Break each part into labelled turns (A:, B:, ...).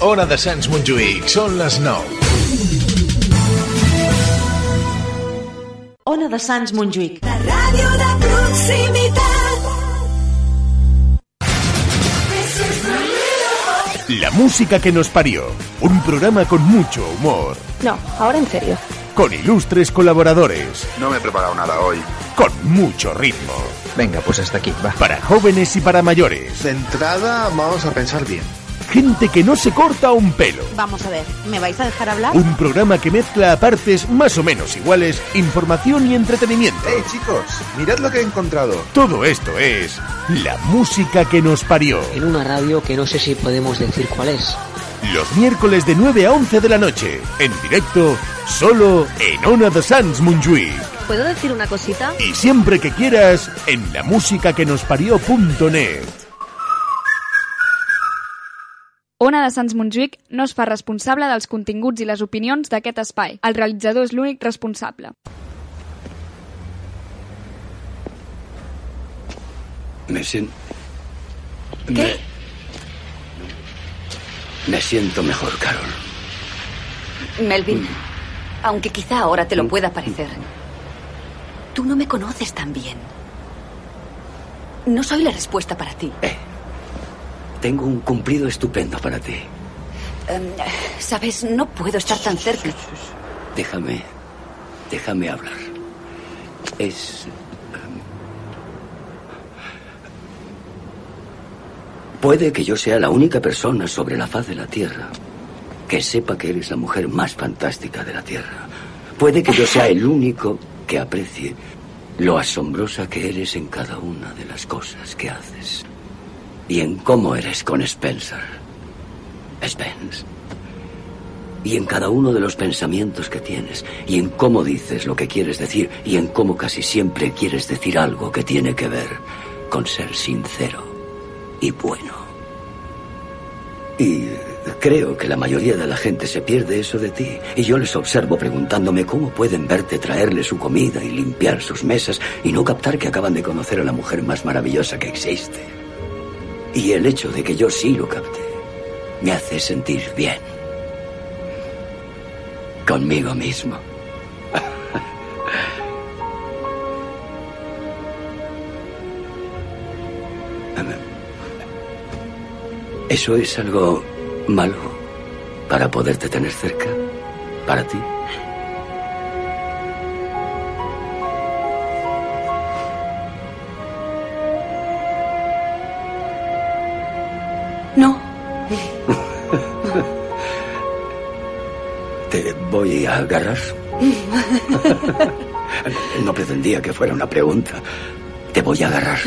A: hora de Sants Montjuïc. Són les 9.
B: Ona de Sants Montjuïc.
C: La ràdio de proximitat. This is the real.
D: La música que nos parió. Un programa con mucho humor.
E: No, ahora en serio.
D: Con ilustres colaboradores.
F: No me he preparado nada hoy.
D: Con mucho ritmo.
G: Venga, pues hasta aquí, va.
D: Para jóvenes y para mayores.
F: De entrada, vamos a pensar bien.
D: Gente que no se corta un pelo.
H: Vamos a ver, ¿me vais a dejar hablar?
D: Un programa que mezcla a partes más o menos iguales información y entretenimiento.
F: ¡Hey, chicos! Mirad lo que he encontrado.
D: Todo esto es la música que nos parió.
I: en una radio que no sé si podemos decir cuál es.
D: Los miércoles de 9 a 11 de la noche. En directo, solo en Ona de Sans Montjuïc.
E: ¿Puedo decir una cosita?
D: Y siempre que quieras, en la música que nos parió.net.
J: Ona de Sants Montjuïc no es fa responsable dels continguts i les opinions d'aquest espai. El realitzador és l'únic responsable.
K: Me siento. ¿Qué? Me siento mejor, Carol.
H: Melvin, aunque quizá ahora te lo pueda parecer, tú no me conoces tan bien. No soy la respuesta para ti.
K: Tengo un cumplido estupendo para ti.
H: Em, Sabes, no puedo estar tan cerca.
K: Déjame. Déjame hablar. Es. em, Puede que yo sea la única persona sobre la faz de la Tierra que sepa que eres la mujer más fantástica de la Tierra. Puede que yo sea el único que aprecie lo asombrosa que eres en cada una de las cosas que haces. Y en cómo eres con Spencer. Spence. Y en cada uno de los pensamientos que tienes, y en cómo dices lo que quieres decir, y en cómo casi siempre quieres decir algo que tiene que ver con ser sincero y bueno. Y creo que la mayoría de la gente se pierde eso de ti, y yo les observo preguntándome cómo pueden verte traerle su comida y limpiar sus mesas y no captar que acaban de conocer a la mujer más maravillosa que existe. Y el hecho de que yo sí lo capte me hace sentir bien conmigo mismo. ¿Eso es algo malo para poderte tener cerca? ¿Para ti?
H: No,
K: Te voy a agarrar. No pretendía que fuera una pregunta. Te voy a agarrar.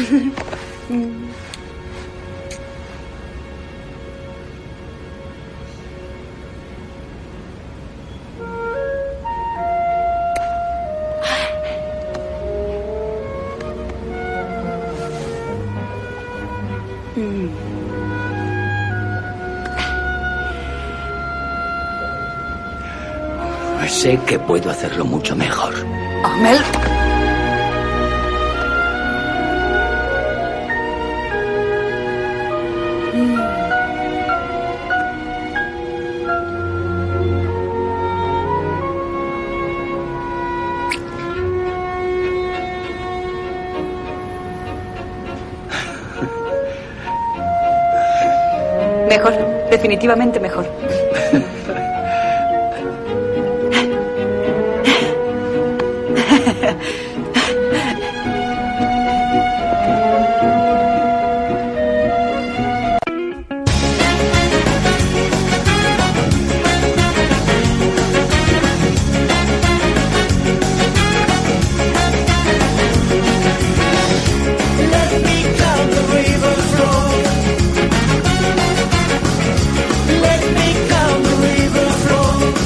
K: Sé que puedo hacerlo mucho mejor.
H: Oh, Mel. Mejor, definitivamente mejor.
C: Let me count the river flow. Let me count the river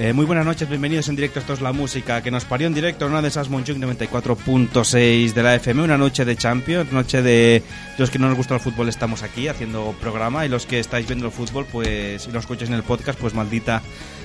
B: Eh, muy buenas noches, bienvenidos en directo. Esto es la música que nos parió en directo en una de esas Monchuk 94.6 de la FM. Una noche de Champions, noche de los que no nos gusta el fútbol, estamos aquí haciendo programa. Y los que estáis viendo el fútbol, pues, y lo escucháis en el podcast, pues maldita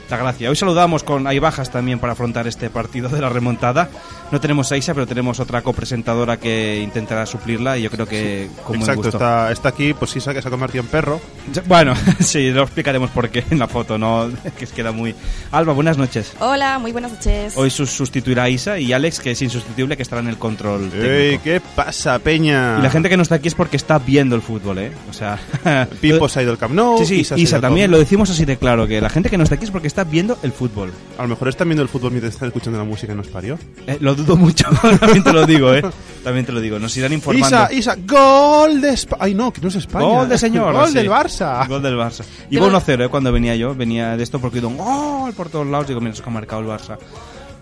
B: la gracia. Hoy saludamos con. Hay bajas también para afrontar este partido de la remontada. No tenemos a Isa, pero tenemos otra copresentadora que intentará suplirla. Y yo creo que con buen
L: Exacto,
B: gusto.
L: está, está aquí, pues Isa, que se ha convertido en perro.
B: Bueno, sí, lo explicaremos por qué en la foto, ¿no? Que queda muy. Alba, buenas noches.
M: Hola, muy buenas noches.
B: Hoy sus- sustituirá a Isa y Alex, que es insustituible, que estará en el control. técnico.
L: ¿Qué pasa, Peña?
B: Y la gente que no está aquí es porque está viendo el fútbol, ¿eh? O sea.
L: Pipo se ha ido al Camp Nou.
B: Sí, sí,
L: se ha
B: Isa
L: ido al
B: también,
L: Camp
B: lo
L: Nou.
B: decimos así de claro, que la gente que no está aquí es porque está viendo el fútbol.
L: A lo mejor están viendo el fútbol mientras están escuchando la música y nos parió.
B: Eh, lo dudo mucho, también te lo digo, ¿eh? También te lo digo, nos irán informando.
L: Isa, Isa, gol de España. Ay, no, que no es España.
B: Gol de señor.
L: Gol
B: sí.
L: del Barça.
B: Gol del Barça. Iba
L: Pero-
B: 1-0 ¿eh? cuando venía yo. Venía de esto porque iba un gol por todos lados. Digo, mira, es que ha marcado el Barça.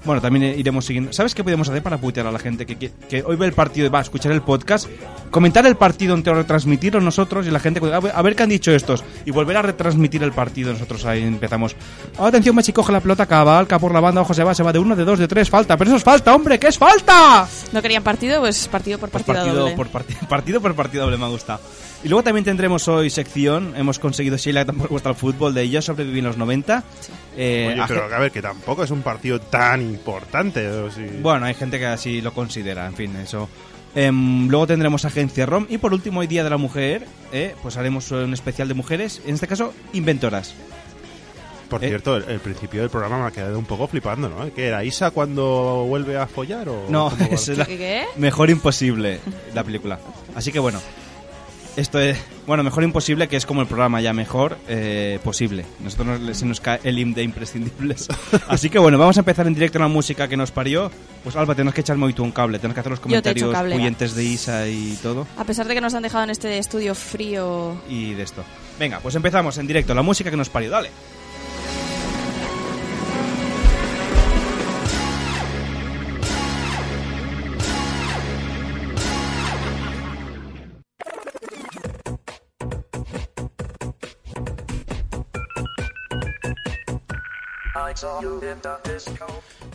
B: Bueno, también eh, iremos siguiendo. ¿Sabes qué podemos hacer para putear a la gente que, que- que hoy ve el partido y va a escuchar el podcast? Comentar el partido en retransmitirlo nosotros y la gente. A ver, a ver qué han dicho estos. Y volver a retransmitir el partido. Nosotros ahí empezamos. "Oh, Atención, Mechi coge la pelota, cabalca por la banda. Ojo, se va, se va de uno, de dos, de tres. Falta, pero eso es falta, hombre, que es falta.
M: ¿No querían partido? Pues partido por
B: Pues
M: partido,
B: partido
M: doble.
B: por partido, partido por partido doble me gusta. Y luego también tendremos hoy sección, hemos conseguido Sheila que tampoco le gusta el fútbol de Yo sobreviví en los 90. Eh,
L: Oye,
B: a
L: pero
B: gen-
L: a ver, que tampoco es un partido tan importante. o si-
B: Bueno, hay gente que así lo considera, en fin, eso. Em, luego tendremos agencia ROM y por último hoy día de la mujer, eh, pues haremos un especial de mujeres, en este caso inventoras.
L: Por
B: eh.
L: cierto, el, el principio del programa me ha quedado un poco flipando, ¿no? ¿Qué era? ¿Isa cuando vuelve a follar o...?
B: No,
L: cómo va?
B: es la- Mejor Imposible, la película. Así que bueno, esto es. Bueno, Mejor Imposible, que es como el programa ya mejor eh, posible. Nosotros nos- se nos cae el IM de imprescindibles. Así que bueno, vamos a empezar en directo la música que nos parió. Pues Alba, tenés que echarme hoy tú un cable, tenés que hacer los
M: Yo te echo
B: comentarios
M: cable.
B: huyentes de Isa y todo.
M: A pesar de que nos han dejado en este estudio frío.
B: Y de esto. Venga, pues empezamos en directo la música que nos parió. Dale.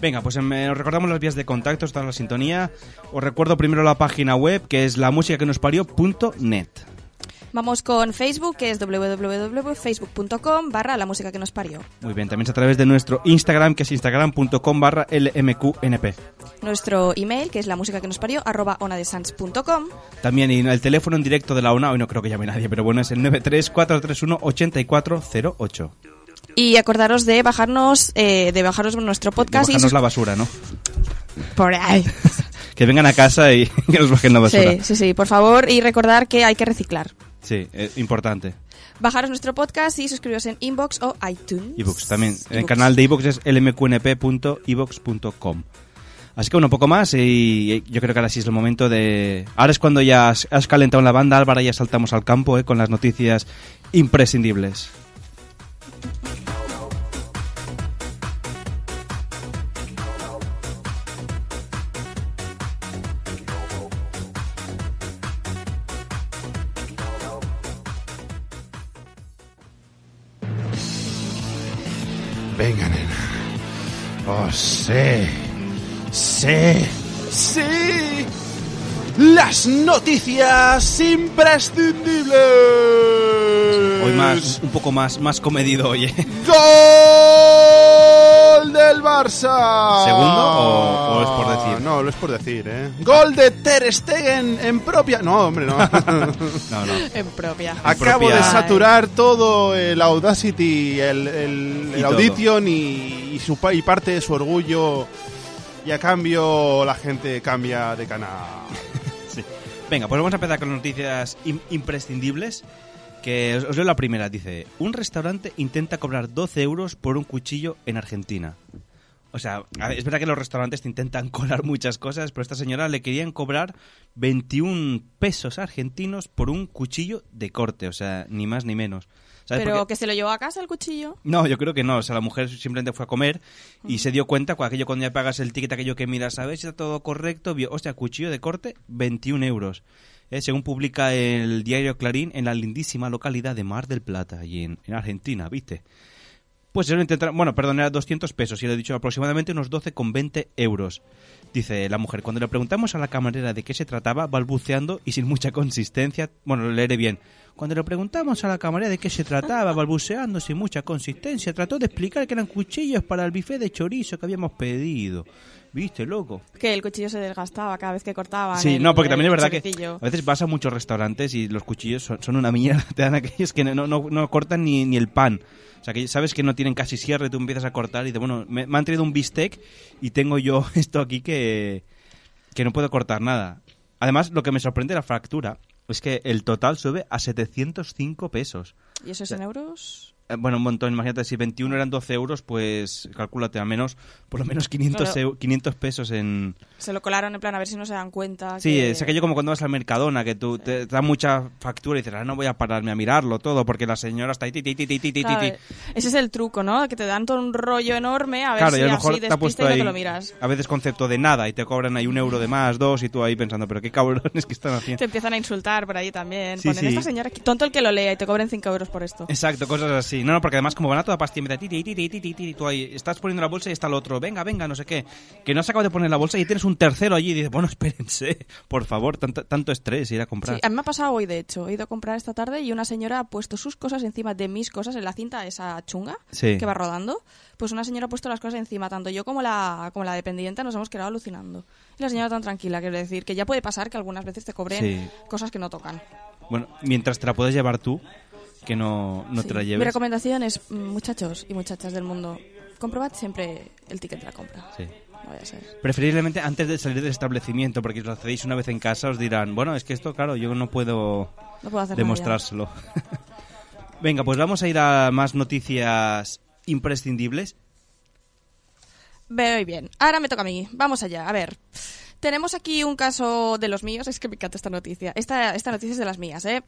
B: Venga, pues em, eh, os recordamos las vías de contacto, está en la sintonía. Os recuerdo primero la página web, que es la música que nos parió.net.
M: Vamos con Facebook, que es www.facebook.com barra la música que nos parió.
B: Muy bien, también es a través de nuestro Instagram, que es instagram.com barra lmqnp.
M: Nuestro email, que es la música que nos parió, arroba onadesans.com.
B: También y el teléfono en directo de la ONA, hoy no creo que llame nadie, pero bueno, es el 93431-8408.
M: Y acordaros de bajarnos, eh, de bajaros nuestro podcast y
B: Bajarnos la basura, ¿no?
M: sus- por ahí.
B: Que vengan a casa y que nos bajen la basura.
M: Sí,
B: Sí,
M: sí, sí, por favor, y recordar que hay que reciclar.
B: eh, importante.
M: Bajaros nuestro podcast y suscribiros en Inbox o iTunes.
B: ebooks también. El
M: Ebooks.
B: canal de ebooks es lmqnp.ebooks.com. Así que bueno, poco más y yo creo que ahora sí es el momento de... Ahora es cuando ya has, has calentado la banda, Álvaro, ya saltamos al campo eh, con las noticias imprescindibles.
L: Venga, nena. Oh, sí. Sí. Sí. Las noticias imprescindibles.
B: Hoy más, un poco más, más comedido, oye.
L: Gol del Barça.
B: ¿Segundo o, o es por decir?
L: No, lo es por decir, ¿eh? Gol de Ter Stegen en propia... No, hombre, no.
B: No, no.
M: En propia.
L: Acabo de saturar todo el Audacity, el, el-
B: Y
L: el
B: todo.
L: Audition y, y su, pa- y parte de su orgullo. Y a cambio la gente cambia de canal.
B: Sí. Venga, pues vamos a empezar con las noticias im- imprescindibles. Que os, os leo la primera. Dice, un restaurante intenta cobrar 12 euros por un cuchillo en Argentina. O sea, a ver, es verdad que los restaurantes te intentan colar muchas cosas, pero a esta señora le querían cobrar 21 pesos argentinos por un cuchillo de corte. O sea, ni más ni menos. ¿Sabes por
M: Pero
B: qué?
M: que se lo llevó a casa el cuchillo.
B: No, yo creo que no. O sea, la mujer simplemente fue a comer y se dio cuenta con aquello cuando ya pagas el ticket, aquello que miras, a ver si está todo correcto. Vio, hostia, cuchillo de corte, 21 euros. Eh, según publica el diario Clarín, en la lindísima localidad de Mar del Plata, allí en, en Argentina, ¿viste? Pues yo lo intentará. Bueno, perdón, era 200 pesos y le he dicho aproximadamente unos 12,20 euros. Dice la mujer, cuando le preguntamos a la camarera de qué se trataba, balbuceando y sin mucha consistencia, bueno, lo leeré bien. Cuando le preguntamos a la camarera de qué se trataba, balbuceando sin mucha consistencia, trató de explicar que eran cuchillos para el bife de chorizo que habíamos pedido. ¿Viste, loco?
M: Que el cuchillo se desgastaba cada vez que cortaban.
B: Sí,
M: el-
B: no, porque también es
M: el
B: verdad que
M: chorizo.
B: a veces vas a muchos restaurantes y los cuchillos son, son una mierda. Te dan aquellos que no, no, no cortan ni, ni el pan. O sea, que sabes que no tienen casi cierre, tú empiezas a cortar y dices, bueno, me, me han traído un bistec y tengo yo esto aquí que, que no puedo cortar nada. Además, lo que me sorprende de la fractura es que el total sube a 705 pesos.
M: ¿Y eso es en euros?
B: Eh, Bueno, un montón, imagínate, si 21 eran 12 euros, pues calcúlate, al menos, por lo menos 500,
M: Claro.
B: eu- 500 pesos en,
M: Se lo colaron en plan a ver si no se dan cuenta.
B: Sí,
M: que-
B: es aquello como cuando vas al Mercadona, que tú te, te dan mucha factura y dices, ah, no voy a pararme a mirarlo todo, porque la señora está ahí, ti, ti, ti, ti, ti, ti, ti".
M: Claro, Ese es el truco, ¿no? Que te dan todo un rollo enorme a ver
B: Claro,
M: si
B: y a lo
M: así
B: mejor te ha
M: despista
B: puesto
M: y no
B: ahí
M: te lo miras.
B: a veces concepto de nada y te cobran ahí un euro de más, dos, y tú ahí pensando, pero qué cabrones que están haciendo.
M: Te empiezan a insultar por ahí también.
B: Sí,
M: Ponen
B: sí.
M: esta señora, qué tonto el que lo lea y te cobren 5 euros por esto.
B: Exacto, cosas así. No, no, porque además como van a toda pastilla, empieza, "Ti, ti, ti, ti, ti, ti, ti", y tú ahí estás poniendo la bolsa y está el otro, venga, venga, no sé qué, que no se acaba de poner la bolsa y tienes un tercero allí y dices, bueno, espérense, por favor, tanto, tanto estrés ir a comprar.
M: Sí, a mí me ha pasado hoy, de hecho. He ido a comprar esta tarde y una señora ha puesto sus cosas encima de mis cosas en la cinta esa chunga
B: Sí.
M: que va rodando. Pues una señora ha puesto las cosas encima. Tanto yo como la, como la dependiente nos hemos quedado alucinando. Y la señora tan tranquila, quiero decir, que ya puede pasar que algunas veces te cobren
B: Sí.
M: cosas que no tocan.
B: Bueno, mientras te la puedes llevar tú, que no, no
M: Sí.
B: te la
M: Mi
B: lleves.
M: recomendación es, mm, muchachos y muchachas del mundo, comprobad siempre el ticket de la compra.
B: Sí.
M: No vaya a ser.
B: Preferiblemente antes de salir del establecimiento, porque si lo hacéis una vez en casa os dirán, bueno, es que esto, claro, yo no puedo,
M: No puedo hacer
B: demostrárselo. Venga, pues vamos a ir a más noticias imprescindibles.
M: Muy bien. Ahora me toca a mí. Vamos allá. A ver. Tenemos aquí un caso de los míos. Es que me encanta esta noticia. Esta, esta noticia es de las mías, ¿eh?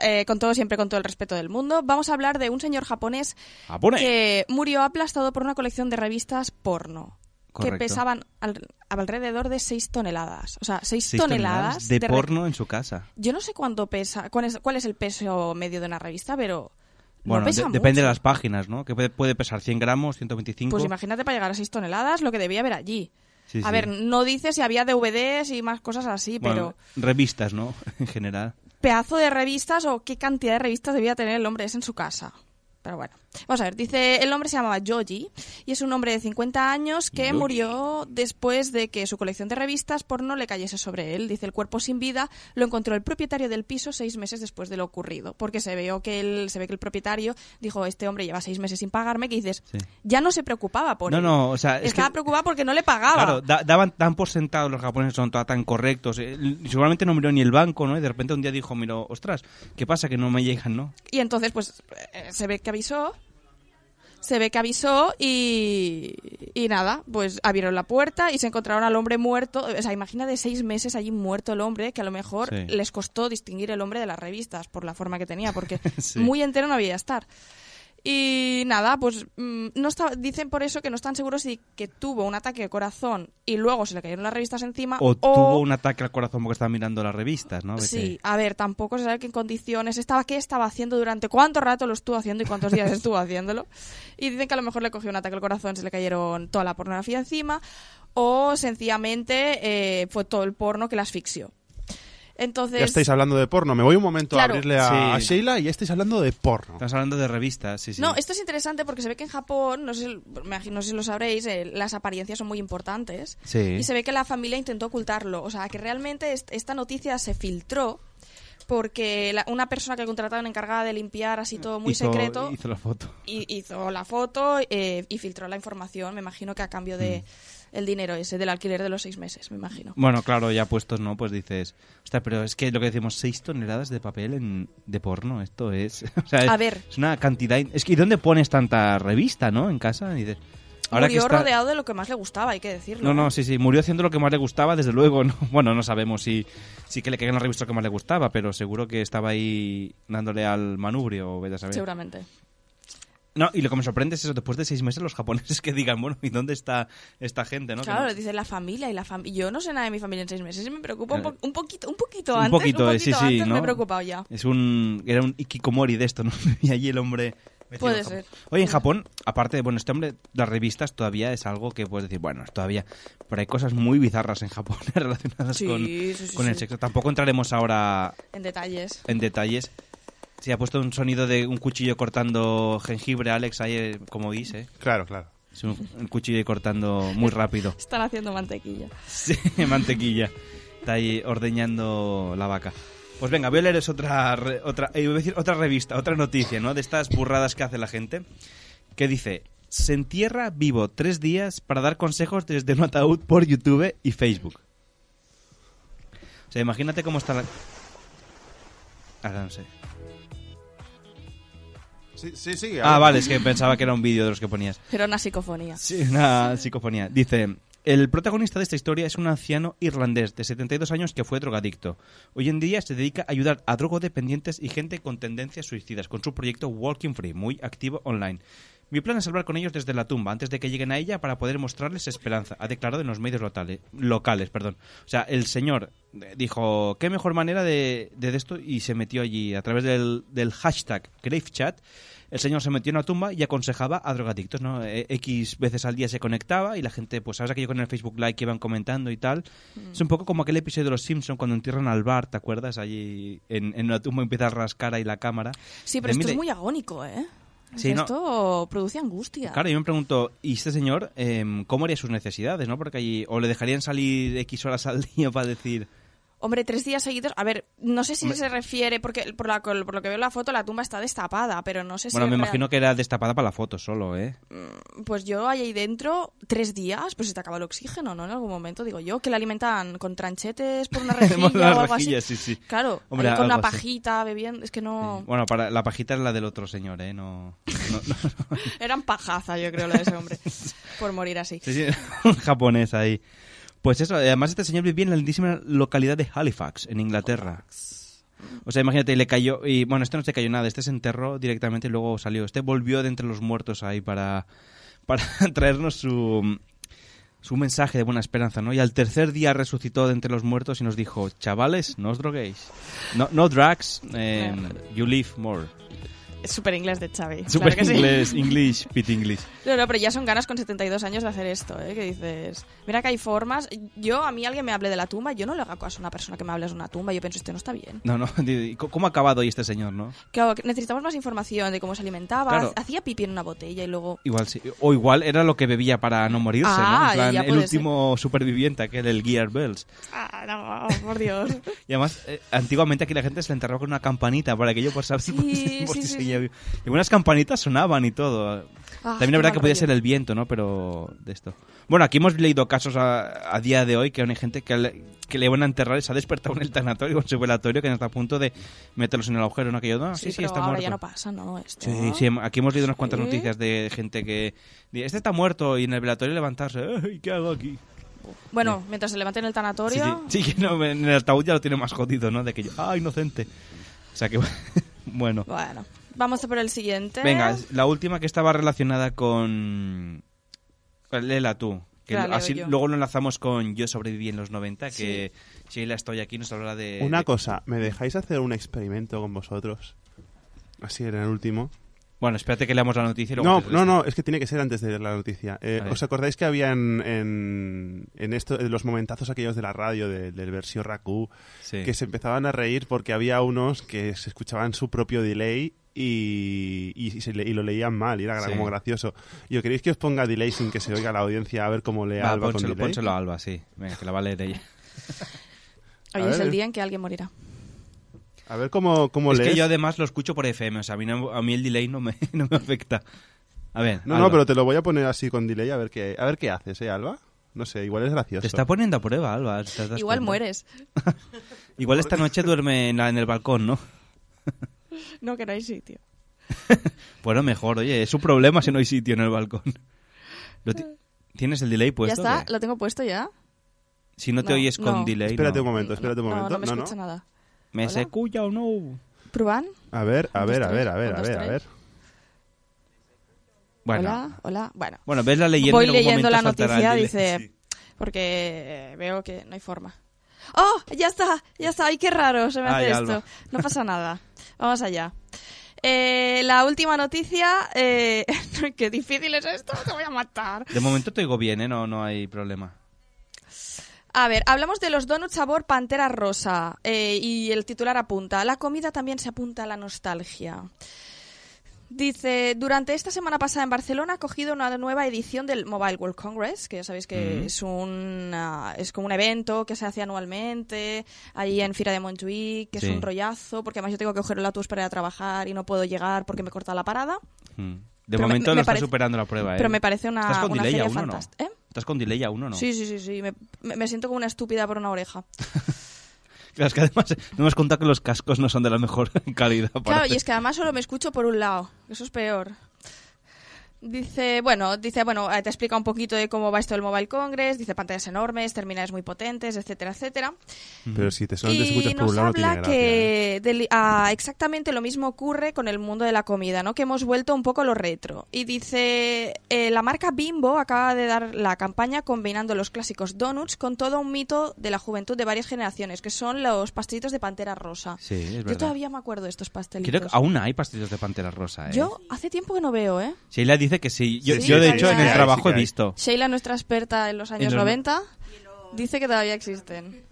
M: Eh, con todo, siempre con todo el respeto del mundo. Vamos a hablar de un señor japonés
B: Japonés.
M: que murió aplastado por una colección de revistas porno.
B: Correcto.
M: Que pesaban al- alrededor de 6 toneladas. O sea, 6
B: Seis
M: toneladas
B: de,
M: de re-
B: porno en su casa.
M: Yo no sé cuánto pesa, cuál es, cuál es el peso medio de una revista, pero pues no
B: Bueno,
M: pesa
B: de-
M: mucho.
B: depende de las páginas, ¿no? Que puede, puede pesar 100 gramos, 125.
M: Pues imagínate para llegar a 6 toneladas lo que debía haber allí.
B: Sí,
M: a
B: sí.
M: ver, no dice si había DVDs y más cosas así,
B: Bueno,
M: pero
B: Revistas, ¿no? en general.
M: pedazo de revistas o qué cantidad de revistas debía tener el hombre ese en su casa. Pero bueno, vamos a ver, dice, el hombre se llamaba Yoji y es un hombre de 50 años que
E: Yoji.
M: murió después de que su colección de revistas porno le cayese sobre él. Dice, el cuerpo sin vida lo encontró el propietario del piso seis meses después de lo ocurrido, porque se, veo que el, se ve que el propietario dijo, este hombre lleva seis meses sin pagarme, que dices,
B: Sí.
M: ya no se preocupaba por
B: No,
M: él.
B: no, o sea, es que-
M: Estaba preocupada porque no le pagaba.
B: Claro, da- daban tan por sentado los japoneses, son toda tan correctos. eh, y Seguramente no miró ni el banco, ¿no? Y de repente un día dijo, mira, ostras, ¿qué pasa que no me llegan, no?
M: Y entonces, pues, eh, se ve que avisó. Se ve que avisó y, y nada, pues abrieron la puerta y se encontraron al hombre muerto. O sea, imagina de seis meses allí muerto el hombre, que a lo mejor
E: Sí.
M: les costó distinguir el hombre de las revistas por la forma que tenía, porque
E: Sí.
M: muy entero no había de estar. Y nada, pues mm, no está- dicen por eso que no están seguros si que tuvo un ataque de corazón y luego se le cayeron las revistas encima
B: O tuvo un ataque al corazón porque estaba mirando las revistas, ¿no? Vete.
M: Sí, a ver, tampoco se sabe qué en condiciones estaba, qué estaba haciendo, durante cuánto rato lo estuvo haciendo y cuántos días estuvo haciéndolo. Y dicen que a lo mejor le cogió un ataque al corazón, se le cayeron toda la pornografía encima, o sencillamente eh, fue todo el porno que la asfixió. Entonces,
L: Ya estáis hablando de porno. Me voy un momento
M: Pues- Claro.
L: a abrirle a, a
B: Sí.
L: Sheila y ya estáis hablando de porno.
B: Estamos hablando de revistas, sí, sí.
M: No, esto es interesante porque se ve que en Japón, no sé, si- me imagino, no sé si lo sabréis, eh, las apariencias son muy importantes.
B: Sí.
M: Y se ve que la familia intentó ocultarlo. O sea, que realmente est- esta noticia se filtró porque la- una persona que contrataron encargada de limpiar así todo muy
B: Hizo-
M: secreto
B: Hizo la foto.
M: hi- hizo la foto eh, y filtró la información, me imagino que a cambio de
B: Mm.
M: el dinero ese, del alquiler de los seis meses, me imagino.
B: Bueno, claro, ya puestos, ¿no? Pues dices, ostras, pero es que lo que decimos, 6 toneladas de papel en, de porno, esto es... O sea, es,
M: A ver.
B: Es una cantidad... in- Es que, ¿y dónde pones tanta revista, no? En casa, y dices... Ahora
M: Murió
B: que está...
M: rodeado de lo que más le gustaba, hay que decirlo. ¿eh?
B: No, no, sí, sí, murió haciendo lo que más le gustaba, desde luego. ¿no? Bueno, no sabemos si, si que le caigan las revistas que más le gustaba, pero seguro que estaba ahí dándole al manubrio, o vete a saber.
M: Seguramente.
B: No, y lo que me sorprende es eso, después de seis meses los japoneses que digan, bueno, ¿y dónde está esta gente, no? Que
M: Claro,
B: no-
M: lo dice la familia y la fam- Yo no sé nada de mi familia en seis meses y me preocupa un, po-
B: Claro.
M: un poquito, un poquito
B: Eh. Un
M: antes.
B: poquito, eh, sí, sí,
M: antes me
B: ¿no?
M: he preocupado ya.
B: Es un... Era un ikikomori de esto, ¿no? Y allí el hombre metido
M: Puede
B: en Japón.
M: ser.
B: Oye, en Japón, aparte de, bueno, este hombre, las revistas todavía es algo que puedes decir, bueno, todavía, pero hay cosas muy bizarras en Japón relacionadas
M: Sí,
B: con,
M: sí, sí,
B: con el
M: sí.
B: sexo. Tampoco entraremos ahora
M: En detalles.
B: en detalles. Se ha puesto un sonido de un cuchillo cortando jengibre, Alex, ahí, eh, como dice.
L: Claro, claro.
B: Es un, un cuchillo cortando muy rápido.
M: Están haciendo mantequilla.
B: Sí, este, mantequilla. Está ahí ordeñando la vaca. Pues venga, voy a leeros otra, re- otra, eh, iba a decir otra revista, otra noticia, ¿no? De estas burradas que hace la gente. Que dice, se entierra vivo tres días para dar consejos desde un ataúd por YouTube y Facebook. O sea, imagínate cómo está la... Ahora no sé.
L: Sí, sí, sí.
B: Ah, vale, es que pensaba que era un vídeo de los que ponías.
M: Pero una psicofonía.
B: Sí, una psicofonía. Dice, el protagonista de esta historia es un anciano irlandés de 72 años que fue drogadicto. Hoy en día se dedica a ayudar a drogodependientes y gente con tendencias suicidas con su proyecto Walking Free, muy activo online. Mi plan es hablar con ellos desde la tumba, antes de que lleguen a ella, para poder mostrarles esperanza, ha declarado en los medios locales. locales perdón. O sea, el señor eh, dijo, qué mejor manera de, de esto, y se metió allí a través del, del hashtag GraveChat. El señor se metió en una tumba y aconsejaba a drogadictos, ¿no? Eh, X veces al día se conectaba y la gente, pues, ¿sabes aquello con el Facebook Live que iban comentando y tal?
M: Mm.
B: Es un poco como aquel episodio de Los Simpson cuando entierran al bar, ¿te acuerdas? Allí en, en una tumba empieza a rascar ahí la cámara.
M: Sí, pero esto
B: De Miley.
M: es muy agónico, ¿eh?
B: Sí, no.
M: Esto produce angustia.
B: Claro, yo me pregunto, ¿y este señor em, cómo haría sus necesidades, no? Porque allí, o le dejarían salir X horas al día para decir...
M: Hombre, tres días seguidos. A ver, no sé si
B: Hombre.
M: se refiere, porque por, la- por lo que veo en la foto, la tumba está destapada, pero no sé
B: Bueno,
M: si.
B: me
M: real-
B: imagino que era destapada para la foto solo, ¿eh?
M: Pues yo ahí dentro, tres días, pues se te acaba el oxígeno, ¿no? En algún momento, digo yo, que la alimentan con tranchetes por una rejilla
B: Con la
M: o algo
B: rejilla,
M: así.
B: sí, sí.
M: Claro,
B: Hombre,
M: ahí con una
B: algo así.
M: pajita bebiendo. Es que no.
B: Bueno, para la pajita es la del otro señor, ¿eh? No... no- no-
M: Eran pajaza, yo creo, la de ese hombre. por morir así.
B: Sí, sí, un japonés ahí. Pues eso, además este señor vivía en la lindísima localidad de Halifax, en Inglaterra. O sea, imagínate, le cayó, y bueno, este no se cayó nada, este se enterró directamente y luego salió. Este volvió de entre los muertos ahí para, para traernos su, su mensaje de buena esperanza, ¿no? Y al tercer día resucitó de entre los muertos y nos dijo, chavales, no os droguéis. No, no drugs, eh, you live more.
M: Es súper inglés de Xavi. claro
B: Super
M: que sí.
B: inglés, English, pit English.
M: No, no, pero ya son ganas con 72 años de hacer esto, ¿eh? Que dices, mira que hay formas. Yo, a mí alguien me hable de la tumba, yo no le hago caso a una persona que me hable de una tumba, yo pienso, esto no está bien.
B: No, no, di- di- ¿cómo ha acabado hoy este señor, no?
M: Claro, que necesitamos más información de cómo se alimentaba,
B: Claro.
M: hacía pipi en una botella y luego...
B: Igual sí. O igual era lo que bebía para no morirse, ¿no?
M: Ah,
B: En plan,
M: ya
B: el
M: puede
B: último superviviente, aquel, el Gear Bells.
M: Ah, no, por Dios.
B: Y además, eh, antiguamente aquí la gente se le enterraba con una campanita para que yo por saber si- por si- por
M: sí,
B: si
M: sí,
B: seguía vivo. Y unas campanitas sonaban y todo.
M: Ah,
B: También
M: qué
B: es verdad que
M: mal
B: podía
M: rollo.
B: ser el viento, ¿no? Pero de esto. Bueno, aquí hemos leído casos a, a día de hoy que aún hay gente que le, que le van a enterrar y se ha despertado en el tanatorio, o en su velatorio, que está a punto de meterlos en el agujero, ¿no? Que yo, no, sí, sí,
M: pero
B: está
M: ahora
B: muerto.
M: ya no pasa, ¿no? Esto.
B: Sí, sí, hem- aquí hemos leído unas cuantas
M: Ah, Sí.
B: noticias de gente que... di- Este está muerto y en el velatorio levantarse. "Ay, ¿Qué hago aquí?
M: Bueno, mientras se levante en el
B: Sí,
M: tanatorio...
B: sí, sí, que no, en el ataúd ya lo tiene más jodido, ¿no? De que yo, ah, inocente. O sea que, bueno.
M: Bueno, vamos a por el siguiente.
B: Venga, la última que estaba relacionada con... Lela tú. Que
M: La leo
B: así
M: yo.
B: luego lo enlazamos con Yo sobreviví en los 90, que Sheila estoy aquí nos hablará de...
L: Una
B: de-
L: cosa, ¿me dejáis hacer un experimento con vosotros? Así era el último.
B: Bueno, espérate que leamos la noticia y luego...
L: No,
B: haces
L: no,
B: esto.
L: no, es que tiene que ser antes de la noticia. Eh,
B: A ver.
L: ¿Os acordáis que había en, en, en esto, en los momentazos aquellos de la radio de- del versión Raku
B: Sí.
L: que se empezaban a reír porque había unos que se escuchaban su propio delay y, y se le- y lo leían mal y era
B: Sí.
L: como gracioso. Yo queréis que os ponga delay sin que se oiga la audiencia a ver cómo lee
B: Va,
L: Alba con
B: pónselo,
L: delay?
B: pónselo a Alba, sí. Venga, que la va a leer ella.
M: Hoy
L: a
M: es
L: ver.
M: el día en que alguien morirá.
L: A ver cómo, cómo
B: es
L: lees.
B: que yo además lo escucho por FM, o sea, a mí, no- a mí el delay no me, no me afecta. A ver,
L: No,
B: Alba,
L: no, pero te lo voy a poner así con delay a ver qué, a ver qué haces, ¿eh, Alba? No sé, igual es gracioso.
B: te está poniendo a prueba, Alba. ¿te das
M: Igual
B: cuenta?
M: mueres.
B: Igual esta noche duerme en, la- en el balcón, ¿no?
M: No, que no hay sitio.
B: Bueno, mejor, oye, es un problema si no hay sitio en el balcón. Lo ti- ¿Tienes el delay puesto?
M: ¿Ya está?
B: ¿Qué?
M: ¿Lo tengo puesto ya?
B: Si no te
M: No,
B: oyes con
M: no.
B: delay.
L: Espérate
B: no.
L: un momento, espérate un
M: No,
L: momento.
M: no me
L: No, no.
M: escucha nada.
B: ¿Me
M: Hola.
B: se escucha o no?
M: ¿Proban?
L: A ver, a
M: Un,
L: ver,
M: dos,
L: a ver,
M: tres.
L: a ver,
M: Un,
L: a
M: dos,
L: ver, a
M: tres.
L: ver.
B: Bueno,
M: Hola, hola. Bueno,
B: Bueno, ves la leyenda
M: Voy
B: y en algún
M: leyendo
B: momento
M: la noticia,
B: saltará el
M: dice. Porque veo que no hay forma. ¡Oh! Ya está, ya está. ¡Ay, qué raro! Se me
B: Ay,
M: hace
B: Alba.
M: esto. No pasa nada. Vamos allá. Eh, la última noticia. Eh, qué difícil es esto, te voy a matar.
B: De momento te digo bien, ¿eh? No, no hay problema.
M: A ver, hablamos de los donuts sabor pantera rosa. eh, y el titular apunta: La comida también se apunta a la nostalgia. Dice, durante esta semana pasada en Barcelona ha cogido una nueva edición del Mobile World Congress, que ya sabéis que
N: Mm.
M: es, una- es como un evento que se hace anualmente, allí en Fira de Montjuic, que
N: Sí.
M: es un rollazo, porque además yo tengo que coger el autobús para ir a trabajar y no puedo llegar porque me he cortado la parada.
B: Mm. De
M: Pero me-
B: momento
M: me
B: lo está
M: parece-
B: superando la prueba, ¿eh?
M: pero me parece una-
B: Estás con
M: una
B: delay
M: feria
B: aún, ¿o
M: fantástica, ¿eh?
B: ¿no? Estás con delay aún, ¿o no?
M: Sí, sí, sí, sí, me, me- me siento como una estúpida por una oreja.
B: Claro, es que además no hemos contado que los cascos no son de la mejor calidad.
M: Claro,
B: parece.
M: y es que además solo me escucho por un lado. Eso es peor. Dice, bueno, dice, bueno, eh, te explica un poquito de cómo va esto del Mobile Congress, dice pantallas enormes, terminales muy potentes, etcétera, etcétera.
L: Pero si te son te
M: Y
L: escuchas por
M: nos
L: un lado, no tiene
M: habla
L: gracia. ¿eh?
M: que del- ah, exactamente lo mismo ocurre con el mundo de la comida, ¿no? Que hemos vuelto un poco lo retro. Y dice, eh, la marca Bimbo acaba de dar la campaña combinando los clásicos donuts con todo un mito de la juventud de varias generaciones, que son los pastelitos de pantera rosa.
B: Sí, es
M: Yo
B: verdad.
M: todavía me acuerdo de estos pastelitos.
B: Creo que aún hay pastillos de pantera rosa, ¿eh?
M: Yo hace tiempo que no veo, ¿eh?
B: Sheila dice que sí. Yo,
M: Sí,
B: yo, de
M: sí,
B: hecho,
M: sí,
B: en
M: sí,
B: el
M: sí,
B: trabajo
L: sí,
B: he
L: sí.
B: visto.
M: Sheila, nuestra experta en los años
B: los no-
M: 90, dice que todavía existen.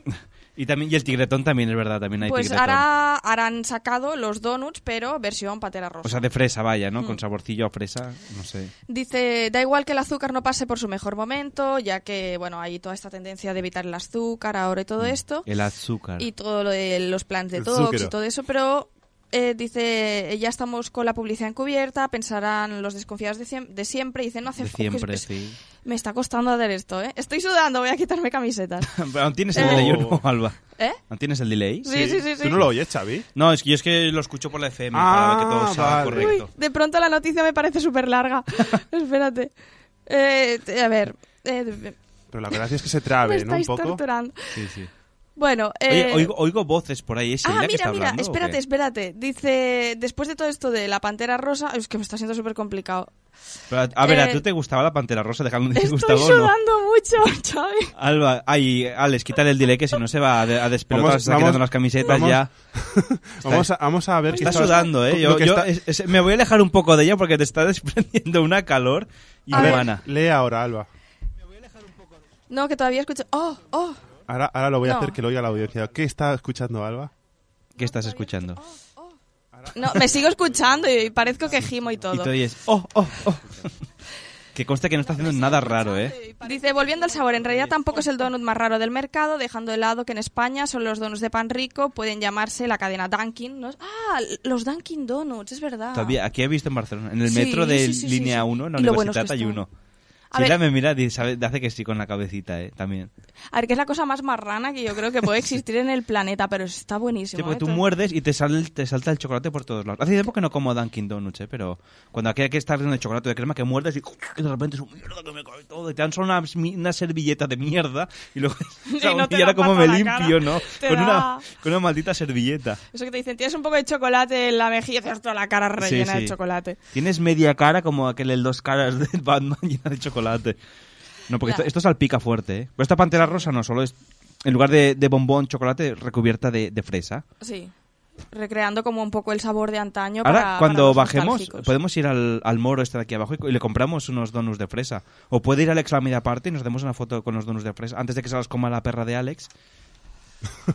B: Y también y el tigretón también es verdad, también hay
M: Pues
B: tigretón.
M: ahora harán sacado los donuts, pero versión patera rosa.
B: O sea, de fresa, vaya, ¿no?
M: Mm.
B: Con saborcillo a fresa, no sé.
M: Dice, da igual que el azúcar no pase por su mejor momento, ya que, bueno, hay toda esta tendencia de evitar el azúcar ahora y todo esto.
B: El azúcar.
M: Y todo lo de los planes de
B: Mm, El
M: tox y
B: zúquero.
M: todo eso, pero eh, dice, ya estamos con la publicidad encubierta, pensarán los desconfiados de, siem- de siempre, y dicen, no hace
B: De
M: fo- que es-
B: siempre,
M: es-
B: sí.
M: Me está costando hacer esto, ¿eh? Estoy sudando, voy a quitarme camisetas.
B: Pero aún tienes
M: Eh,
B: el delay, ¿o ¿no, Alba?
M: ¿Eh?
B: ¿Aún tienes el delay?
M: Sí, Sí. sí, sí, sí. ¿Tú no
L: lo oyes, Xavi? Ah,
B: No, es que yo es que lo escucho por la FM para ver que todo salga
L: vale.
B: correcto.
M: Uy, de pronto la noticia me parece súper larga. Espérate. Eh, t- a ver. eh,
L: Pero la gracia es que se trabe,
M: me
L: ¿no? Un
M: estáis
L: poco.
M: torturando.
B: Sí, sí.
M: Bueno, eh,
B: Oye, oigo, oigo voces por ahí, ¿es Sheila
M: Ah,
B: que está
M: mira, mira,
B: hablando, o qué?
M: espérate, espérate. Dice, después de todo esto de la pantera rosa, es que me está siendo súper complicado.
B: Pero, a- a ver, ¿a
M: Eh,
B: tú te gustaba la pantera rosa? Déjame decir,
M: Estoy
B: Gustavo, o no.
M: sudando mucho, Xavi.
B: Alba, ay, Alex, quítale el delay que si no se va a, de- a despelotar,
L: Vamos-
B: se está
L: vamos-
B: quitando las camisetas
L: vamos-
B: ya.
L: Vamos a, vamos a ver
B: Está
L: quizás
B: sudando,
L: lo
B: eh. Yo,
L: que
B: yo-
L: está-
B: es- es- me voy a alejar un poco de ella porque te está desprendiendo una calor
L: A ver,
B: inhumana.
L: Lee ahora, Alba.
M: No, que todavía escucho. ¡Oh, oh!
L: Ahora, ahora lo voy a
M: No.
L: hacer que lo oiga la audiencia. ¿Qué está escuchando, Alba?
B: ¿Qué estás escuchando?
M: No, me sigo escuchando y parezco que gimo y
B: Y
M: todo.
B: tú oyes, oh, oh, oh. Que conste que no está haciendo nada raro, eh.
M: Dice, volviendo al sabor, en realidad tampoco es el donut más raro del mercado, dejando de lado que en España son los donuts de pan rico, pueden llamarse la cadena Dunkin'. ¿no? Ah, los Dunkin' Donuts, es verdad.
B: Todavía, aquí he visto en Barcelona, en el
M: Ah. Sí,
B: metro de
M: sí, sí, sí,
B: línea
M: sí.
B: 1, en la
M: Y lo buenos que
B: universidad hay
M: están.
B: uno.
M: A
B: Si ella
M: ver.
B: me mira, di- sabe- hace que sí con la cabecita, eh, también.
M: A ver, que es la cosa más marrana que yo creo que puede existir en el planeta, pero está
B: Sí,
M: buenísimo.
B: porque
M: ¿eh?
B: tú
M: Todo-
B: muerdes y te, sal- te salta el chocolate por todos lados. Hace tiempo que no como Dunkin' Donuts, eh, pero cuando aquí hay que estar en el chocolate de crema que muerdes y, ¡oh! y de repente es un mierda que me cae todo. Y te dan solo una, mi- una servilleta de mierda y luego.
M: Y
B: o sea,
M: no te
B: y ahora
M: la
B: como me
M: pasa la
B: limpio,
M: cara.
B: ¿no?
M: Te
B: Con
M: da-
B: una, con una maldita servilleta.
M: Eso que te dicen, tienes un poco de chocolate en la mejilla, tienes toda la cara
B: Sí,
M: rellena
B: sí.
M: de chocolate.
B: Tienes media cara como aquel el dos caras de Batman llena de chocolate. No, porque
M: Claro.
B: esto, esto salpica fuerte, ¿eh? Pero esta pantera rosa no solo es. En lugar de, de bombón, chocolate recubierta de, de fresa.
M: Sí. Recreando como un poco el sabor de antaño.
B: Ahora,
M: para- para
B: cuando
M: los
B: bajemos,
M: nostálgicos.
B: podemos ir al, al moro este de aquí abajo y, y le compramos unos donuts de fresa. O puede ir Alex a la media parte y nos demos una foto con los donuts de fresa antes de que se los coma la perra de Alex.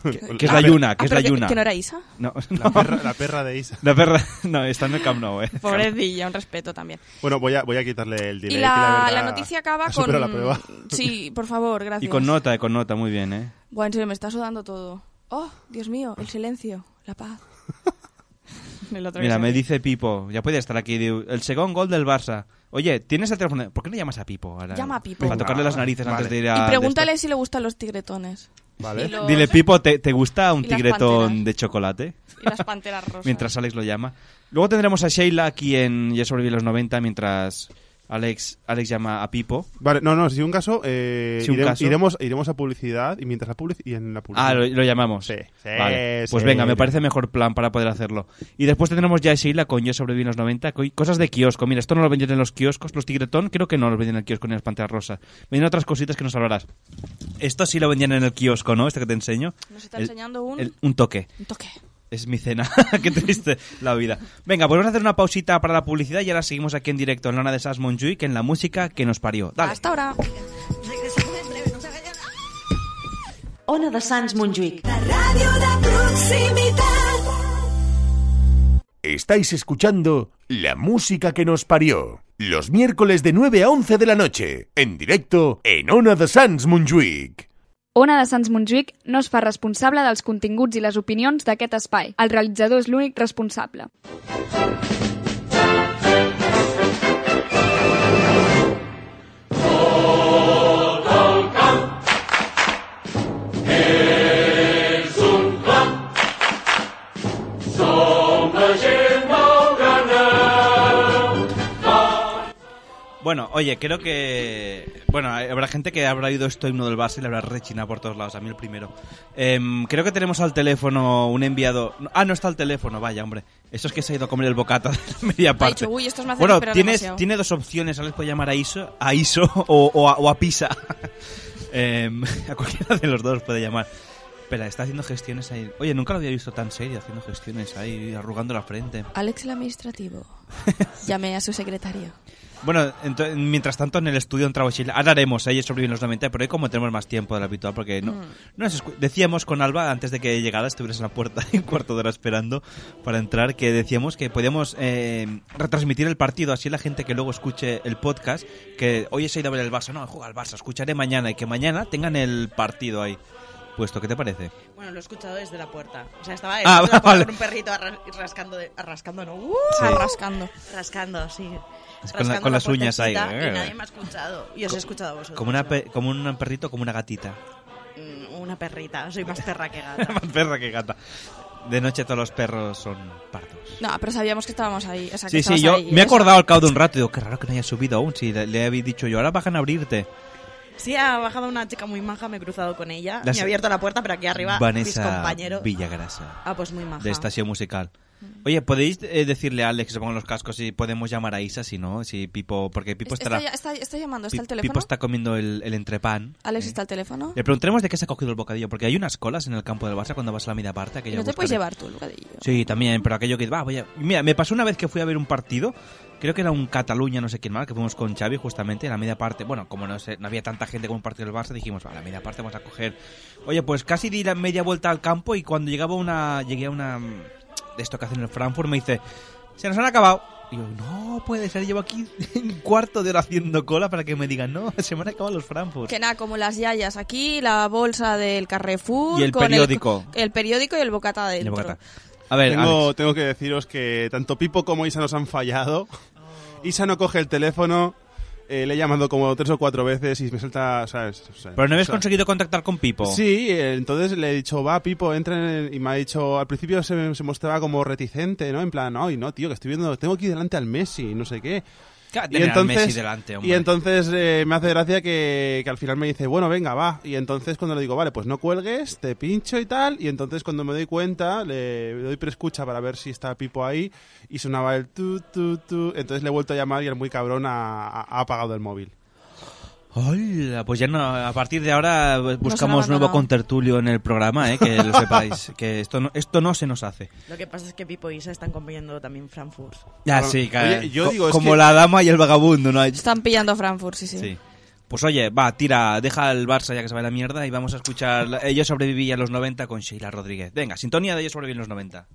B: Que, que es
L: Ah,
B: la
L: pero-
B: Yuna,
L: ah,
B: que es la
L: pero que-
B: Yuna.
L: que no
M: era Isa.
B: No,
L: La
B: no.
L: perra- la perra de Isa.
B: La perra, no, está en el Camp Nou, eh.
M: Pobrecilla, un respeto también.
L: Bueno, voy a, voy a quitarle el delay.
M: Y
L: que
M: la,
L: verdad
M: la noticia acaba
L: ha
M: con...
L: superado la prueba.
M: Sí, por favor, gracias.
B: Y con nota, eh, con nota, muy bien, eh.
M: Buah, en serio, me está sudando todo. Oh, Dios mío, el silencio, la paz. El otro que
B: Mira,
M: se-
B: me dice Pipo, ya puede estar aquí, diu, el segundo gol del Barça. Oye, ¿tienes el teléfono? ¿Por qué no llamas a Pipo? ahora?
M: Llama a Pipo.
B: Para tocarle las narices
L: Vale.
B: antes de ir a...
M: Y
B: de
M: pregúntale si le gustan los tigretones.
B: Vale.
M: Y los- ¿eh?
B: Dile, Pipo, ¿te, te gusta un
M: y las
B: tigretón
M: panteras.
B: de chocolate?
M: Y las panteras rosas.
B: mientras Alex lo llama. Luego tendremos a Sheila aquí en Ya sobreviví los 90 mientras Alex, Alex llama a Pipo.
L: Vale, no, no, si un caso, eh,
B: Si un
L: ire-
B: caso.
L: Iremos, iremos a publicidad y mientras la publicidad y en la publicidad.
B: Ah, lo, lo llamamos.
L: sí,
B: Vale. Pues
L: sí.
B: venga, me parece mejor plan para poder hacerlo. Y después tendremos ya a Sheila con Yo sobreviví los 90. co- Cosas de kiosco. Mira, esto no lo venden en los kioscos. Los tigretón creo que no los venden en el kiosco ni en las panteras rosas. Venden otras cositas que nos hablarás. Esto sí lo vendían en el kiosco, ¿no? Este que te enseño.
M: Nos está
B: El-
M: enseñando un-
B: el- un toque.
M: Un toque.
B: Es mi cena. Qué triste la vida. Venga, pues vamos a hacer una pausita para la publicidad y ahora seguimos aquí en directo en la hora de Sas Monjuic en la música que nos parió. Dale.
M: Hasta ahora.
N: Ona de Sants Montjuïc.
C: Ràdio de proximitat.
D: Estáis escuchando La música que nos parió. Los miércoles de 9 a 11 de la noche. En directo en Ona de Sans Montjuic.
J: Ona de Sants Montjuïc no es fa responsable dels continguts i les opinions d'aquest espai. El realitzador és l'únic responsable.
C: És un clan. Som la gent del Graneu.
B: Bueno, oye, creo que. Bueno, habrá gente que habrá oído esto himno del Barça y le habrá rechinado por todos lados, a mí el primero. Em, creo que tenemos al teléfono un enviado. Ah, no está el teléfono, vaya, hombre. Eso es que se ha ido a comer el bocata de la media parte.
M: dicho, "Uy, estos me hacen
B: bueno,
M: esperar
B: tienes,
M: demasiado".
B: tiene dos opciones, Alex puede llamar a ISO, a ISO o, o a, o a PISA. Em, a cualquiera de los dos puede llamar. Espera, está haciendo gestiones ahí. Oye, nunca lo había visto tan serio haciendo gestiones ahí, arrugando la frente.
M: Alex el administrativo. Llamé a su secretario.
B: Bueno, ento- mientras tanto en el estudio entraba Sheila. Ahora haremos ayer sobre los 90, pero hoy como tenemos más tiempo del habitual, porque no,
M: Mm.
B: no nos escu- decíamos con Alba antes de que llegara, estuvieras en la puerta un cuarto de hora esperando para entrar, que decíamos que podíamos eh, retransmitir el partido así la gente que luego escuche el podcast, que hoy es ido a ver el Barça, no, juega al Barça, escucharé mañana y que mañana tengan el partido ahí. Puesto, ¿qué te parece?
O: Bueno, lo he escuchado desde la puerta. O sea, estaba
B: Ah,
O: dentro de la puerta
B: vale.
O: con un perrito arra- rascando, de- arrascando, ¿no? ¡Uh!
B: Sí.
M: Arrascando.
O: Rascando, sí.
B: Es con la-
O: Rascando
B: con las uñas ahí,
O: puertecita
B: eh.
O: Y nadie me ha escuchado. Y os he escuchado a vosotros.
B: Como, una pe- como un perrito, como una gatita.
O: Mm, Una perrita. Soy más perra que gata.
B: Más perra que gata. De noche todos los perros son pardos.
M: No, pero sabíamos que estábamos ahí. O sea, que
B: Sí, sí,
M: estabas
B: yo
M: ahí,
B: me he
M: ¿eh?
B: acordado al cabo de un rato. Digo, qué raro que no haya subido aún. Si le, le habéis dicho yo, ahora bajan a abrirte.
O: Sí, ha bajado una chica muy maja, me he cruzado con ella.
B: La
O: me
B: se-
O: ha abierto la puerta, pero aquí arriba mis
B: Vanessa
O: compañeros.
B: Villagrasa.
O: Ah, pues muy maja.
B: De estación musical.
M: Mm.
B: Oye, ¿podéis eh, decirle a Alex que se pongan los cascos si podemos llamar a Isa? Si no, si Pipo. Porque Pipo
M: Está,
B: estará.
M: Este ya- está- está llamando, está
B: Pi-
M: el teléfono. Ah.
B: Pipo está comiendo el, el entrepan.
M: Alex está el teléfono.
B: Le preguntaremos de qué se ha cogido el bocadillo. Porque hay unas colas en el campo del Barça cuando vas a la media parte. aquella
M: No te
B: busca
M: puedes
B: de-
M: llevar tú el bocadillo.
B: Sí, también, pero aquello que va, voy a... Mira, me pasó una vez que fui a ver un partido, creo que era un Cataluña, no sé quién más, que fuimos con Xavi justamente, en la media parte, bueno, como no, sé, no había tanta gente como un partido del Barça, dijimos, a la media parte vamos a coger... Oye, pues casi di la media vuelta al campo y cuando llegaba una... llegué a una... mm, de esto que hacen en el Frankfurt, me dice, se nos han acabado. Y yo, no puede ser, llevo aquí un cuarto de hora haciendo cola para que me digan, no, se me han acabado los Frankfurt.
M: Que nada, como las yayas aquí, la bolsa del Carrefour.
B: Y el
M: con
B: periódico.
M: El, periódico y el bocata adentro.
B: A ver,
L: tengo, tengo que deciros que tanto Pipo como Isa nos han fallado. Isa no coge el teléfono. eh, le he llamado como tres o cuatro veces y me salta. ¿sabes? O sea,
B: Pero no habías
L: o sea,
B: conseguido contactar con Pipo.
L: Sí, eh, entonces le he dicho, va, Pipo, entra en el- Y me ha dicho, al principio se, se mostraba como reticente, ¿no? En plan, ay, no, tío, que estoy viendo, tengo aquí delante al Messi, no sé qué.
B: Claro, tener al Messi delante, hombre.
L: y entonces eh, me hace gracia que, que al final me dice, bueno, venga, va. Y entonces cuando le digo, vale, pues no cuelgues, te pincho y tal. Y entonces cuando me doy cuenta, le doy preescucha para ver si está Pipo ahí. Y sonaba el tu, tu, tu. Entonces le he vuelto a llamar y el muy cabrón ha- ha- ha apagado el móvil.
B: Hola, pues ya no, a partir de ahora buscamos
O: abandonado.
B: nuevo contertulio en el programa, ¿eh? que lo sepáis, que esto no, esto no se nos hace.
O: Lo que pasa es que Pipo y Isa están comiendo también Frankfurt.
B: Ya,
L: Bueno,
B: sí,
L: oye,
B: ca-
L: yo
B: co-
L: digo, es
B: como
L: que-
B: la dama y el vagabundo, ¿no? Hay-
M: Están pillando Frankfurt, sí, sí.
B: Sí. Pues oye, va, tira, deja el Barça ya que se va a la mierda y vamos a escuchar la- Yo sobreviví a los 90 con Sheila Rodríguez. Venga, sintonía de Yo sobreviví en los 90.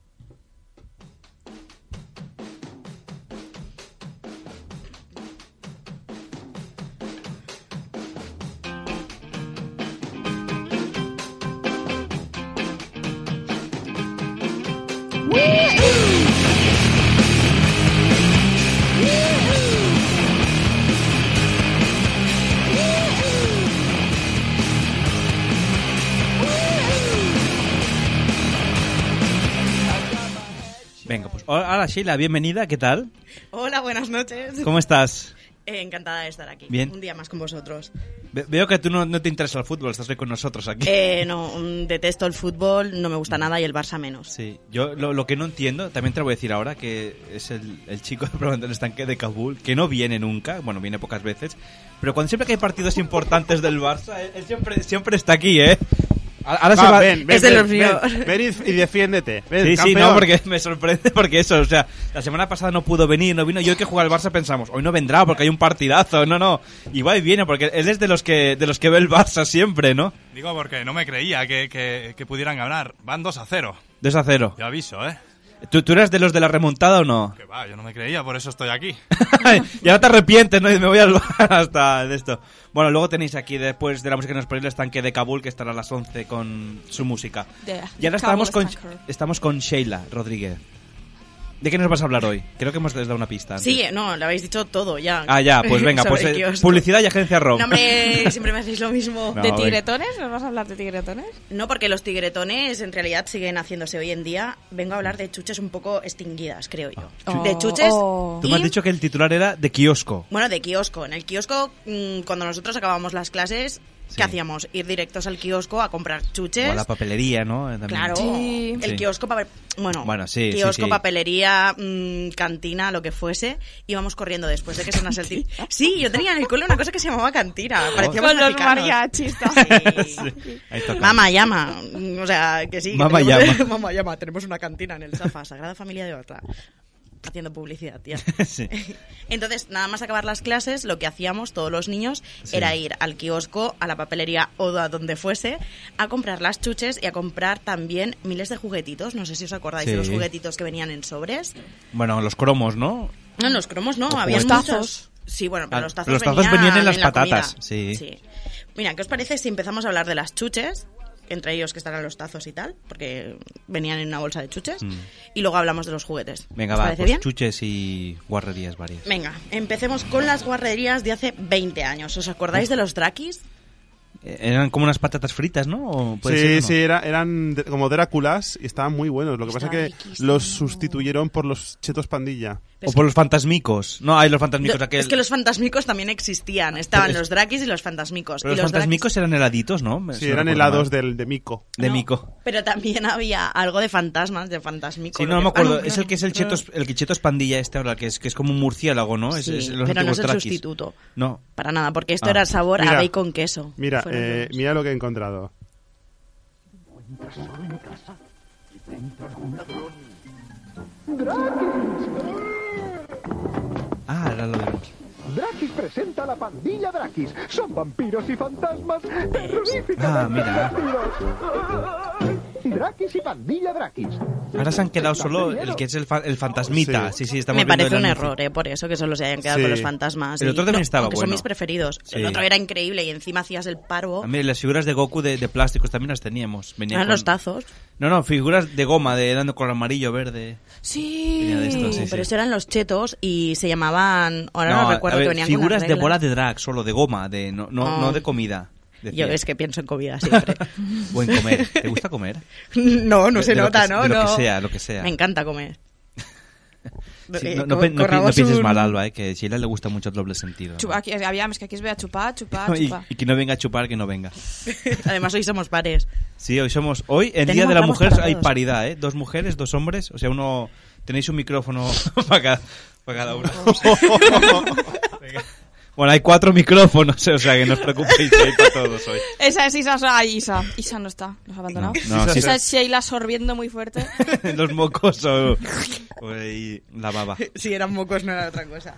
B: Venga, pues ahora Sheila, bienvenida, ¿qué tal?
O: Hola, buenas noches.
B: ¿Cómo estás?
O: Eh, encantada de estar aquí.
B: Bien.
O: Un día más con vosotros.
B: Ve- veo que tú no, no te interesa el fútbol, estás hoy con nosotros aquí.
O: Eh, no, mm, detesto el fútbol, no me gusta nada y el Barça menos.
B: Sí, yo lo, lo que no entiendo, también te lo voy a decir ahora, que es el, el chico de probando el estanque de Kabul, que no viene nunca, bueno, viene pocas veces, pero cuando siempre que hay partidos importantes del Barça, él, él siempre, siempre está aquí, ¿eh? Ahora se va-
L: ven, ven,
O: Es de
L: ven,
O: los míos.
L: ven, ven y, y defiéndete. Ven,
B: Sí, sí,
L: campeón.
B: no, porque me sorprende porque eso, o sea, la semana pasada no pudo venir, no vino. Yo que juega al Barça pensamos, hoy no vendrá porque hay un partidazo, no, no. Y va y viene porque él es de los que de los que ve el Barça siempre, ¿no?
P: Digo porque no me creía que, que- que pudieran ganar. Van 2 a 0.
B: 2 a 0.
P: Te aviso, ¿eh?
B: ¿Tú, tú eras de los de la remontada o no?
P: Que va, yo no me creía, por eso estoy aquí.
B: y ahora te arrepientes, ¿no? Y me voy al bar hasta de esto. Bueno, luego tenéis aquí, después de la música que nos ponéis, el estanque de Kabul, que estará a las 11 con su música.
M: Yeah,
B: y ahora
M: Kabul
B: estamos con,
M: Estanque.
B: estamos con Sheila Rodríguez. ¿De qué nos vas a hablar hoy? Creo que hemos dado una pista. antes.
O: Sí, no, lo habéis dicho todo ya.
B: Ah, ya, pues venga,
O: Sobre
B: pues eh,
O: qué os-
B: publicidad y agencia ROM.
O: No, hombre, siempre me hacéis lo mismo.
B: No, ¿De a ver.
O: tigretones? ¿Nos vas a hablar de tigretones? No, porque los tigretones en realidad siguen haciéndose hoy en día. Vengo a hablar de chuches un poco extinguidas, creo yo. De chuches
B: Ah, Tú
O: y-
B: me has dicho que el titular era de kiosco.
O: Bueno, de kiosco. En el kiosco, mm, cuando nosotros acabábamos las clases, ¿qué hacíamos? Ir directos al kiosco a comprar chuches.
B: O a la papelería, ¿no? Eh, también.
O: Claro, el
B: Sí.
O: kiosco, pape- bueno,
B: Bueno, sí, sí,
O: kiosco,
B: sí.
O: papelería, mm, cantina, lo que fuese, íbamos corriendo después de que sonase el timbre. Sí, yo tenía en el cole una cosa que se llamaba cantina,
B: Oh.
O: parecíamos
M: Con los
O: mexicanos.
M: mariachis,
B: Ahí está.
O: Mamá llama, mm, o sea, que sí. que
B: Mamá
O: tenemos-
B: llama.
O: Mamá llama, tenemos una cantina en el Zafa, Sagrada Familia de Otra. Haciendo publicidad, tía.
B: Sí.
O: Entonces, nada más acabar las clases, lo que hacíamos todos los niños
B: Sí.
O: era ir al kiosco, a la papelería o a donde fuese, a comprar las chuches y a comprar también miles de juguetitos. No sé si os acordáis de los
B: Sí.
O: juguetitos que venían en sobres.
B: Bueno, los cromos, ¿no?
O: No, en los cromos no,
B: O
O: había
B: juguetes.
O: muchos. Sí, bueno, pero
B: Ah,
O: los tazos,
B: los tazos venían en las
O: la
B: patatas,
O: comida.
B: sí.
O: Mira, ¿qué os parece si empezamos a hablar de las chuches? Entre ellos que estarán los tazos y tal, porque venían en una bolsa de chuches.
B: Mm.
O: Y luego hablamos de los juguetes.
B: Venga,
O: ¿Os
B: va,
O: parece
B: pues
O: bien?
B: chuches y guarrerías varias.
O: Venga, empecemos con las guarrerías de hace 20 años. ¿Os acordáis de los drakis?
B: Eh, Eran como unas patatas fritas, ¿no? ¿O puede
L: Sí,
B: ser o Pues no?
L: sí, era- eran de- como Dráculas y estaban muy buenos. Lo que pasa
O: Estaban
L: es que los sustituyeron por los chetos pandilla.
O: Pero
B: O por los fantasmicos. No, hay los fantasmicos.
O: Lo-
B: aquel-
O: Es que los fantasmicos también existían. Estaban
B: es-
O: los drakis y los fantasmicos.
B: Pero
O: y
B: los
O: los drakis-
B: fantasmicos eran heladitos, ¿no? Me-
L: Sí,
B: si no
L: eran
B: recuerdo mal.
L: helados del, de Mico.
B: De mico.
O: Pero también había algo de fantasmas, de fantasmicos.
B: Sí, no,
O: lo
B: no me
O: que-
B: acuerdo.
O: Ah,
B: Es el que es el
O: no.
B: chetos, el que chetos pandilla este ahora, que es, que es como un murciélago, ¿no?
O: Sí,
B: es,
O: pero no
B: antiguos
O: es el
B: traquis.
O: sustituto.
B: No.
O: Para nada, porque esto
B: Ah.
O: era sabor
L: Mira,
O: a bacon queso.
L: Mira,
O: Fueron
L: eh,
O: los-
L: mira lo que he encontrado.
B: Ah, ahora lo vemos.
Q: Drakis presenta la pandilla Drakis. Son vampiros y fantasmas terroríficos.
B: Ah, mira.
Q: Drakis y pandilla Drakis.
B: Ahora se han quedado solo el que es el, fa- el fantasmita. Sí, sí, estamos
O: Me
B: viendo
O: parece
B: el
O: un
B: anuncio.
O: error, ¿eh? por eso que solo se hayan quedado
B: Sí.
O: con los fantasmas.
B: El
O: y-
B: otro también
O: no,
B: estaba
O: aunque son
B: bueno.
O: mis preferidos.
B: Sí.
O: El otro era increíble y encima hacías el paro.
B: A mí las figuras de Goku de, de plásticos también las teníamos. Venían
O: Eran
B: con-
O: los tazos.
B: No, no, figuras de goma, de dando color amarillo, verde.
O: Sí,
B: Tenía de esto, sí,
O: pero
B: sí.
O: eso eran los chetos y se llamaban. Ahora no,
B: a
O: recuerdo
B: ver,
O: que venían con
B: figuras
O: unas
B: de
O: reglas.
B: bola de drag, solo de goma, de no, no,
O: Ah.
B: no de comida.
O: Yo
B: decía.
O: es que pienso en comida siempre.
B: Buen comer. ¿Te gusta comer?
O: no, no
B: De-
O: se
B: de lo
O: nota,
B: que-
O: ¿no?
B: de lo que
O: No.
B: sea, lo que sea.
O: Me encanta comer.
B: Sí,
O: Eh,
B: no, no
O: co-
B: pe- no pi- no
O: corramos
B: pienses
O: un-
B: mal, Alba, eh, que a Sheila le gusta mucho el doble sentido.
M: Chupa, aquí, había, es que aquí es voy a chupar, chupar,
B: Y,
M: chupar.
B: y que no venga a chupar, que no venga.
O: Además, hoy somos pares.
B: Sí, hoy somos. Hoy, el Día
O: Tenemos
B: de la
O: ramos
B: Mujer,
O: para
B: hay
O: todos.
B: paridad, ¿eh? Dos mujeres, dos hombres. O sea, uno. Tenéis un micrófono para cada, para cada uno. Venga. bueno, hay cuatro micrófonos, eh, o sea, que no os preocupéis, que hay para todos hoy.
M: Esa es Isa, ay, Isa. Isa no está, nos ha abandonado.
B: No, no, sí
M: Esa
B: está.
M: es Sheila sorbiendo muy fuerte.
B: Los mocos o, o- y la baba.
O: Si eran mocos no era otra cosa.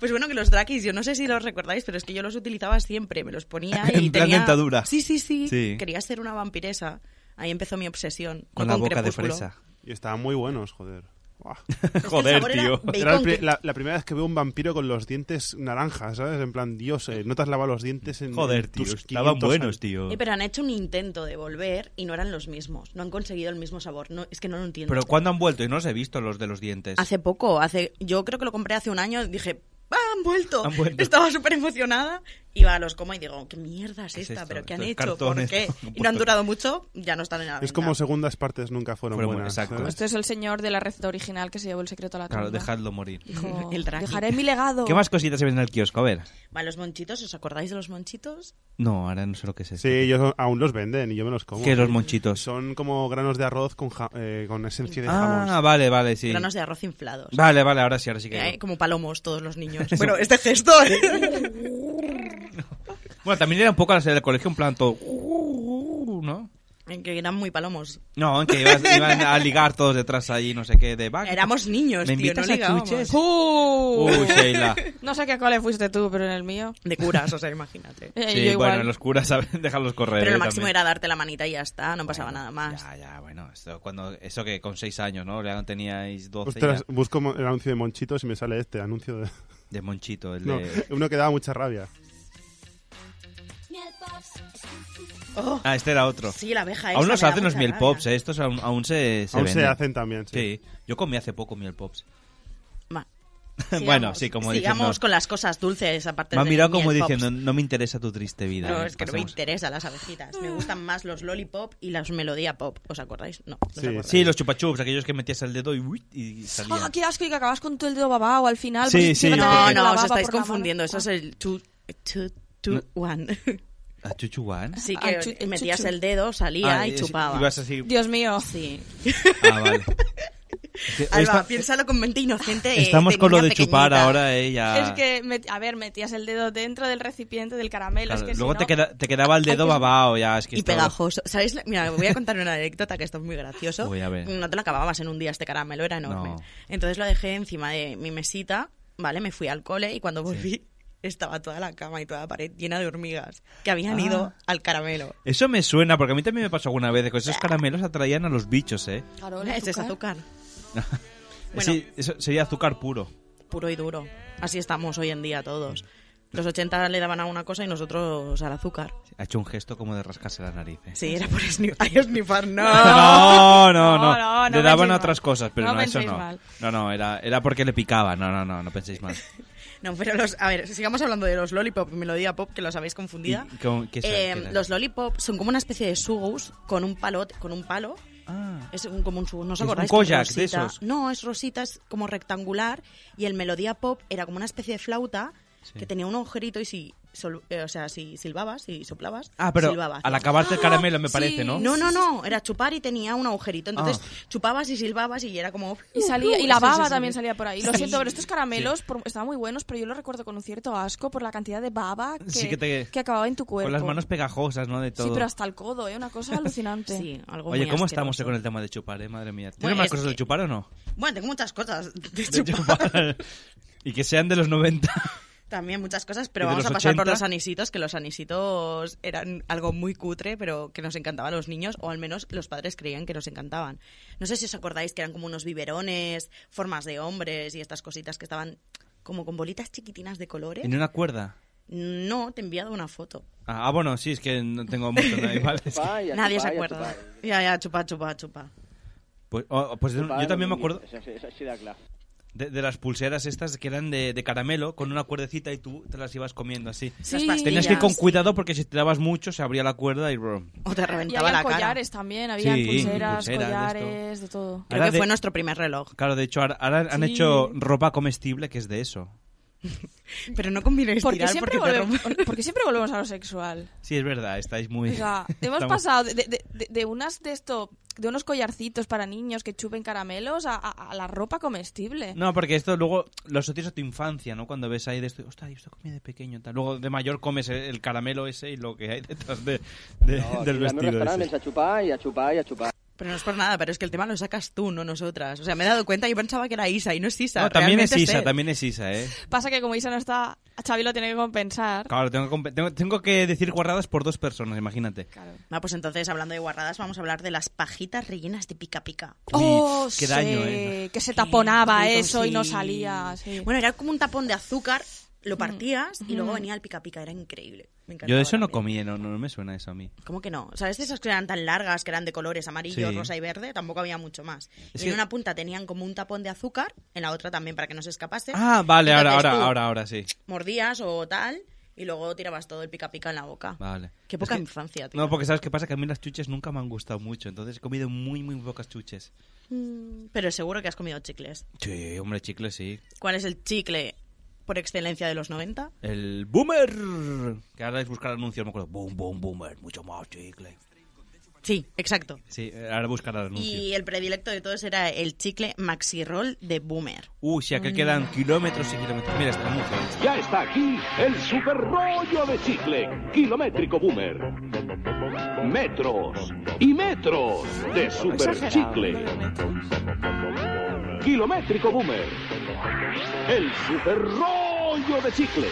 O: Pues bueno, que los drakis, yo no sé si los recordáis, pero es que yo los utilizaba siempre, me los ponía y
B: En plan
O: tenía...
B: dentadura.
O: Sí, sí, sí,
B: Sí.
O: Quería ser una vampiresa. Ahí empezó mi obsesión.
B: Con
O: no
B: la boca de
O: Crepúsculo.
B: fresa.
L: Y estaban muy buenos, joder. Buah.
B: Joder, sabor era tío. bacon
L: Era el pri-
B: que-
L: la, la primera vez que veo un vampiro con los dientes naranjas, ¿sabes? En plan, Dios, eh, no te has lavado los dientes en.
B: Joder,
L: en
B: tío,
L: tus
B: estaban
L: 500
B: buenos,
L: años.
B: tío.
O: Eh, pero han hecho un intento de volver y no eran los mismos. No han conseguido el mismo sabor. No, es que no lo entiendo.
B: Pero ¿cuándo han vuelto? Y no los he visto, los de los dientes.
O: Hace poco, hace, yo creo que lo compré hace un año, dije, ¡ah, han vuelto!
B: Han vuelto.
O: Estaba súper emocionada. Iba a los coma y digo, ¿qué mierda es
B: ¿Qué es
O: esta?
B: esto?
O: ¿Pero qué han
B: Esto es
O: hecho?
B: cartón,
O: ¿Por qué?
B: esto.
O: Y no han durado mucho, ya no están en la
L: Es
O: venta.
L: como segundas partes nunca fueron,
B: Fueron
L: buenas.
B: buenas, exacto.
L: ¿sabes?
M: Esto es el señor de la receta original que se llevó el secreto a la tumba.
B: Claro, dejadlo morir.
M: Dijo,
O: El draghi.
M: dejaré mi legado.
B: ¿Qué más cositas se ven en el kiosco? A ver.
O: Va, los monchitos, ¿os acordáis de los monchitos?
B: No, ahora no sé lo que es eso.
L: Sí, ellos aún los venden y yo me los como.
B: ¿Qué, los monchitos?
L: Son como granos de arroz con, ja- eh, con esencia de jamón.
B: Ah, vale, vale, sí.
O: Granos de arroz inflados.
B: Vale, vale, ahora sí, ahora sí que.
O: Eh, como palomos todos los niños. bueno, este gesto...
B: Bueno, también era un poco la serie del colegio, en plan todo. "Uh, uh, uh", ¿No?
O: Que eran muy palomos.
B: No, que ibas- iban a ligar todos detrás allí, no sé qué, de va,
O: Éramos niños,
B: Ah, ¿Me
O: tío, no
B: invitas a
O: ligábamos.
B: chuches?
M: ¡Uh!
B: Uy, Sheila.
M: No sé a qué cole fuiste tú, pero en el mío.
O: De curas, o sea, imagínate.
M: Eh,
B: Sí,
M: yo igual.
B: bueno, los curas saben, déjalos correr.
O: Pero
B: eh,
O: lo máximo
B: también.
O: era darte la manita y ya está, no pasaba nada más.
B: Ya, bueno, esto, cuando, eso que con 6 años, ¿no? Ya teníais 12.
L: Ostras,
B: ya.
L: busco mo- el anuncio de Monchitos y me sale este anuncio de...
B: De Monchito, el
L: No,
B: de-
L: uno que daba mucha rabia.
O: Oh.
B: Ah, este era otro.
O: Sí, la abeja
B: Aún
O: esa
B: los
O: me da
B: hacen los
O: mucha
B: miel
O: rabia.
B: pops, eh, estos aún, aún se,
L: Aún se
B: venden.
L: hacen también,
B: sí. Yo comí hace poco miel pops.
O: Ma-
B: bueno,
O: sigamos-
B: sí, como
O: Sigamos
B: diciendo...
O: con las cosas dulces, aparte
B: Me han
O: del
B: mirado como
O: miel pop.
B: diciendo, no me interesa tu triste vida.
O: No,
B: eh,
O: es que no me
B: pasemos.
O: interesan las abejitas. Me gustan más los lollipop y las melodía pop. ¿Os acordáis? No. ¿os
B: Sí,
O: acordáis?
B: los chupachups, aquellos que metías el dedo y, uy, y salía.
M: ¡Ah, qué asco! Y que acabas con todo el dedo babao al final.
B: Sí,
M: porque
B: sí,
M: encima te
B: no,
M: meten
O: No,
M: la
O: os
M: baba
O: estáis
M: por la mano.
O: confundiendo. Eso es el two, two, two, one.
B: ¿A Chuchuan?
O: Sí,
M: Ah, chu-
O: que
M: el
O: metías
M: chuchu.
O: el dedo, salía
B: Ah,
O: y
B: es-
O: chupaba.
B: ibas así-
M: Dios mío.
O: Sí.
B: Ah, vale.
O: Alba,
B: Esta-
O: piénsalo con mente inocente. eh,
B: Estamos con lo
O: niña
B: de chupar
O: pequeñita.
B: ahora, eh, ya.
M: Es que, met- a ver, metías el dedo dentro del recipiente del caramelo.
B: Claro,
M: es que
B: luego
M: si
B: te,
M: no-
B: queda- te quedaba el dedo babao, ya, es que
O: Y
B: esto-
O: pegajoso. ¿Sabéis? la- Mira, voy a contar una anécdota que esto es muy gracioso.
B: Uy, a ver.
O: No te lo acababas en un día este caramelo, era enorme.
B: No.
O: Entonces lo dejé encima de mi mesita, ¿vale? Me fui al cole y cuando volví estaba toda la cama y toda la pared llena de hormigas que habían
B: Ah.
O: ido al caramelo.
B: Eso me suena, porque a mí también me pasó alguna vez, que esos caramelos atraían a los bichos, eh.
O: Claro, ese es azúcar.
B: Sí, eso sería azúcar puro.
O: Puro y duro. Así estamos hoy en día todos. Los 80 le daban a una cosa y nosotros al azúcar.
B: Ha hecho un gesto como de rascarse las narices.
O: Sí, era por sni- ay, snifar. No.
B: No, no, no.
O: no, no
B: le daban
O: penséis
B: otras
O: mal.
B: cosas, pero
O: No
B: no, eso
O: penséis
B: no.
O: mal.
B: No, no, era, era porque le picaba. No, no, no, no penséis mal.
O: No, pero los, a ver, sigamos hablando de los lollipop y melodía pop que los habéis confundida.
B: ¿Y con- qué son-
O: Eh,
B: qué eran?
O: los lollipop son como una especie de sugus con un palo, con un palo. Es un- como un sugus, no os
B: Ah. Es un
O: acordáis.
B: koyak
O: Que es
B: de
O: rosita.
B: esos.
O: No, es rosita, es como rectangular y el melodía pop era como una especie de flauta que tenía un agujerito y si sol- eh, o sea, si silbabas y soplabas,
B: Ah, pero
O: silbabas.
B: al acabarte el caramelo, me parece, ¿no? Ah.
O: No, no, no, era chupar y tenía un agujerito, entonces chupabas y silbabas y era como ¡Uh!
M: Y, salía, y la
O: Sí, sí,
M: baba
O: sí.
M: también salía por ahí. Lo
O: Sí.
M: siento, pero estos caramelos por- estaban muy buenos, pero yo los recuerdo con un cierto asco por la cantidad de baba que,
B: Sí, que te-
M: acababa en tu cuerpo.
B: Con las manos pegajosas, ¿no? De todo.
M: Sí, pero hasta el codo, ¿eh? Una cosa alucinante.
O: Sí, algo
B: Oye, ¿cómo estamos eh, con el tema de chupar, eh? Madre mía. ¿Tienes
O: Bueno,
B: más
O: es
B: cosas de
O: que-
B: chupar o no?
O: Bueno, tengo muchas cosas de
B: De
O: chupar.
B: chupar. y que sean de los 90.
O: También muchas cosas, pero
B: ¿Y de
O: vamos a
B: los
O: pasar por
B: 80?
O: los anisitos, que los anisitos eran algo muy cutre, pero que nos encantaba a los niños, o al menos los padres creían que nos encantaban. No sé si os acordáis que eran como unos biberones, formas de hombres y estas cositas que estaban como con bolitas chiquitinas de colores.
B: ¿En una cuerda?
O: No, te he enviado una foto.
B: Ah, ah, bueno, sí, es que no tengo mucho nada igual. es que-
O: Nadie se acuerda. Ya, ya, chupa, chupa, chupa.
B: Pues, oh, pues de- yo también me acuerdo
R: acuerdo.
B: de, de las pulseras estas que eran de, de caramelo con una cuerdecita y tú te las ibas comiendo así.
M: Sí. Las pastillas.
B: Tenías que ir con cuidado porque si te dabas mucho se abría la cuerda y... bro.
O: O te
M: Y
O: reventaba
M: había
O: la cara.
M: collares también, había
B: Sí,
M: pulseras,
B: pulseras, de
M: collares, de, todo.
O: Creo
B: Ahora
O: que
B: de-
O: fue nuestro primer reloj.
B: Claro, de hecho, ahora, ahora han
M: Sí.
B: hecho ropa comestible que es de eso.
O: Pero no combinéis
M: Porque
O: tirar
M: siempre,
O: porque te
M: volvemos, porque siempre volvemos a lo sexual.
B: Sí, es verdad, estáis muy...
M: O sea, hemos
B: estamos-
M: pasado de, de- de- de unas de esto, de unos collarcitos para niños que chupen caramelos a, a- a la ropa comestible.
B: No, porque esto luego lo asocias a tu infancia, ¿no? Cuando ves ahí de esto, hostia, yo esto comí de pequeño. Tal. Luego de mayor comes el, el caramelo ese y lo que hay detrás de, de- del vestido ese.
R: Oh, a chupar y a chupar y a chupar.
O: Pero no es por nada, pero es que el tema lo sacas tú, no nosotras. O sea, me he dado cuenta y pensaba que era Isa y no es Isa.
B: No, también es
O: realmente
B: Isa,
O: él.
B: también es Isa, ¿eh?
M: Pasa que como Isa no está, a Xavi lo tiene que compensar.
B: Claro, tengo que, comp- tengo, tengo que decir guardadas por dos personas, imagínate.
O: Ah, pues entonces, hablando de guardadas, vamos a hablar de las pajitas rellenas de pica pica.
B: Uy, Oh, qué daño, ¿eh?
M: Que se taponaba
O: rico,
M: eso y no
O: sí.
M: salía. sí.
O: Bueno, era como un tapón de azúcar, lo partías y
M: Mm.
O: luego venía el pica pica, era increíble. Me
B: Yo
O: encantaba.
B: de eso no comí, no, no me suena eso a mí.
O: ¿Cómo que no? ¿Sabes de esas que eran tan largas, que eran de colores amarillo,
B: Sí.
O: rosa y verde? Tampoco había mucho más.
B: Es
O: y
B: que-
O: en una punta tenían como un tapón de azúcar, en la otra también para que no se escapase.
B: Ah, vale, ahora,
O: Entonces
B: ahora,
O: tú
B: ahora, ahora sí.
O: Mordías o tal y luego tirabas todo el pica pica en la boca.
B: Vale.
O: Qué
B: Es
O: poca
B: que-
O: infancia, tío.
B: No, porque ¿sabes qué pasa? Que a mí las chuches nunca me han gustado mucho, entonces he comido muy, muy pocas chuches.
O: Mm, Pero seguro que has comido chicles.
B: Sí, hombre, chicle, sí.
O: ¿Cuál es el chicle por excelencia de los 90?
B: El boomer. Que ahora es buscar anuncios, me acuerdo. Boom, boom, boomer. Mucho más chicle.
O: Sí, exacto.
B: Sí, ahora buscará el anuncio.
O: Y el predilecto de todos era el chicle Maxi Roll de Boomer.
B: Uy, si acá quedan kilómetros y kilómetros. Mira, está muy bien.
S: Ya está aquí el super rollo de chicle, kilométrico boomer. Metros y metros de super chicle. Kilométrico boomer. El super rollo de chicle.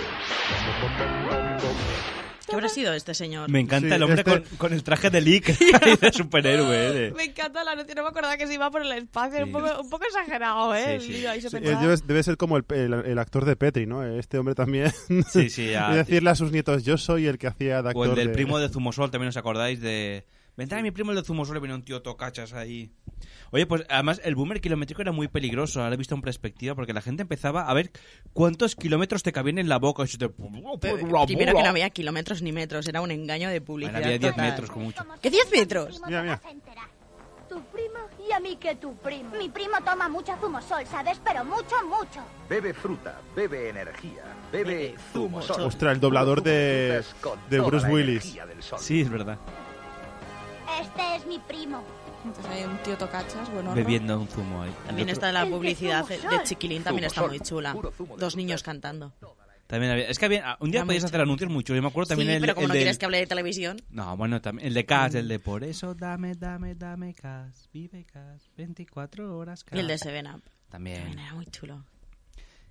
O: ¿Qué habrá sido este señor?
B: Me encanta el hombre
L: este-
B: con, con el traje de Lick de superhéroe. de-
M: Me encanta la noticia, no me acordaba que se iba por el espacio, era un, poco, un poco exagerado, ¿eh? El niño ahí se
L: Sí,
M: pensaba.
L: eh, debe, debe ser como el, el- el actor de Petri, ¿no? Este hombre también.
B: Sí, sí, ya.
L: Y decirle a sus nietos, yo soy el que hacía de actor
B: O el del
L: de-
B: primo de Zumosol, también os acordáis de... Vendrá mi primo el de Zumosol y viene un tío tocachas ahí. Oye, pues además el boomer kilométrico era muy peligroso, ahora he visto en perspectiva, porque la gente empezaba a ver cuántos kilómetros te cabían en la boca. Y se te-
L: pues,
O: Primero que no había kilómetros ni metros, era un engaño de publicidad.
B: Había 10
O: total.
B: metros como mucho.
O: ¿Qué 10 metros?
L: Mira, mira.
T: Tu primo y a mí que tu primo. Mi primo toma mucho zumosol, ¿sabes? Pero mucho, mucho.
G: Bebe fruta, bebe energía, bebe zumo sol.
L: Ostras, el doblador de, de Bruce Willis.
B: Sí, es verdad.
T: Este es mi primo.
M: Entonces hay un tío tocachas, bueno.
B: Bebiendo un zumo ahí.
O: También
B: El otro-
O: está la
M: El de
O: publicidad de,
M: Zumosol.
O: de Chiquilín, también está muy
M: Zumosol,
O: chula. Dos niños cantando.
B: También había- Es que había... ah, un día
O: Era
B: podías
O: mucho.
B: hacer anuncios mucho. Yo me acuerdo también
O: sí,
B: el,
O: pero como
B: el
O: no
B: del-
O: quieres que hable Mm. de televisión,
B: No, bueno, también el de Cash, el de por eso dame, dame, dame Cash, vive Cash, 24 horas Cash.
O: y el de Seven Up.
B: También.
O: Era muy chulo.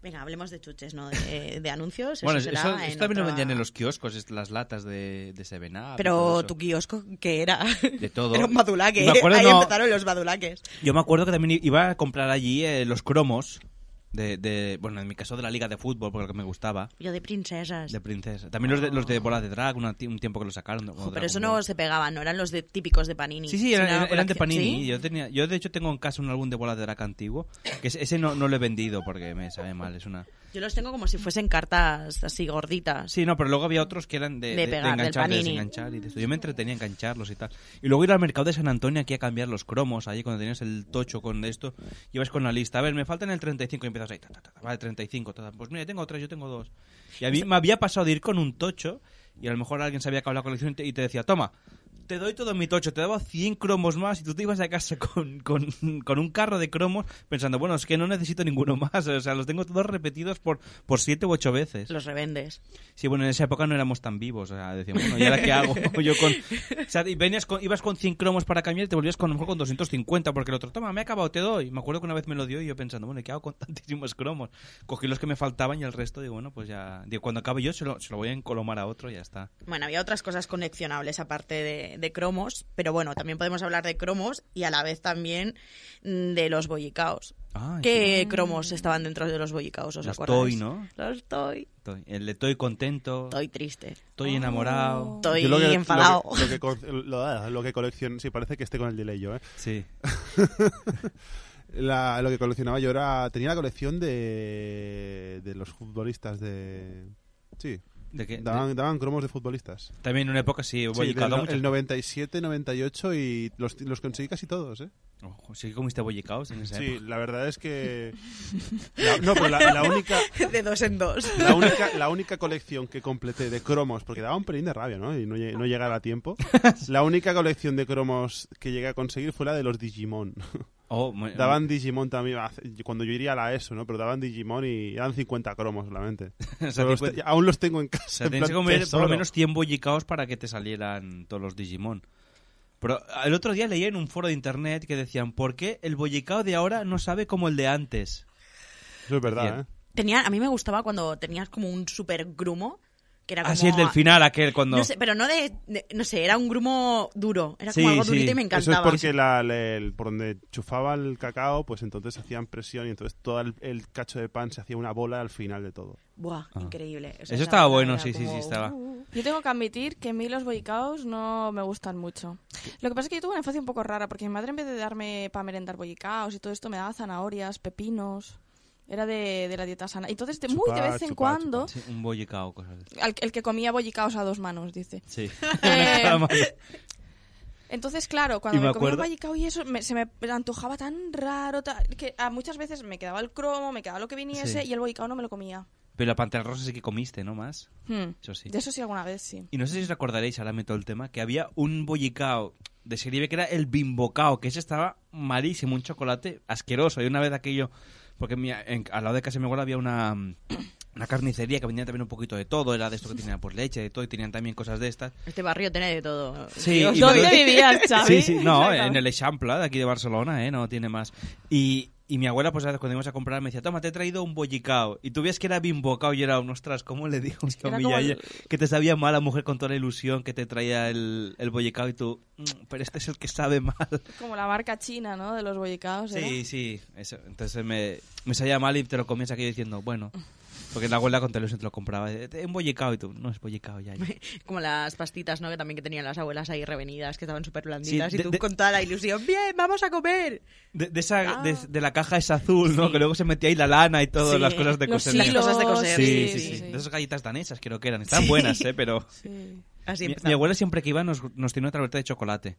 O: Venga, hablemos de chuches, ¿no? De, de anuncios.
B: Bueno,
O: eso
B: eso,
O: será
B: eso
O: en
B: también lo
O: otra-
B: vendían en los kioscos, est- las latas de, de Seven Up y todo
O: Pero
B: eso.
O: tu kiosco, que era?
B: De todo.
O: Era un badulaque.
B: Y me acuerdo,
O: Ahí
B: no,
O: empezaron los badulaques.
B: Yo me acuerdo que también iba a comprar allí eh, los cromos de, de- bueno, en mi caso de la liga de fútbol, porque lo que me gustaba,
O: Yo de princesas.
B: de princesa. También los de, los de bolas de drag, una ti- un tiempo que lo sacaron. o
O: Pero
B: Dragon
O: eso
B: Ball.
O: no se pegaba, no eran los de típicos de Panini.
B: Sí, sí, eran,
O: sino
B: eran- eran de
O: colección-
B: Panini.
O: ¿Sí?
B: Yo, tenía, yo de hecho tengo en casa un álbum de bolas de drag antiguo, que es- ese no, no lo he vendido porque me sabe mal, es una...
O: Yo los tengo como si fuesen cartas así gorditas.
B: Sí, no, pero luego había otros que eran de,
O: De
B: de- de
O: pegar, del
B: enganchar, de
O: Panini.
B: desenganchar y de esto. Yo me entretenía a engancharlos y tal. Y luego ir al mercado de San Antonio aquí a cambiar los cromos, ahí cuando tenías el tocho con esto, ibas con la lista. A ver, me faltan el 35 y empiezas ahí, ta, ta, ta, ta, vale, 35. ta, ta. Pues mira, tengo tres, yo tengo dos. Y a mí me había pasado de ir con un tocho y a lo mejor alguien sabía que hablaba la colección y te, y te decía, toma. Te doy todo mi tocho, te daba 100 cromos más y tú te ibas a casa con, con, con un carro de cromos pensando, bueno, es que no necesito ninguno más, o sea, los tengo todos repetidos por, por siete u ocho veces.
O: Los revendes.
B: Sí, bueno, en esa época no éramos tan vivos. O sea, decíamos, bueno, ¿y ahora qué hago? Yo con, o sea, y venías con- ibas con 100 cromos para cambiar y te volvías con, a lo mejor con 250 porque el otro, toma, me he acabado, te doy. Me acuerdo que una vez me lo dio y yo pensando, bueno, ¿y qué hago con tantísimos cromos? Cogí los que me faltaban y el resto, digo, bueno, pues ya. Digo, cuando acabe yo se lo, se lo voy a encolomar a otro y ya está.
O: Bueno, había otras cosas coleccionables aparte de, de cromos, pero bueno, también podemos hablar de cromos y a la vez también mm, de los bollicaos.
B: Ah,
O: ¿Qué cromos estaban dentro de los bollicaos? ¿Os
B: Los
O: acordáis?
B: toy, ¿no?
O: Los toy.
B: Estoy- el de estoy contento,
O: Estoy triste.
B: estoy enamorado.
O: Estoy
L: Yo lo que- lo que-
O: enfadado.
L: Lo que, con- lo, lo que coleccion- Sí, parece que esté con el delay yo, ¿eh?
B: Sí.
L: La- lo que coleccionaba yo era. Tenía la colección de. de los futbolistas de. Sí.
B: ¿De qué?
L: Daban, daban cromos de futbolistas.
B: También en una época sí,
L: Sí, del
B: bollicao da
L: no-
B: mucho.
L: el 97, 98 y los, los conseguí casi todos, ¿eh?
B: Ojo, ¿Sí comiste bollicaos en esa
L: Sí,
B: época?
L: la verdad es que... la- no, pero la, la única...
O: De dos en dos.
L: La única, la única colección que completé de cromos, porque daba un pelín de rabia, ¿no? Y no, lle- no llegara a tiempo. La única colección de cromos que llegué a conseguir fue la de los Digimon.
B: Oh, muy-
L: Daban Digimon también, hace- cuando yo iría a la ESO, ¿no? Pero daban Digimon y eran 50 cromos solamente.
B: O sea,
L: Pero los te-
B: 50.
L: aún los tengo en casa.
B: O sea,
L: en
B: tenías que
L: plan
B: comer por
L: tesoro.
B: lo menos 100 bollicaos para que te salieran todos los Digimon. Pero el otro día leía en un foro de internet que decían, ¿por qué el bollicao de ahora no sabe como el de antes?
L: Eso es verdad, ¿eh?
O: Tenía, a mí me gustaba cuando tenías como un super grumo, que
L: Ah,
O: era como...
B: Así Ah, el del final, aquel, cuando...
O: No sé, pero no de, de- No sé, era un grumo duro. Era como
L: Sí,
O: algo
L: sí.
O: durito y me
L: Eso es
O: encantaba.
L: porque la- la- el- por donde chufaba el cacao, pues entonces hacían presión y entonces todo el, el cacho de pan se hacía una bola al final de todo.
O: Buah,
L: Ah.
O: increíble. O sea,
B: Eso
O: esa
B: estaba
O: mezcla
B: bueno,
O: era
B: sí, sí, sí,
O: como-
B: estaba.
M: Yo tengo que admitir que a mí los boicaos no me gustan mucho. Lo que pasa es que yo tuve una infancia un poco rara, porque mi madre en vez de darme para merendar boicaos y todo esto, me daba zanahorias, pepinos. Era de, de la dieta sana. Entonces, de- muy de
B: Chupar,
M: vez en
B: chupar,
M: cuando,
B: chupar. Sí, un bollicao, cosas de...
M: al- el que comía boicaos a dos manos, dice.
B: Sí.
M: Eh,
B: Estaba mal.
M: Entonces, claro, cuando
B: Y
M: me,
B: me
M: comía el
B: acuerdo-
M: vallecao y eso, me- se me antojaba tan raro, ta- que a muchas veces me quedaba el cromo, me quedaba lo que viniese
B: Sí.
M: y el vallecao no me lo comía.
B: Pero la pantera rosa sí que comiste, ¿no más?
M: Hmm.
B: Eso sí.
M: De eso sí alguna vez, sí.
B: Y no sé si os acordaréis, ahora meto el tema, que había un bollicao de serie que era el bimbocao, que ese estaba malísimo, un chocolate asqueroso. Y una vez aquello, porque mi- en- al lado de casa de mi abuela había una, una carnicería que vendía también un poquito de todo, era de esto que tenía pues leche, de todo, y tenían también cosas de estas.
O: Este barrio tiene de todo.
B: Sí,
O: Dios,
B: y me
O: ¿Dónde
B: doy-
O: vivías, Xavi?
B: Sí, sí, no,
O: Exactamente.
B: en el Eixample de aquí de Barcelona, ¿eh? No tiene más. Y, y mi abuela, pues cuando íbamos a comprar, me decía, toma, te he traído un bollicao. Y tú ves que era bimbocao y era un, ostras, ¿cómo le dijo yo a
O: era
B: mi
O: como
B: yaya?
O: el-
B: Que te sabía mal la mujer con toda la ilusión que te traía el, el bollicao y tú, "Mm, pero este es el que sabe mal.
M: Como la marca china, ¿no? De los ¿eh? bollicaos. ¿era?
B: Sí, sí. eso. Entonces me, me salía mal y te lo comías aquí diciendo, bueno. Porque la abuela con toda la ilusión te lo compraba. "Eh, Un bollicao y tú, no es bollicao, ya.
O: Como las pastitas, ¿no? Que también que tenían las abuelas ahí revenidas, que estaban súper blanditas.
B: Sí,
O: y
B: de-
O: tú
B: de-
O: con toda la ilusión, ¡bien, vamos a comer!
B: De, de esa, de, de la caja es azul, ¿no? Que luego se metía ahí la lana y todas
O: Ah. Sí.
B: las cosas de
O: Los
B: coser.
O: hilos, Las cosas de coser,
B: Sí,
O: sí, sí,
B: sí, sí.
O: sí.
B: De esas galletas danesas creo que eran. Estaban
O: Sí.
B: buenas, ¿eh? Pero...
O: Así
B: mi,
O: empezaba.
B: mi abuela siempre que iba nos, nos tenía una tableta de chocolate.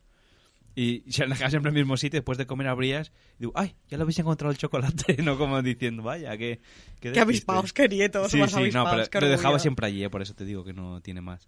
B: Y se la dejaba siempre en el mismo sitio. Después de comer abrías y digo, ¡ay! Ya lo habéis encontrado el chocolate. No como diciendo, vaya, qué... Qué, despiste".
O: avispaos, qué nietos,
B: Sí,
O: más
B: sí, no,
O: avispaos,
B: pero
O: qué
B: lo dejaba
O: orgullo.
B: siempre allí, ¿eh? por eso te digo que no tiene más.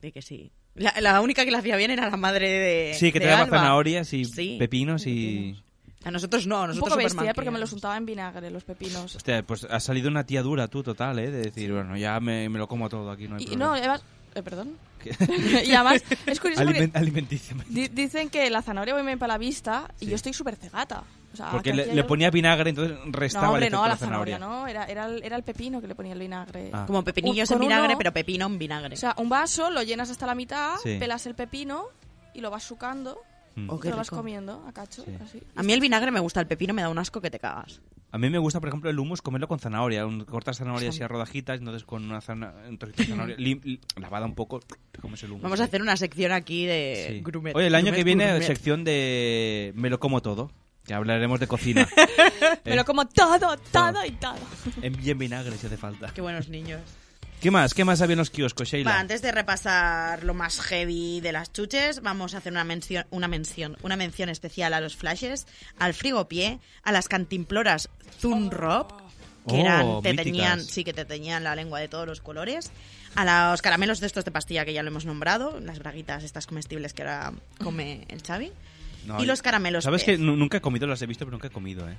O: De que sí. La, la única que la hacía bien era la madre de.
B: Sí, que
O: Eh, de
B: te daba
O: Alba.
B: zanahorias y
O: Sí.
B: pepinos y...
O: A nosotros no, a
M: Un
O: nosotros
M: poco
O: súper
M: bestia, ¿eh? porque me
O: manquianos.
M: los untaba en vinagre, los pepinos.
B: Hostia, pues has salido una tía dura tú, total, ¿eh? De decir, bueno, ya me, me lo como todo aquí, no hay
M: Y
B: problema.
M: no, además... eh, perdón.
B: ¿Qué?
M: y además, es curioso
B: Aliment-
M: porque
B: alimenticiamente.
M: di- dicen que la zanahoria va muy bien para la vista y yo estoy súper cegata. O sea,
B: Porque
M: que
B: le,
M: hacía
B: le
M: yo-
B: ponía vinagre, entonces restaba
M: Ah, no,
B: el
M: hombre,
B: efecto
M: no, a
B: de
M: la
B: la zanahoria.
M: zanahoria, no. Era, era, el, era el pepino que le ponía el vinagre.
B: Ah.
O: Como pepinillos
M: Un-
O: en
M: con
O: vinagre,
M: uno-
O: pero pepino en vinagre.
M: O sea, un vaso, lo llenas hasta la mitad,
O: Sí.
M: pelas el pepino y lo vas sucando.
B: Mm.
M: y
O: Oh,
M: te
O: qué
M: lo vas
O: rico.
M: comiendo a cacho. Así.
O: a mí el vinagre me gusta, el pepino me da un asco que te cagas.
B: A mí me gusta, por ejemplo, el hummus comerlo con zanahoria. Un, cortas zanahoria así
O: Está-
B: a rodajitas, entonces con una zana, un trocito de zanahoria lim- li- lavada un poco, te comes el hummus.
O: Vamos a hacer una sección aquí de
B: Sí.
O: gourmet.
B: Oye, el año
O: gourmet,
B: que viene,
O: gourmet.
B: sección de Me lo como todo, que hablaremos de cocina. Eh,
M: Me lo como todo, todo y todo.
B: en, y en vinagre si hace falta.
O: Qué buenos niños.
B: ¿Qué más? ¿Qué más había en los kioscos, Sheila?
O: Va, antes de repasar lo más heavy de las chuches, vamos a hacer una mención, una mención, una mención especial a los flashes, al frigopié, a las cantimploras Zun Rob, que
U: Oh,
O: eran, te
U: míticas.
O: tenían, sí que te teñían la lengua de todos los colores, a los caramelos de estos de pastilla que ya lo hemos nombrado, las braguitas estas comestibles que ahora come el Xavi,
B: No,
O: y los
M: eh.
O: caramelos.
B: ¿Sabes
O: Pez.
B: que nu- nunca he comido? Las he visto, pero nunca he comido, ¿eh?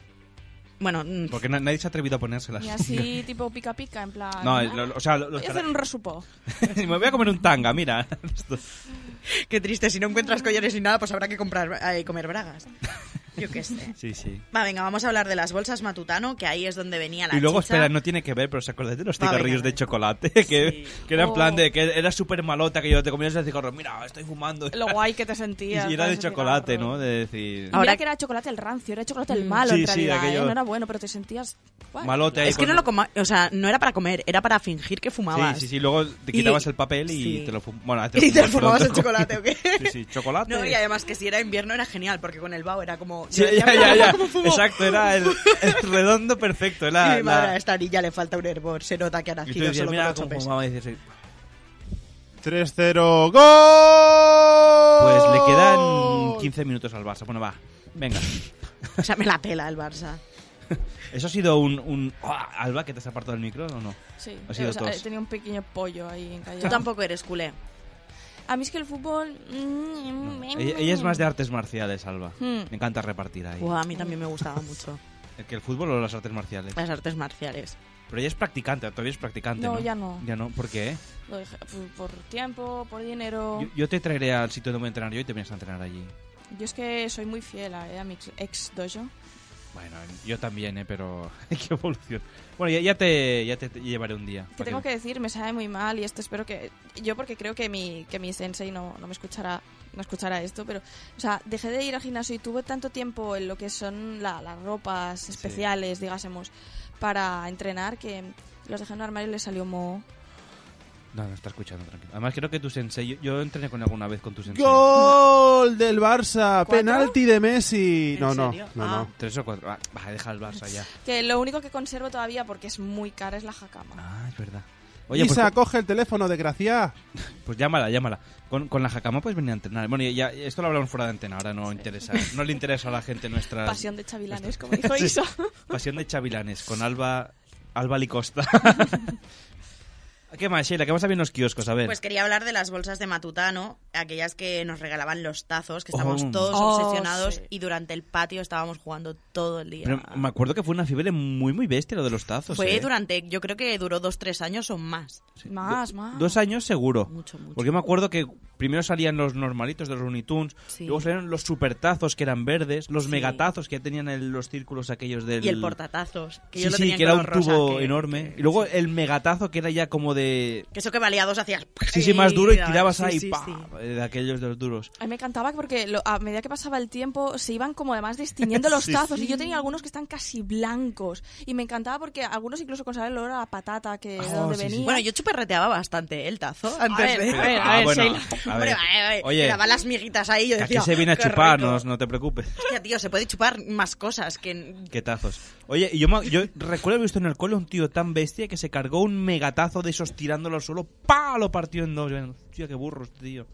O: Bueno, mm,
B: Porque na- nadie se ha atrevido a ponérselas.
M: Y así, tipo pica pica, en plan.
B: No,
M: ah,
B: el- lo- o sea, lo- los
M: voy a hacer
B: cara-
M: un resupo.
B: Me voy a comer un tanga, mira. Esto.
O: qué triste, si no encuentras collares ni nada, pues habrá que comprar eh, comer bragas. Yo qué sé.
B: Sí, sí.
O: Va, venga, vamos a hablar de las bolsas matutano, que ahí es donde venía la
B: Y luego,
O: chicha.
B: espera, no tiene que ver, pero ¿se acordáis de los
O: Va, venga,
B: cigarrillos de chocolate? Que, que era en
M: Oh.
B: plan de que era súper malota, que yo te comías el cigarro, mira, estoy fumando.
M: Lo guay que te
B: Y,
M: sentías.
B: y era
M: con
B: de
M: ese
B: chocolate, ¿no? De decir...
M: cigarro. Mira que era chocolate el rancio, era chocolate el
O: Mm.
M: malo
B: Sí,
M: en
B: sí,
M: realidad, ¿eh?
B: aquello-
M: No era bueno, pero te sentías. guay.
B: Malote ahí
O: Es que
B: con-
O: no lo coma, o sea, no era para comer, era para fingir que fumabas.
B: Sí, sí, sí, luego te quitabas el papel y
O: sí.
B: te lo fumabas. Bueno,
O: Y te lo
B: fumabas,
O: fumabas
B: pero
O: el
B: te
O: chocolate, ¿o qué?
B: Sí, sí, chocolate.
O: No, y además que si era invierno era genial, porque con el vaho era como...
B: Sí,
O: yo decía,
B: ya, ya,
O: "Mira,
B: ya.
O: cómo fumo".
B: Exacto, era el, el redondo perfecto.
O: y
B: Era
O: mi madre,
B: la-
O: a esta niña le falta un hervor, se nota que ha
B: Y tú
O: nacido
B: decías,
O: solo
B: mira
O: con
B: cómo
O: ocho
B: fumaba. Y dices,
L: 3-0, ¡gol!
B: pues le quedan 15 minutos al Barça. Bueno, va, venga.
O: pesos. O sea, me la pela el Barça.
B: ¿Eso ha sido un, un- ¡Ah! Alba que te has apartado del micro o no?
M: Sí,
B: Ha sido
M: o sea,
B: tos.
M: eh, tenía un pequeño pollo ahí en calle.
O: Tú tampoco eres culé.
M: A mí es que el fútbol. mm,
B: Ella, ella es más de artes marciales, Alba.
M: Hmm.
B: Me encanta repartir ahí.
O: Buah, a mí también me gustaba mucho
B: ¿El que el fútbol o las artes marciales?
O: las artes marciales.
B: Pero ella es practicante, todavía es practicante. No,
M: No, ya no.
B: Ya no, ¿por qué?
M: Lo dejé por- por tiempo, por dinero.
B: Yo, yo te traeré al sitio donde voy a entrenar yo y te vienes a entrenar allí.
M: Yo es que soy muy fiel a, a mi ex- ex dojo.
B: Bueno, yo también, ¿eh? pero qué evolución. Bueno, ya, ya te, ya te llevaré un día.
M: Que tengo que decir, me sabe muy mal y esto espero que... Yo porque creo que mi, que mi sensei no, no me escuchará no escuchará esto, pero... O sea, dejé de ir al gimnasio y tuve tanto tiempo en lo que son la- las ropas especiales, digásemos, para entrenar que los dejé en un armario y les salió moho.
B: No, no está escuchando, tranquilo. Además, creo que tu sensei... Yo, yo entrené con él alguna vez con tu sensei.
L: ¡Gol del Barça! Penalti de Messi. No, no,
M: serio?
L: no,
M: Ah.
L: no.
B: Tres o cuatro. Ah, va, deja el Barça ya.
M: Que lo único que conservo todavía, porque es muy cara, es la jacama.
B: Ah, es verdad.
L: Isa, coge el teléfono de Gracia.
B: Pues llámala, llámala. Con, con la jacama puedes venir a entrenar. Bueno, ya, esto lo hablamos fuera de antena, ahora no interesa. No le interesa a la gente nuestra.
M: Pasión de chavilanes, como dijo Isa.
B: Pasión de chavilanes, con Alba, Alba Licosta. ¿Qué más, Sheila? ¿Qué vas a ver en los kioscos? A ver.
O: Pues quería hablar de las bolsas de Matutano, aquellas que nos regalaban los tazos, que
B: Oh.
O: estábamos todos
B: Oh,
O: obsesionados y durante el patio estábamos jugando todo el día.
B: Pero me acuerdo que fue una fiebre muy, muy bestia lo de los tazos.
O: Fue
B: ¿eh?
O: durante, yo creo que duró dos, tres años o más.
M: Más,
B: Dos años seguro.
O: Ah. Mucho, mucho.
B: Porque me acuerdo que primero salían los normalitos de los Looney Tunes,
O: Sí.
B: luego salieron los supertazos que eran verdes, los
O: Sí.
B: megatazos que ya tenían el- los círculos aquellos del...
O: Y el portatazos, que
B: sí,
O: yo lo
B: sí,
O: tenía en
B: que era un
O: color rosa,
B: tubo
O: que-
B: enorme. y luego el megatazo que era ya como de...
O: Que eso que valía dos hacías...
B: Sí, sí, más duro y
O: dabas-
B: tirabas
O: sí,
B: ahí,
O: sí,
B: pa,
O: sí.
B: de aquellos de los duros.
M: A mí me encantaba porque lo- a medida que pasaba el tiempo se iban como además destiñendo los
B: Sí.
M: tazos y yo tenía algunos que están casi blancos y me encantaba porque algunos incluso conservaban el olor a la patata que
B: Oh,
M: de donde venía.
O: Bueno, yo chuperreteaba bastante ¿eh? el tazo antes
M: ver,
O: de...
M: a ver, a Ah, ver, bueno, Sheila.
B: a
O: Hombre,
B: ver.
O: a ver,
B: Oye,
O: me daban las miguitas ahí y yo
B: Que aquí
O: decía, "Ah,
B: se viene a
O: "Qué
B: chupar,
O: rico".
B: no, no te preocupes.
O: Hostia, tío, se puede chupar más cosas que...
B: Qué tazos. Oye, y yo, me- yo recuerdo haber visto en el cole un tío tan bestia que se cargó un megatazo de esos tirándolo al suelo, ¡pa! Lo partió en dos. Yo, Hostia, qué burros, tío.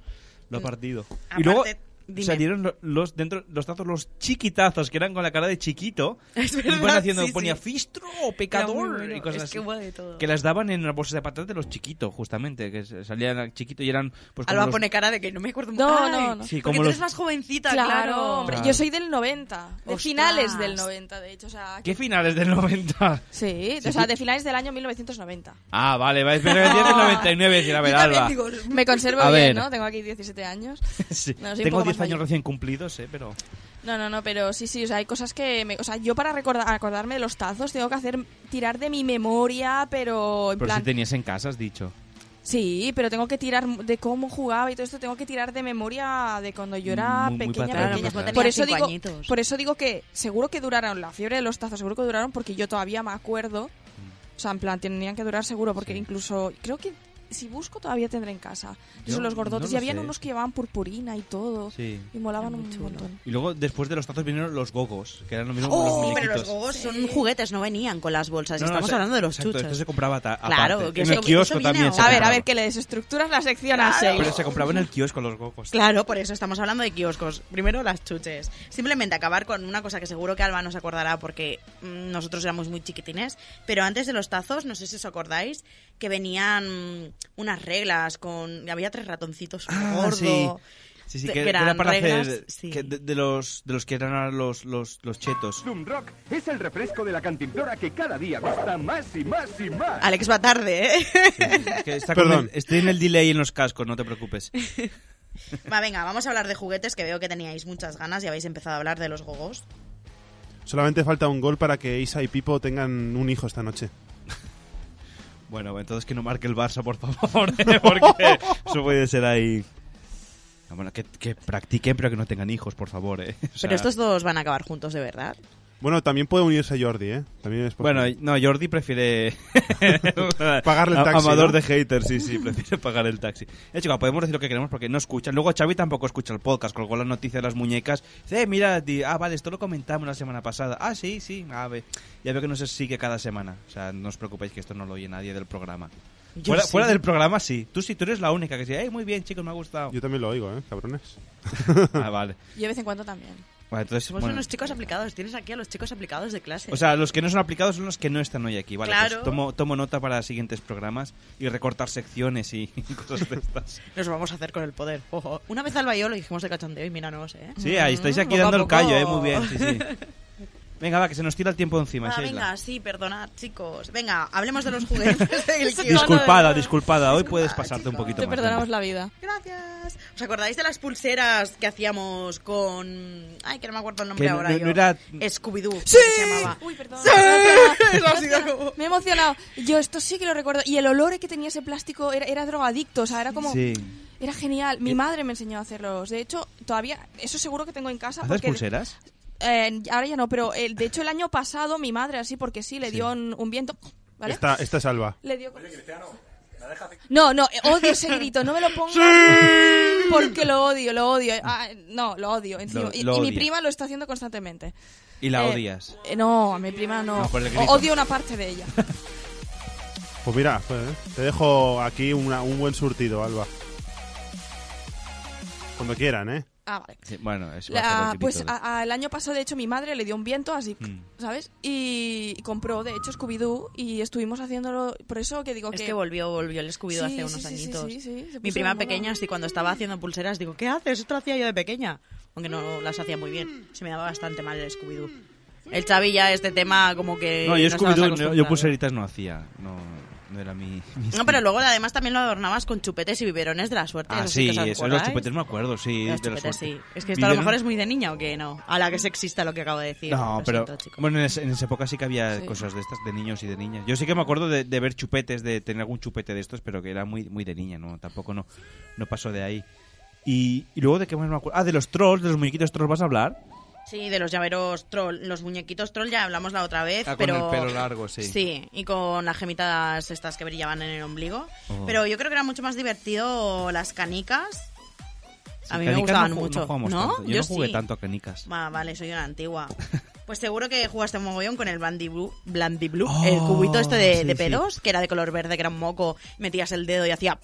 B: Lo ha
O: Mm.
B: partido.
O: Aparte,
B: y luego
O: dime.
B: salieron lo- los dentro los tazos, los chiquitazos, que eran con la cara de chiquito.
O: Es
B: y
O: verdad,
B: iban haciendo,
O: sí,
B: ponía
O: sí.
B: fistro o pecador
O: Era muy bueno,
B: y cosas
O: es que
B: así.
O: hubo de todo.
B: Que las daban en las bolsas de patatas de los chiquitos, justamente, que se- salían al chiquito y eran... Pues, como
O: Alba
B: los-
O: pone cara de que no me acuerdo
M: No,
O: Ay,
M: no, no.
B: Sí,
O: porque
B: como
O: tú
B: los-
O: eres más jovencita,
M: Claro,
O: claro.
M: hombre,
B: Claro.
M: yo soy del 90, de
O: Ostras.
M: finales del 90, de hecho, o sea,
B: ¿Qué finales del 90?
M: sí, o sea, de finales del año 1990.
B: Ah, vale, vale, 1999, decir, a ver, Alba.
M: me conservo
B: A
M: bien,
B: ver.
M: ¿no? Tengo aquí 17 años.
B: Sí.
M: No, soy un
B: Tengo
M: poco más
B: 10 años
M: mayor.
B: recién cumplidos, eh, pero...
M: No, no, no, pero sí, sí, o sea, hay cosas que... Me, o sea, yo para recordar, acordarme de los tazos tengo que hacer tirar de mi memoria, pero en
B: Pero
M: plan...
B: si tenías en casa, has dicho.
M: Sí, pero tengo que tirar de cómo jugaba y todo esto, tengo que tirar de memoria de cuando yo era
B: Muy- muy
M: pequeña,
B: para atrás,
M: pequeña.
B: claro.
M: Por
O: pues Tenía
M: eso
O: cinco
M: digo,
O: añitos.
M: por eso digo que seguro que duraron la fiebre de los tazos, seguro que duraron porque yo todavía me acuerdo. O sea, en plan tenían que durar seguro porque incluso creo que si busco todavía tendré en casa.
B: Yo
M: Son los gordotes
B: no lo
M: y habían
B: sé.
M: unos que llevaban purpurina y todo
B: Sí.
M: y molaban un montón.
B: Y luego, después de los tazos, vinieron los gogos, que eran lo mismo que los
O: Oh, pero
B: muñequitos.
O: los gogos son juguetes, no venían con las bolsas.
B: No, no,
O: Estamos
B: eso-
O: hablando de los
B: exacto,
O: chuches.
B: Esto se compraba ta-
O: Claro,
B: aparte.
O: que
B: en
O: eso-
B: el kiosco
O: eso viene
B: también.
O: ahora.
B: Se
M: A ver,
B: compraba.
M: a ver que le desestructuras la sección a Sheila.
B: Pero se compraba en el kiosco los gogos.
O: Claro, por eso estamos hablando de kioscos. Primero las chuches. Simplemente acabar con una cosa que seguro que Alba nos acordará porque mm, nosotros éramos muy chiquitines. Pero antes de los tazos, no sé si os acordáis, que venían mm, unas reglas con... Había tres ratoncitos un
B: Ah,
O: gordo.
B: sí. Sí, sí,
O: te-
B: que, que era para
O: reglas,
B: hacer
O: sí.
B: que de, de los, de los que eran ahora los, los, los chetos.
Q: Plum Rock es el refresco de la cantimplora que cada día gusta más y más y más.
O: Alex va tarde, ¿eh?
B: Es que está con
L: Perdón.
B: el- estoy en el delay en los cascos, no te preocupes.
O: Va, venga, vamos a hablar de juguetes que veo que teníais muchas ganas y habéis empezado a hablar de los gogos.
L: Solamente falta un gol para que Isa y Pipo tengan un hijo esta noche.
B: Bueno, entonces que no marque el Barça, por favor, ¿eh? porque eso puede ser ahí. Ah, Bueno, que, que practiquen, pero que no tengan hijos, por favor. ¿eh? O sea,
O: Pero estos dos van a acabar juntos, de verdad.
L: Bueno, también puede unirse Jordi, ¿eh? También es
B: Bueno, no, Jordi prefiere.
L: Pagarle el
B: A-
L: taxi,
B: Amador
L: ¿no?
B: de haters, sí, sí, prefiere pagar el taxi. Eh, chica, podemos decir lo que queremos porque no escuchan. Luego Xavi tampoco escucha el podcast, colgó la noticia de las muñecas. Dice, eh, mira, di- ah, vale, esto lo comentamos la semana pasada. Ah, sí, sí, a ver. Ya veo que no se sigue cada semana. O sea, no os preocupéis que esto no lo oye nadie del programa.
L: Yo
B: Fuera,
L: sí.
B: fuera del programa, sí. Tú sí, tú eres la única que dice, eh, muy bien, chicos, me ha gustado.
L: Yo también lo oigo, ¿eh? Cabrones.
B: Ah, vale.
M: Yo de vez en cuando también.
B: Vale, entonces,
O: Somos
B: bueno.
O: unos chicos aplicados. Tienes aquí a los chicos aplicados de clase.
B: O sea, los que no son aplicados son los que no están hoy aquí, ¿vale?
O: Claro.
B: Pues tomo, tomo nota para siguientes programas y recortar secciones y cosas de estas.
O: Nos vamos a hacer con el poder. Ojo. Una vez Alba y yo lo dijimos de cachondeo y míranos, ¿eh?
B: Sí, ahí estáis aquí
O: Poco a
B: dando el
O: poco.
B: callo, ¿eh? Muy bien, sí, sí. Venga, va, que se nos tira el tiempo encima,
O: Ah,
B: Sheila.
O: venga, sí, perdonad, chicos. Venga, hablemos de los juguetes. del kiosco.
B: Disculpada, disculpada, hoy puedes
O: Ah,
B: pasarte un poquito
M: Te
B: más.
M: perdonamos la vida.
O: Gracias. ¿Os acordáis de las pulseras que hacíamos con... Ay, que no me acuerdo el nombre
B: Que no-
O: ahora
B: no-
O: yo.
B: no era-
O: Scooby-Doo.
M: ¡Sí!
O: Se llamaba.
M: Uy, perdón.
O: ¡Sí! Eso ha sido como-
M: Me he emocionado. Yo esto sí que lo recuerdo. Y el olor que tenía ese plástico era, era drogadicto. O sea, era como...
B: Sí. Eh.
M: Era genial. Mi madre me enseñó a hacerlos. De hecho, todavía... Eso seguro que tengo en casa.
B: ¿Haces
M: porque,
B: pulseras?
M: Eh, ahora ya no, pero eh, de hecho el año pasado mi madre así, porque sí, le dio un, un viento... ¿Vale?
L: Esta, esta es Alba.
M: Le dio... No, no, eh, odio ese grito, no me lo pongas porque lo odio, lo odio. Ah, no, lo odio. encima.
B: Lo-
M: Y-
B: lo
M: y mi
B: odia.
M: prima lo está haciendo constantemente.
B: Y la
M: Eh,
B: odias.
M: Eh, no, a mi prima no.
B: No, por el
M: O-
B: grito.
M: Odio una parte de ella.
L: Pues mira, pues, ¿eh? te dejo aquí una- un buen surtido, Alba. Cuando quieran, ¿eh?
M: Ah, vale.
B: Sí, bueno, es ¿eh?
M: La-
B: va a ser el
M: pues
B: tipito de-
M: a- a- el año pasado, de hecho, mi madre le dio un viento, así,
B: Mm.
M: ¿sabes? Y, y compró, de hecho, Scooby-Doo y estuvimos haciéndolo. Por eso que digo
O: Es
M: que.
O: que volvió, volvió el Scooby-Doo
M: Sí,
O: hace
M: sí,
O: unos
M: sí, sí,
O: añitos.
M: sí, sí, se
O: Mi
M: puso de
O: prima
M: moda.
O: pequeña, así cuando estaba haciendo pulseras, digo, ¿qué haces? Esto lo hacía yo de pequeña. Aunque no las hacía muy bien. Se me daba bastante mal el Scooby-Doo. El Xavi ya este tema como que...
B: No, yo
O: estabas
B: Scooby-Doo, yo-
O: acostumbrado.
B: yo pulseritas no hacía. No, no era mi. mi
O: No, pero luego además también lo adornabas con chupetes y biberones de la suerte.
B: Ah,
O: eso
B: sí,
O: que os
B: eso, los
O: acordáis.
B: chupetes me acuerdo, sí.
O: Los
B: de la
O: chupetes, sí.
B: suerte.
O: Es que esto a lo
B: Biberón-
O: mejor es muy de niña o qué, ¿no? A la que sexista lo que acabo de decir.
B: No,
O: Lo
B: pero
O: siento, chico.
B: bueno, en, ese- en esa época sí que había
O: Sí.
B: cosas de estas, de niños y de niñas. Yo sí que me acuerdo de, de ver chupetes, de tener algún chupete de estos, pero que era muy, muy de niña, ¿no? Tampoco no, no pasó de ahí. Y, y luego de qué más me acuerdo. Ah, de los trolls, de los muñequitos trolls, ¿vas a hablar?
O: Sí, de los llaveros troll. Los muñequitos troll ya hablamos la otra vez.
B: Ah, con
O: pero...
B: el pelo largo, sí.
O: Sí, y con las gemitas estas que brillaban en el ombligo.
B: Oh.
O: Pero yo creo que era mucho más divertido las canicas. a mí me gustaban
B: Canicas Pues no ju-
O: mucho.
B: No jugamos tanto. Yo, no jugué
O: sí.
B: tanto a canicas.
O: Ah, vale, soy una antigua. Pues seguro que jugaste un mogollón con el Blandy Blue, Blandy Blue el cubito este de,
B: Oh, sí,
O: de
B: sí.
O: pelos, que era de color verde, que era un moco. Metías el dedo y hacía.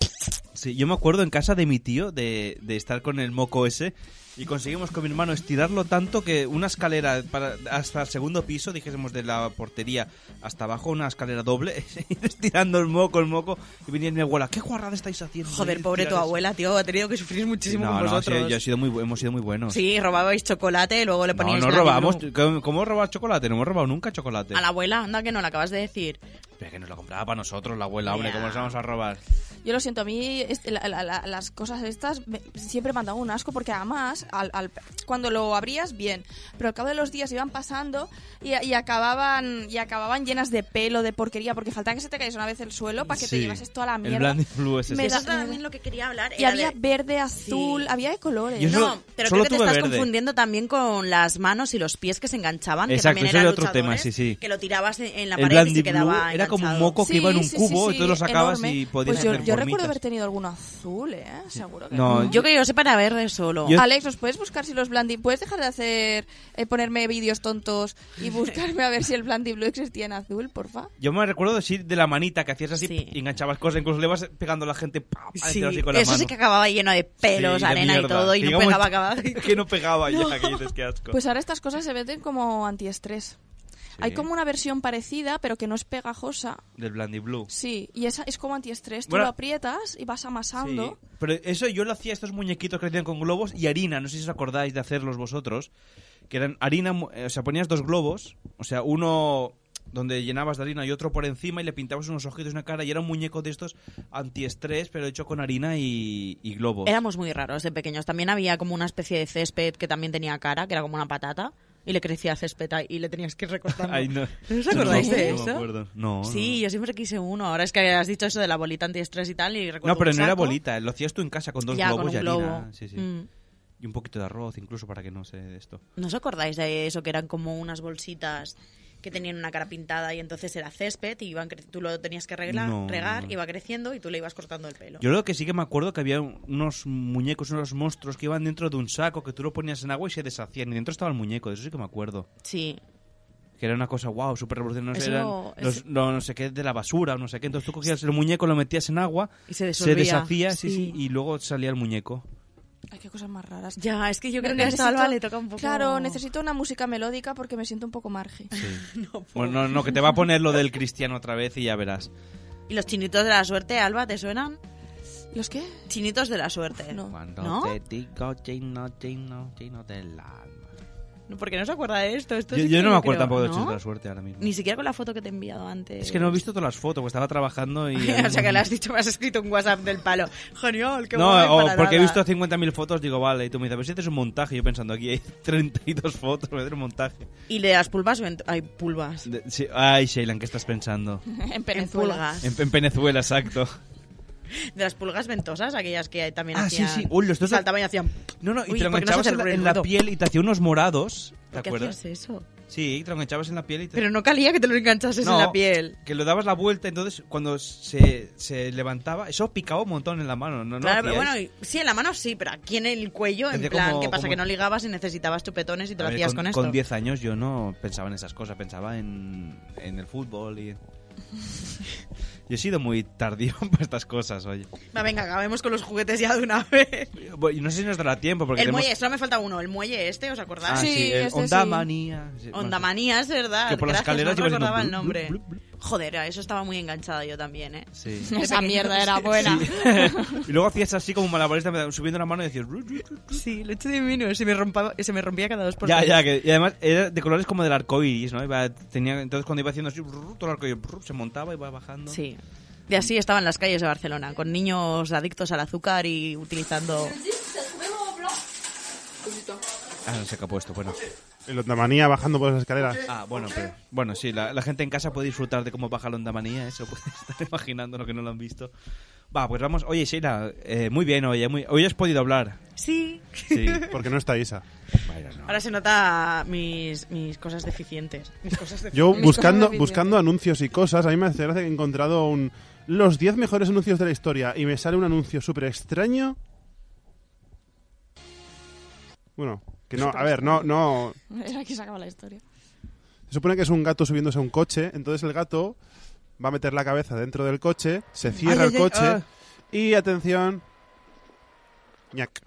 B: Sí, yo me acuerdo en casa de mi tío de, de estar con el moco ese y conseguimos con mi hermano estirarlo tanto que una escalera para, hasta el segundo piso, dijésemos de la portería hasta abajo, una escalera doble, estirando el moco, el moco, y venía mi abuela, ¿qué guarrada estáis haciendo?
O: Joder, pobre tu
B: Tirar eso".
O: abuela, tío. Ha tenido que sufrir muchísimo
B: No,
O: con
B: no, sí,
O: vosotros.
B: yo he sido muy, bu- hemos sido muy buenos.
O: Sí, robabais chocolate y luego le
B: no,
O: poníais.
B: no
O: Blandy
B: robamos.
O: Blue.
B: ¿Cómo, cómo robar chocolate? No hemos robado nunca chocolate.
O: A la abuela, anda que no la acabas de decir.
B: Pero que nos lo compraba para nosotros la abuela, hombre, ¿cómo nos vamos a robar?
M: Yo lo siento, a mí este, la- la- la- las cosas estas me- siempre me han dado un asco porque además al- al- cuando lo abrías bien, pero al cabo de los días iban pasando y, y acababan y acababan llenas de pelo, de porquería, porque faltaba que se te cayese una vez el suelo para que te
B: Sí.
M: llevases toda la
B: El
M: mierda.
B: Blandy Blue ese,
M: Me
B: sí.
M: da-
B: Eso
O: también lo que quería hablar.
M: Y
O: era
M: había
O: de-
M: verde, azul, había de colores.
B: Yo solo-
O: No, pero creo
B: solo
O: que te
B: tuve
O: estás
B: verde.
O: confundiendo también con las manos y los pies que se enganchaban, que
B: Exacto,
O: también
B: eso
O: eran
B: era otro tema,
O: luchadores,
B: sí, sí.
O: que lo tirabas en, en la
B: El
O: pared y
B: Blandy
O: se
B: Blue
O: quedaba
B: era como un
O: enganchado.
B: moco que iba en un cubo, entonces lo sacabas
M: enorme.
B: y podías
M: Pues yo,
B: hacer
M: yo recuerdo
B: formitas.
M: haber tenido alguno azul, ¿eh? Seguro que
B: No,
O: Yo que yo sé para verde solo.
B: Yo-
M: Alex, ¿nos puedes buscar si los Blandy... ¿Puedes dejar de hacer... eh, ponerme vídeos tontos y buscarme a ver si el Blandy Blue existía en azul, porfa?
B: Yo me recuerdo sí, de la manita que hacías así y enganchabas cosas, incluso le vas pegando a la gente pa, pa,
O: Sí,
B: decir así con la
O: eso
B: mano.
O: sí que acababa lleno de pelos,
B: Sí, de
O: arena y
B: mierda.
O: todo, y
B: Que
O: no
B: llegaba
O: pegaba,
B: un-
O: acababa.
B: que no pegaba
O: No.
B: ya, que dices que asco.
M: Pues ahora estas cosas se venden como antiestrés. Hay como una versión parecida, pero que no es pegajosa.
B: Del Blandy Blue.
M: Sí, y esa es como antiestrés. Tú
B: Bueno.
M: lo aprietas y vas amasando.
B: Sí, Pero eso yo lo hacía estos muñequitos que hacían con globos y harina, no sé si os acordáis de hacerlos vosotros, que eran harina, mu- eh, o sea, ponías dos globos, o sea, uno donde llenabas de harina y otro por encima y le pintabas unos ojitos y una cara y era un muñeco de estos antiestrés, pero hecho con harina y, y globos.
O: Éramos muy raros de pequeños. También había como una especie de césped que también tenía cara, que era como una patata, y le crecía césped ahí, y le tenías que ir recortando.
B: Ay, no.
O: ¿No os
B: No,
O: acordáis
B: no,
O: de
B: no me
O: eso?
B: acuerdo. No,
O: Sí, yo siempre quise uno. Ahora es que has dicho eso de la bolita antiestrés y tal, y recuerdo
B: No, pero
O: un
B: no era
O: saco.
B: bolita, lo hacías tú en casa con dos
O: Ya,
B: globos
O: con un
B: y harina.
O: globo.
B: Sí, sí.
O: Mm.
B: Y un poquito de arroz incluso para que no se de esto.
O: ¿No os acordáis de eso que eran como unas bolsitas que tenían una cara pintada y entonces era césped y iban cre- tú lo tenías que regla-
B: No.
O: regar, iba creciendo y tú le ibas cortando el pelo?
B: Yo lo que sí que me acuerdo que había un- unos muñecos, unos monstruos que iban dentro de un saco que tú lo ponías en agua y se deshacían. Y dentro estaba el muñeco, de eso sí que me acuerdo.
O: Sí.
B: Que era una cosa, wow, súper revolucionaria. No, sé,
O: Eso-
B: eran los-
O: eso-
B: no, no sé qué, de la basura, no sé qué. Entonces tú cogías el muñeco, lo metías en agua,
O: Y se disolvía.
B: deshacía sí,
O: Sí.
B: sí, y luego salía el muñeco.
M: Ay, qué cosas más raras.
O: Ya, es que yo
M: Ne-
O: creo que a esta
M: necesito-
O: Alba le toca un poco-
M: Claro, necesito una música melódica porque me siento un poco marge.
B: Bueno, no, no, que te va a poner lo del cristiano otra vez y ya verás.
O: ¿Y los chinitos de la suerte, Alba, te suenan?
M: ¿Los qué?
O: Chinitos de la suerte. No.
B: Cuando
O: ¿No?
B: te digo chino, chino, chino del alma.
O: Porque no se acuerda de esto. esto
B: Yo,
O: sí
B: yo
O: que
B: no me
O: lo
B: acuerdo
O: creo,
B: tampoco de
O: ¿no?
B: Chino de la Suerte ahora mismo.
O: Ni siquiera con la foto que te he enviado antes.
B: Es que no he visto todas las fotos, porque estaba trabajando y...
O: o sea que le has dicho, me has escrito un WhatsApp del palo. Genial, qué
B: no,
O: guay,
B: o
O: para
B: porque he
O: nada.
B: visto 50.000 fotos, digo, vale, y tú me dices, pero si este es un montaje, yo pensando, aquí hay 32 fotos, voy a hacer un montaje.
O: Y de las pulvas, ven- hay pulvas.
B: De- sí, ay, Shailan, ¿qué estás pensando?
M: en
O: Venezuela.
B: En, en Venezuela, exacto.
O: De las pulgas ventosas, aquellas que también
B: Ah, sí,
O: hacían...
B: sí. Uy, los dos-
O: Saltaban y hacían...
B: No, no, y
O: Uy,
B: te lo
O: ¿por qué no
B: enganchabas
O: se
B: en
O: hace
B: la,
O: el
B: en la
O: ruido?
B: piel y te hacía unos morados, ¿te
O: ¿Por qué
B: acuerdas?
O: hacías eso?
B: Sí, te lo enganchabas en la piel y te...
O: Pero no calía que te lo enganchases
B: No,
O: en la piel.
B: Que lo dabas la vuelta, entonces cuando se, se levantaba, eso picaba un montón en la mano, ¿no? no
O: Claro, pero
B: hacías?
O: bueno, y- sí, en la mano sí, pero aquí en el cuello, en
B: Hacía
O: plan,
B: como-
O: ¿qué pasa?
B: como-
O: Que no ligabas y necesitabas chupetones y te lo
B: A ver,
O: hacías
B: con,
O: con, esto.
B: Con 10 años yo no pensaba en esas cosas, pensaba en, en el fútbol y... Yo he sido muy tardío para estas cosas, oye.
O: Va, venga, acabemos con los juguetes ya de una vez.
B: Bueno, y No sé si nos dará tiempo porque
O: el
B: tenemos...
O: muelle, solo me falta uno. El muelle este, ¿os acordáis?
B: Ah, sí, Sí, el este Onda sí. Manía.
O: Onda Manía, es verdad.
B: Que por las
O: Gracias,
B: escaleras
O: no
B: iba diciendo
O: recordaba el
B: blup,
O: nombre. Joder, a eso estaba muy enganchada yo también, ¿eh?
B: Sí.
O: De
M: Esa
O: pequeña,
M: mierda era
O: sí.
M: buena.
B: y luego hacías así como un malabarista me- subiendo la mano y decías... "Ru, ru, ru".
O: Sí, lo eché de menos. Se me, rompaba, se me rompía cada dos por
B: Ya,
O: tres.
B: ya, que, y además era de colores como del arco iris, ¿no? Iba- tenía, entonces cuando iba haciendo así, "Ru, ru", todo el arco iris, "Ru", se montaba y iba bajando.
O: Sí. Y así estaban las calles de Barcelona, con niños adictos al azúcar y utilizando...
B: Ah, no sé qué ha puesto, bueno.
L: El ondamanía bajando por las escaleras.
B: Ah, bueno, pero, bueno, sí, la, la gente en casa puede disfrutar de cómo baja la onda manía, eso puede estar imaginando lo que no lo han visto. Va, pues vamos. Oye, Sheila, eh, muy bien, oye, muy, hoy has podido hablar.
O: Sí.
B: Sí, porque no está Isa.
O: Ahora se nota mis, mis cosas deficientes. Mis cosas deficientes.
L: Yo buscando, buscando anuncios y cosas, a mí me hace gracia que he encontrado un, los 10 mejores anuncios de la historia y me sale un anuncio súper extraño. Bueno, que no, a ver, no, no.
M: Aquí se acaba la historia.
L: Se supone que es un gato subiéndose a un coche, entonces el gato va a meter la cabeza dentro del coche, se cierra
M: Ay, ay,
L: el
M: ay,
L: coche
M: ah.
L: y atención. ñac.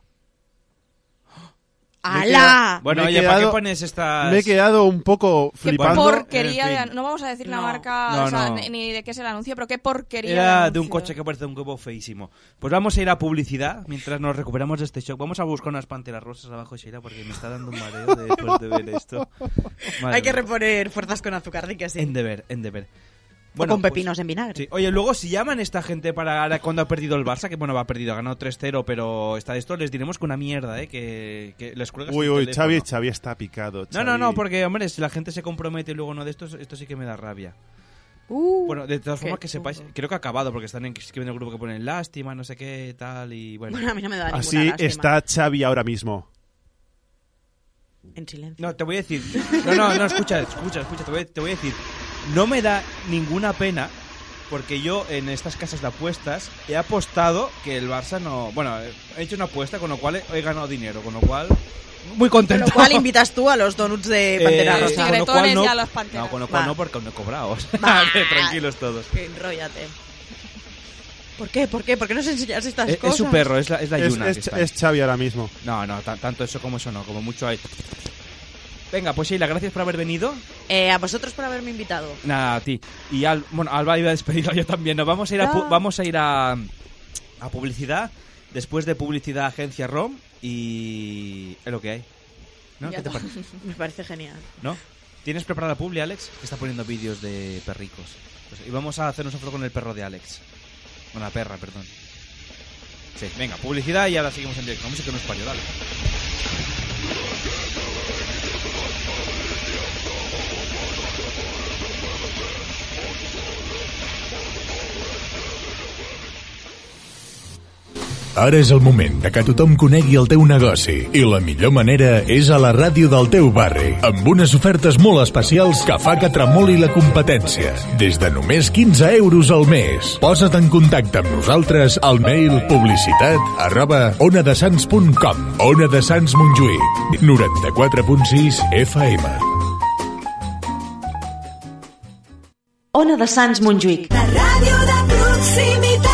L: Me
M: ¡Ala!
L: he quedado-
B: Bueno,
L: me he
B: oye, ¿para qué
L: quedado-
B: pones estas...?
L: Me he quedado un poco flipando.
M: Porquería
B: En fin.
M: de- No vamos a decir la
B: No.
M: marca,
B: No,
M: o sea,
B: no.
M: ni- ni de qué es el anuncio, pero qué porquería.
B: Era
M: de
B: de un
M: anuncio.
B: coche que parece un huevo feísimo. Pues vamos a ir a publicidad mientras nos recuperamos de este shock. Vamos a buscar unas panteras rosas abajo, Sheila, porque me está dando un mareo de- después de ver esto. Madre
O: Hay que
B: mía.
O: reponer fuerzas con azúcar, di que sí.
B: En deber, en deber. pues,
O: con pepinos en vinagre.
B: sí. Oye, luego si llaman esta gente para ahora cuando ha perdido el Barça, que bueno, ha perdido, ha ganado 3-0, pero está esto, les diremos que una mierda, ¿eh? Que, que les cuelgas
L: Uy,
B: el
L: uy,
B: teléfono.
L: Xavi, Xavi está picado.
B: No, no,
L: Xavi.
B: no, porque, hombre, si la gente se compromete y luego no de esto, esto sí que me da rabia. bueno, de
O: Uh,
B: todas
O: qué
B: formas, que sepáis, creo que ha acabado, porque están en, escribiendo el grupo que ponen lástima, no sé qué, tal, y bueno.
O: Bueno, a mí no me da
L: Así está Xavi ahora mismo.
O: En silencio.
B: No, te voy a decir. No, no, no, escucha, escucha, escucha, te voy, a- te voy a decir. No me da ninguna pena porque yo en estas casas de apuestas he apostado que el Barça no. Bueno, he hecho una apuesta con lo cual he, he ganado dinero, con lo cual. Muy contento.
O: Con lo cual invitas tú a los donuts de Pantera
B: Eh,
O: Rosa.
B: con lo cual no,
O: y a los Panteras.
B: no, con lo cual
O: Va.
B: no, porque aún no he cobrado. o sea,
O: Va.
B: Tranquilos todos.
O: Que Enróllate. ¿Por qué? ¿Por qué? ¿Por qué nos enseñas estas
B: Eh, Es,
O: cosas?
B: es su perro, es la, es la
L: Es-
B: Yuna.
L: es- es Xavi ahora mismo.
B: No, no, ta- tanto eso como eso no, como mucho hay. Venga, pues Sheila, gracias por haber venido.
O: Eh, a vosotros por haberme invitado.
B: Nada, a ti. Y Al- bueno, Alba iba a despedirlo yo también. Nos vamos a ir a, pu-
O: No.
B: vamos a, ir a, a publicidad. Después de publicidad, agencia ROM y. es lo que hay. ¿No?
O: Ya
B: ¿Qué te
O: está.
B: parece?
O: Me parece genial.
B: ¿No? ¿Tienes preparada publi, Alex? Que está poniendo vídeos de perricos. Pues, y vamos a hacernos una foto con el perro de Alex. Una perra, perdón. Sí, venga, publicidad y ahora seguimos en directo. Vamos a que no es pario, dale.
A: Ara és el moment de que tothom conegui el teu negoci i la millor manera és a la ràdio del teu barri amb unes ofertes molt especials que fa que tremoli la competència. Des de només 15 euros al mes. Posa't en contacte amb nosaltres al mail publicitat arroba onadesans.com Ona de Sants Montjuïc 94.6 FM
N: Ona de Sants Montjuïc. La ràdio de proximitat.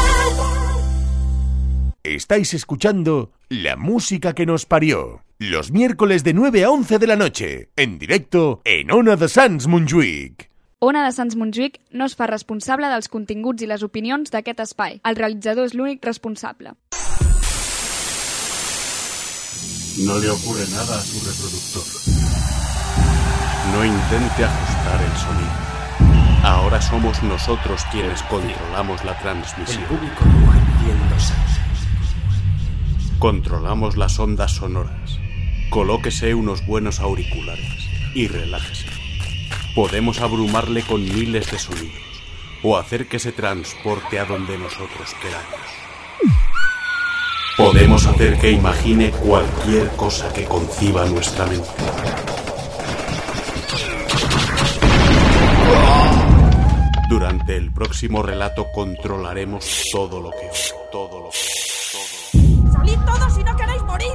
D: Estáis escuchando La Música que nos parió. Los miércoles de 9 a 11 de la noche. En directo en Ona de Sans Montjuïc.
J: Ona de Sants Montjuïc no es fa responsable dels continguts i les opinions d'aquest espai. El realitzador és l'únic responsable.
U: No le ocurre nada a su reproductor. No intente ajustar el sonido. Ahora somos nosotros quienes controlamos la transmisión. Controlamos las ondas sonoras. Colóquese unos buenos auriculares y relájese. Podemos abrumarle con miles de sonidos o hacer que se transporte a donde nosotros queramos. Podemos hacer que imagine cualquier cosa que conciba nuestra mente. Durante el próximo relato controlaremos todo lo que oigo, todo lo que
C: ¡Salid todos si no queréis morir!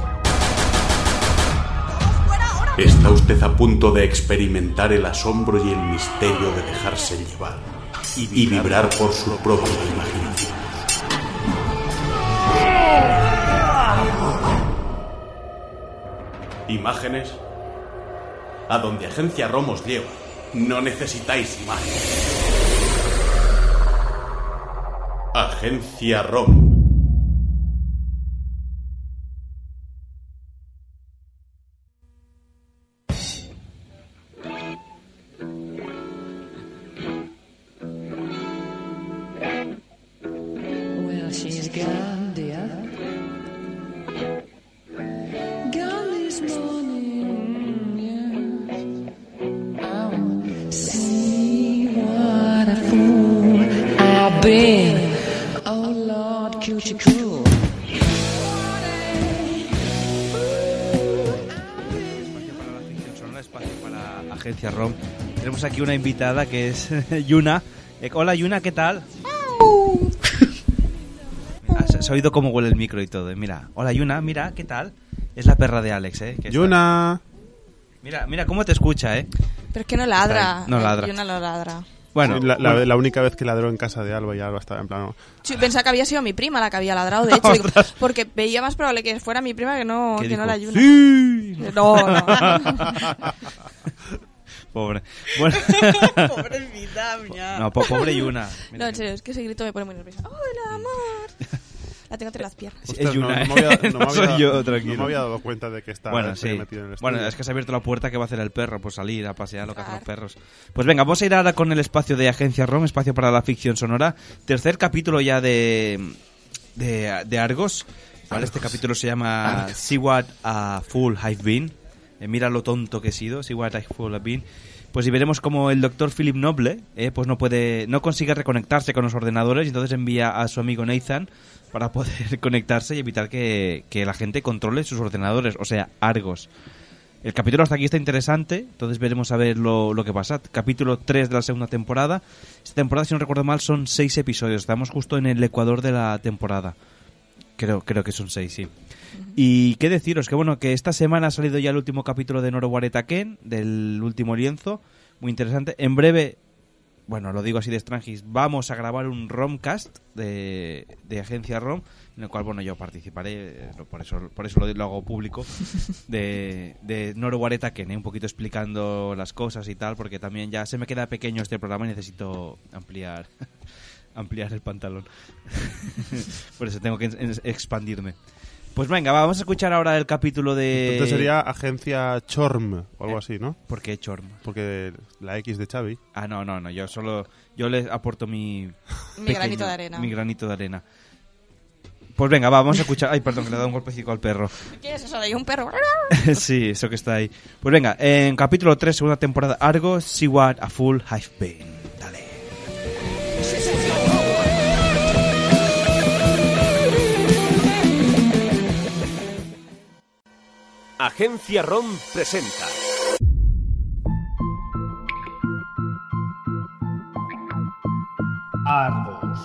U: Está usted a punto de experimentar el asombro y el misterio de dejarse llevar. y vibrar por su propia imaginación. Imágenes a donde Agencia Romos lleva. No necesitáis imágenes. Agencia Rom.
F: Well, she's gone, dear. Gone this morning, yeah. Oh, see what a fool I've been. Oh, Lord, could you cool?
B: Sonora Espacio para Agencia ROM. Tenemos aquí una invitada que es Yuna. Eh, hola Yuna, ¿qué tal? Ah, se, se ha oído cómo huele el micro y todo. eh, Mira, hola Yuna, mira, ¿qué tal? Es la perra de Alex, ¿eh? que está-
L: Yuna.
B: Mira, mira cómo te escucha, ¿eh?
M: Pero es que no ladra.
B: No ladra.
M: Yo no lo ladra.
B: Bueno,
L: la, la-
B: bueno.
L: la única vez que ladró en casa de Alba y Alba estaba en plano.
M: Yo Pensaba que había sido mi prima la que había ladrado, de hecho. digo, porque veía más probable que fuera mi prima que no,
B: ¿Qué
M: que no
B: dijo?
M: la ayuda.
B: ¡Sí! Ah,
M: No, no.
B: Pobre. Bueno.
M: Pobrecita, mía.
B: No, po- pobre Yuna.
M: No, en serio, es que ese grito me pone muy nerviosa. ¡Hola, amor! La tengo entre las piernas.
B: Sí,
L: Ostras,
B: es Yuna,
L: no, no me había-
B: ¿eh?
L: no
B: no,
L: me había-
B: soy
L: no
B: yo,
L: me
B: tranquilo.
L: había dado cuenta de que estaba
B: bueno,
L: este
B: sí.
L: metido en el
B: Bueno,
L: estudio.
B: es que se ha abierto la puerta que va a hacer el perro, pues salir a pasear lo que hacen los perros. Pues venga, vamos a ir ahora con el espacio de Agencia ROM, espacio para la ficción sonora. Tercer capítulo ya de, de, de Argos. ¿vale? Este capítulo se llama See What a Fool I've Been. Eh, mira lo tonto que he sido, See What a Fool I've Been. Pues y veremos como el doctor Philip Noble eh, pues no puede no consigue reconectarse con los ordenadores y entonces envía a su amigo Nathan para poder conectarse y evitar que, que la gente controle sus ordenadores, o sea, Argos. El capítulo hasta aquí está interesante, entonces veremos a ver lo, lo que pasa. Capítulo 3 de la segunda temporada. Esta temporada, si no recuerdo mal, son 6 episodios. Estamos justo en el ecuador de la temporada. Creo, creo que son 6, sí. Y qué deciros, que bueno, que esta semana ha salido ya el último capítulo de Noro Ken, del último lienzo. Muy interesante. En breve, bueno, lo digo así de Strangis, vamos a grabar un romcast de, de Agencia ROM, en el cual, bueno, yo participaré, eh, lo- por eso, por eso lo, lo hago público, de, de Noro Ken, un poquito explicando las cosas y tal, porque también ya se me queda pequeño este programa y necesito ampliar ampliar el pantalón. Por eso tengo que en- en- expandirme. Pues venga, va, vamos a escuchar ahora el capítulo de...
L: Entonces sería agencia Chorm o algo así, ¿no?
B: Eh, ¿Por qué Chorm?
L: Porque la X de Xavi.
B: Ah, no, no, no, yo solo... Yo les aporto mi...
M: Mi granito de arena.
B: Mi granito de arena. Pues venga, va, vamos a escuchar... Ay, perdón, que le he dado un golpecito al perro.
M: ¿Qué es eso de ahí? ¿Un perro?
B: sí, eso que está ahí. Pues venga, en capítulo 3, segunda temporada, Argo, See What a Fool I've Been.
U: Agencia ROM presenta.
V: Argos.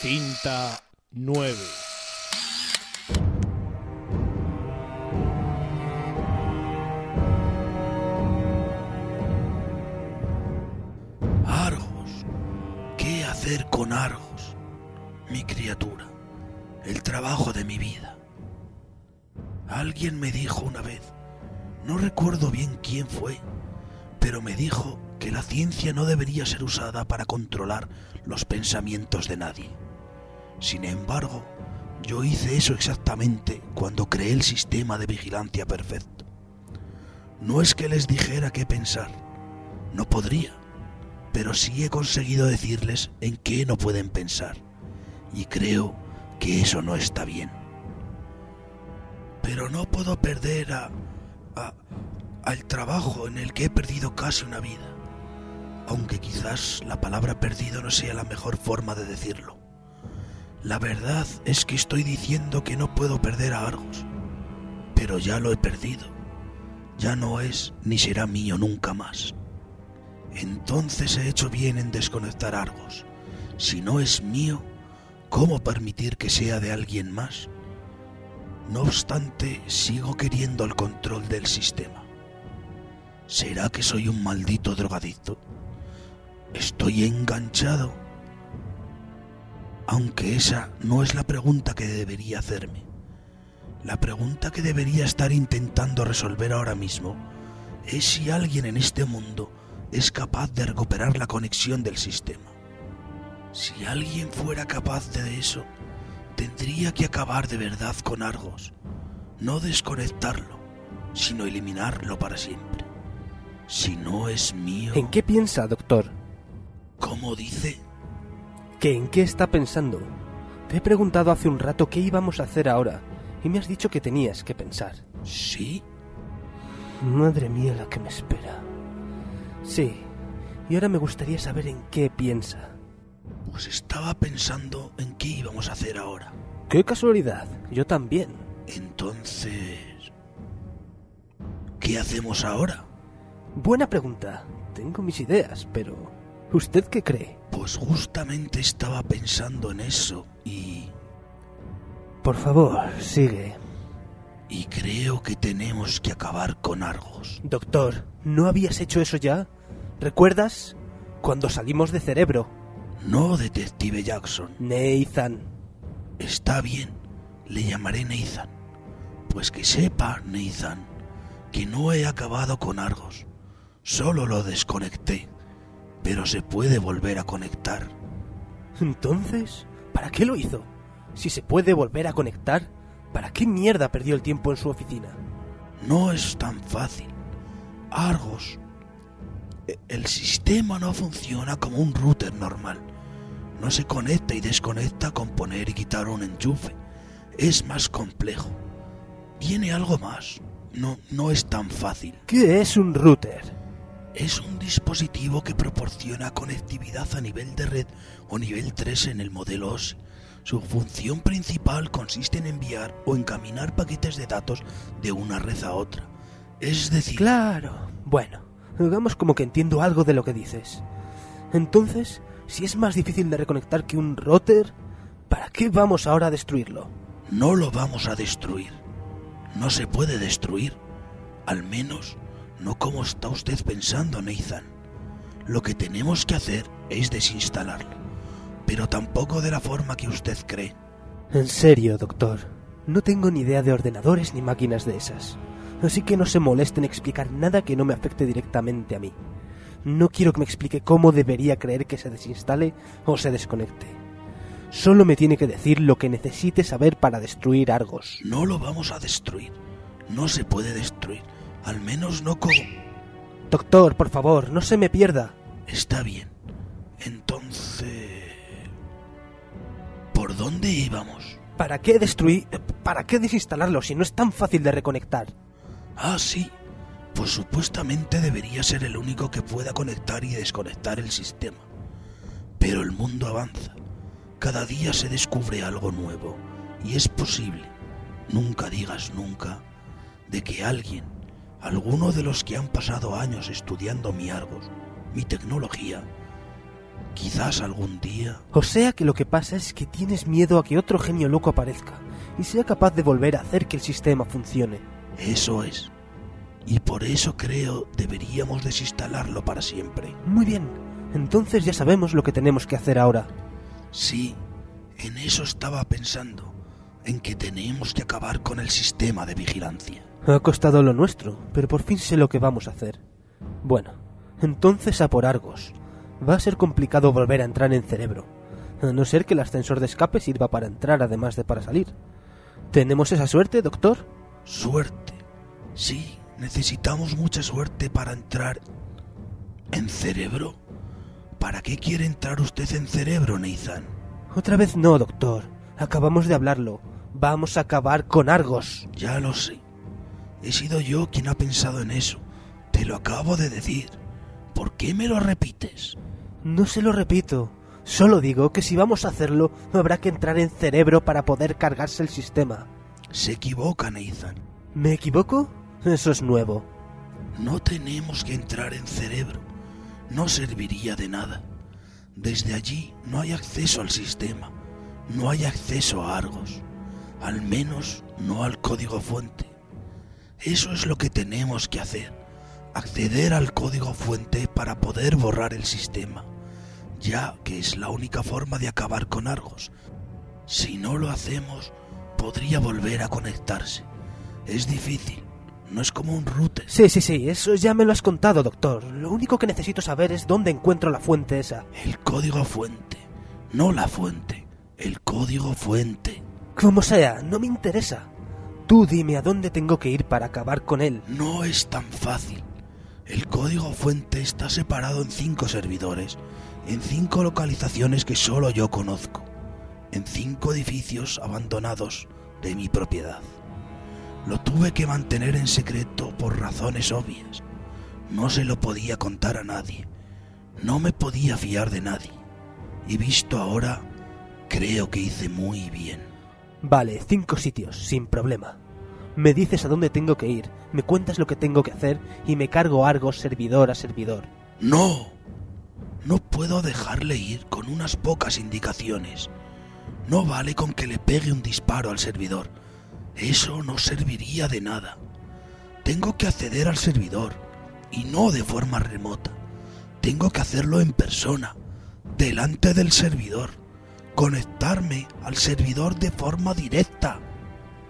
V: Cinta 9.
W: Argos. ¿Qué hacer con Argos? Mi criatura. El trabajo de mi vida. Alguien me dijo una vez, no recuerdo bien quién fue, pero me dijo que la ciencia no debería ser usada para controlar los pensamientos de nadie. Sin embargo, yo hice eso exactamente cuando creé el sistema de vigilancia perfecto. No es que les dijera qué pensar, no podría pero sí he conseguido decirles en qué no pueden pensar. Y creo que eso no está bien. Pero no puedo perder a, a- al trabajo en el que he perdido casi una vida. Aunque quizás la palabra perdido no sea la mejor forma de decirlo. La verdad es que estoy diciendo que no puedo perder a Argos. Pero ya lo he perdido. Ya no es ni será mío nunca más. Entonces he hecho bien en desconectar Argos. Si no es mío, ¿cómo permitir que sea de alguien más? No obstante, sigo queriendo el control del sistema. ¿Será que soy un maldito drogadicto? ¿Estoy enganchado? Aunque esa no es la pregunta que debería hacerme. La pregunta que debería estar intentando resolver ahora mismo es si alguien en este mundo es capaz de recuperar la conexión del sistema. Si alguien fuera capaz de eso, tendría que acabar de verdad con Argos, no desconectarlo, sino eliminarlo para siempre. Si no es mío,
X: ¿En qué piensa, doctor?
W: ¿cómo dice?
X: ¿Que en qué está pensando? Te he preguntado hace un rato qué íbamos a hacer ahora y me has dicho que tenías que pensar.
W: ¿Sí?
X: Madre mía la que me espera. Sí, y ahora me gustaría saber en qué piensa.
W: Pues estaba pensando en qué íbamos a hacer ahora.
X: Qué casualidad, yo también.
W: Entonces... ¿Qué hacemos ahora?
X: Buena pregunta. Tengo mis ideas, pero... ¿Usted qué cree?
W: Pues justamente estaba pensando en eso y...
X: Por favor, sigue.
W: Y creo que tenemos que acabar con Argos.
X: Doctor, ¿no habías hecho eso ya? ¿Recuerdas? Cuando salimos de cerebro.
W: No, detective Jackson.
X: Nathan.
W: Está bien, le llamaré Nathan. Pues que sepa, Nathan, que no he acabado con Argos. Solo lo desconecté. Pero se puede volver a conectar.
X: Entonces, ¿para qué lo hizo? Si se puede volver a conectar, ¿para qué mierda perdió el tiempo en su oficina?
W: No es tan fácil. Argos. e- El sistema no funciona como un router normal. No se conecta y desconecta con poner y quitar un enchufe. Es más complejo. Tiene algo más. No, no es tan fácil.
X: ¿Qué es un router?
W: Es un dispositivo que proporciona conectividad a nivel de red o nivel 3 en el modelo OSI. Su función principal consiste en enviar o encaminar paquetes de datos de una red a otra. Es decir,
X: Claro. Bueno, hagamos como que entiendo algo de lo que dices. Entonces, si es más difícil de reconectar que un router, ¿para qué vamos ahora a destruirlo?
W: no lo vamos a destruir. No se puede destruir. Al menos no como está usted pensando, Nathan. Lo que tenemos que hacer es desinstalarlo. Pero tampoco de la forma que usted cree.
X: En serio, doctor. No tengo ni idea de ordenadores ni máquinas de esas. Así que no se moleste en explicar nada que no me afecte directamente a mí. No quiero que me explique cómo debería creer que se desinstale o se desconecte. Solo me tiene que decir lo que necesite saber para destruir Argos.
W: No lo vamos a destruir. No se puede destruir. Al menos no como...
X: Doctor, por favor, no se me pierda.
W: Está bien. Entonces... ¿Por dónde íbamos?
X: ¿Para qué destruir... ¿Para qué desinstalarlo si no es tan fácil de reconectar?
W: Ah, sí. Pues supuestamente debería ser el único que pueda conectar y desconectar el sistema. Pero el mundo avanza. Cada día se descubre algo nuevo. Y es posible, nunca digas nunca, de que alguien, alguno de los que han pasado años estudiando mi Argos, mi tecnología, quizás algún día
X: O sea que lo que pasa es que tienes miedo a que otro genio loco aparezca y sea capaz de volver a hacer que el sistema funcione.
W: Eso es. Y por eso creo deberíamos desinstalarlo para siempre.
X: Muy bien, entonces ya sabemos lo que tenemos que hacer ahora.
W: Sí, en eso estaba pensando, en que tenemos que acabar con el sistema de vigilancia.
X: Ha costado lo nuestro, pero por fin sé lo que vamos a hacer. Bueno, entonces a por Argos. Va a ser complicado volver a entrar en cerebro, a no ser que el ascensor de escape sirva para entrar además de para salir. ¿Tenemos esa suerte, doctor?
W: Suerte. Sí, necesitamos mucha suerte para entrar en cerebro. ¿Para qué quiere entrar usted en cerebro, Nathan?
X: Otra vez no, doctor. Acabamos de hablarlo. Vamos a acabar con Argos.
W: Ya lo sé. He sido yo quien ha pensado en eso. Te lo acabo de decir. ¿Por qué me lo repites?
X: No se lo repito. Solo digo que si vamos a hacerlo, habrá que entrar en cerebro para poder cargarse el sistema.
W: Se equivoca, Nathan.
X: ¿Me equivoco? Eso es nuevo.
W: No tenemos que entrar en cerebro. No serviría de nada. Desde allí no hay acceso al sistema. No hay acceso a Argos. Al menos no al código fuente. Eso es lo que tenemos que hacer, acceder al código fuente para poder borrar el sistema, ya que es la única forma de acabar con Argos. Si no lo hacemos, podría volver a conectarse. Es difícil, no es como un router.
H: Sí, sí, sí, eso ya me lo has contado, doctor. Lo único que necesito saber es dónde encuentro la fuente esa.
W: El código fuente, no la fuente, el código fuente.
H: Como sea, no me interesa. Tú dime a dónde tengo que ir para acabar con él.
W: No es tan fácil. El código fuente está separado en cinco servidores, en cinco localizaciones que solo yo conozco, en cinco edificios abandonados de mi propiedad. Lo tuve que mantener en secreto por razones obvias. No se lo podía contar a nadie. No me podía fiar de nadie. Y visto ahora, creo que hice muy bien.
H: Vale, cinco sitios, sin problema. Me dices a dónde tengo que ir, me cuentas lo que tengo que hacer y me cargo Argos servidor a servidor.
W: No. No puedo dejarle ir con unas pocas indicaciones. No vale con que le pegue un disparo al servidor. Eso no serviría de nada. Tengo que acceder al servidor y no de forma remota. Tengo que hacerlo en persona, delante del servidor. Conectarme al servidor de forma directa.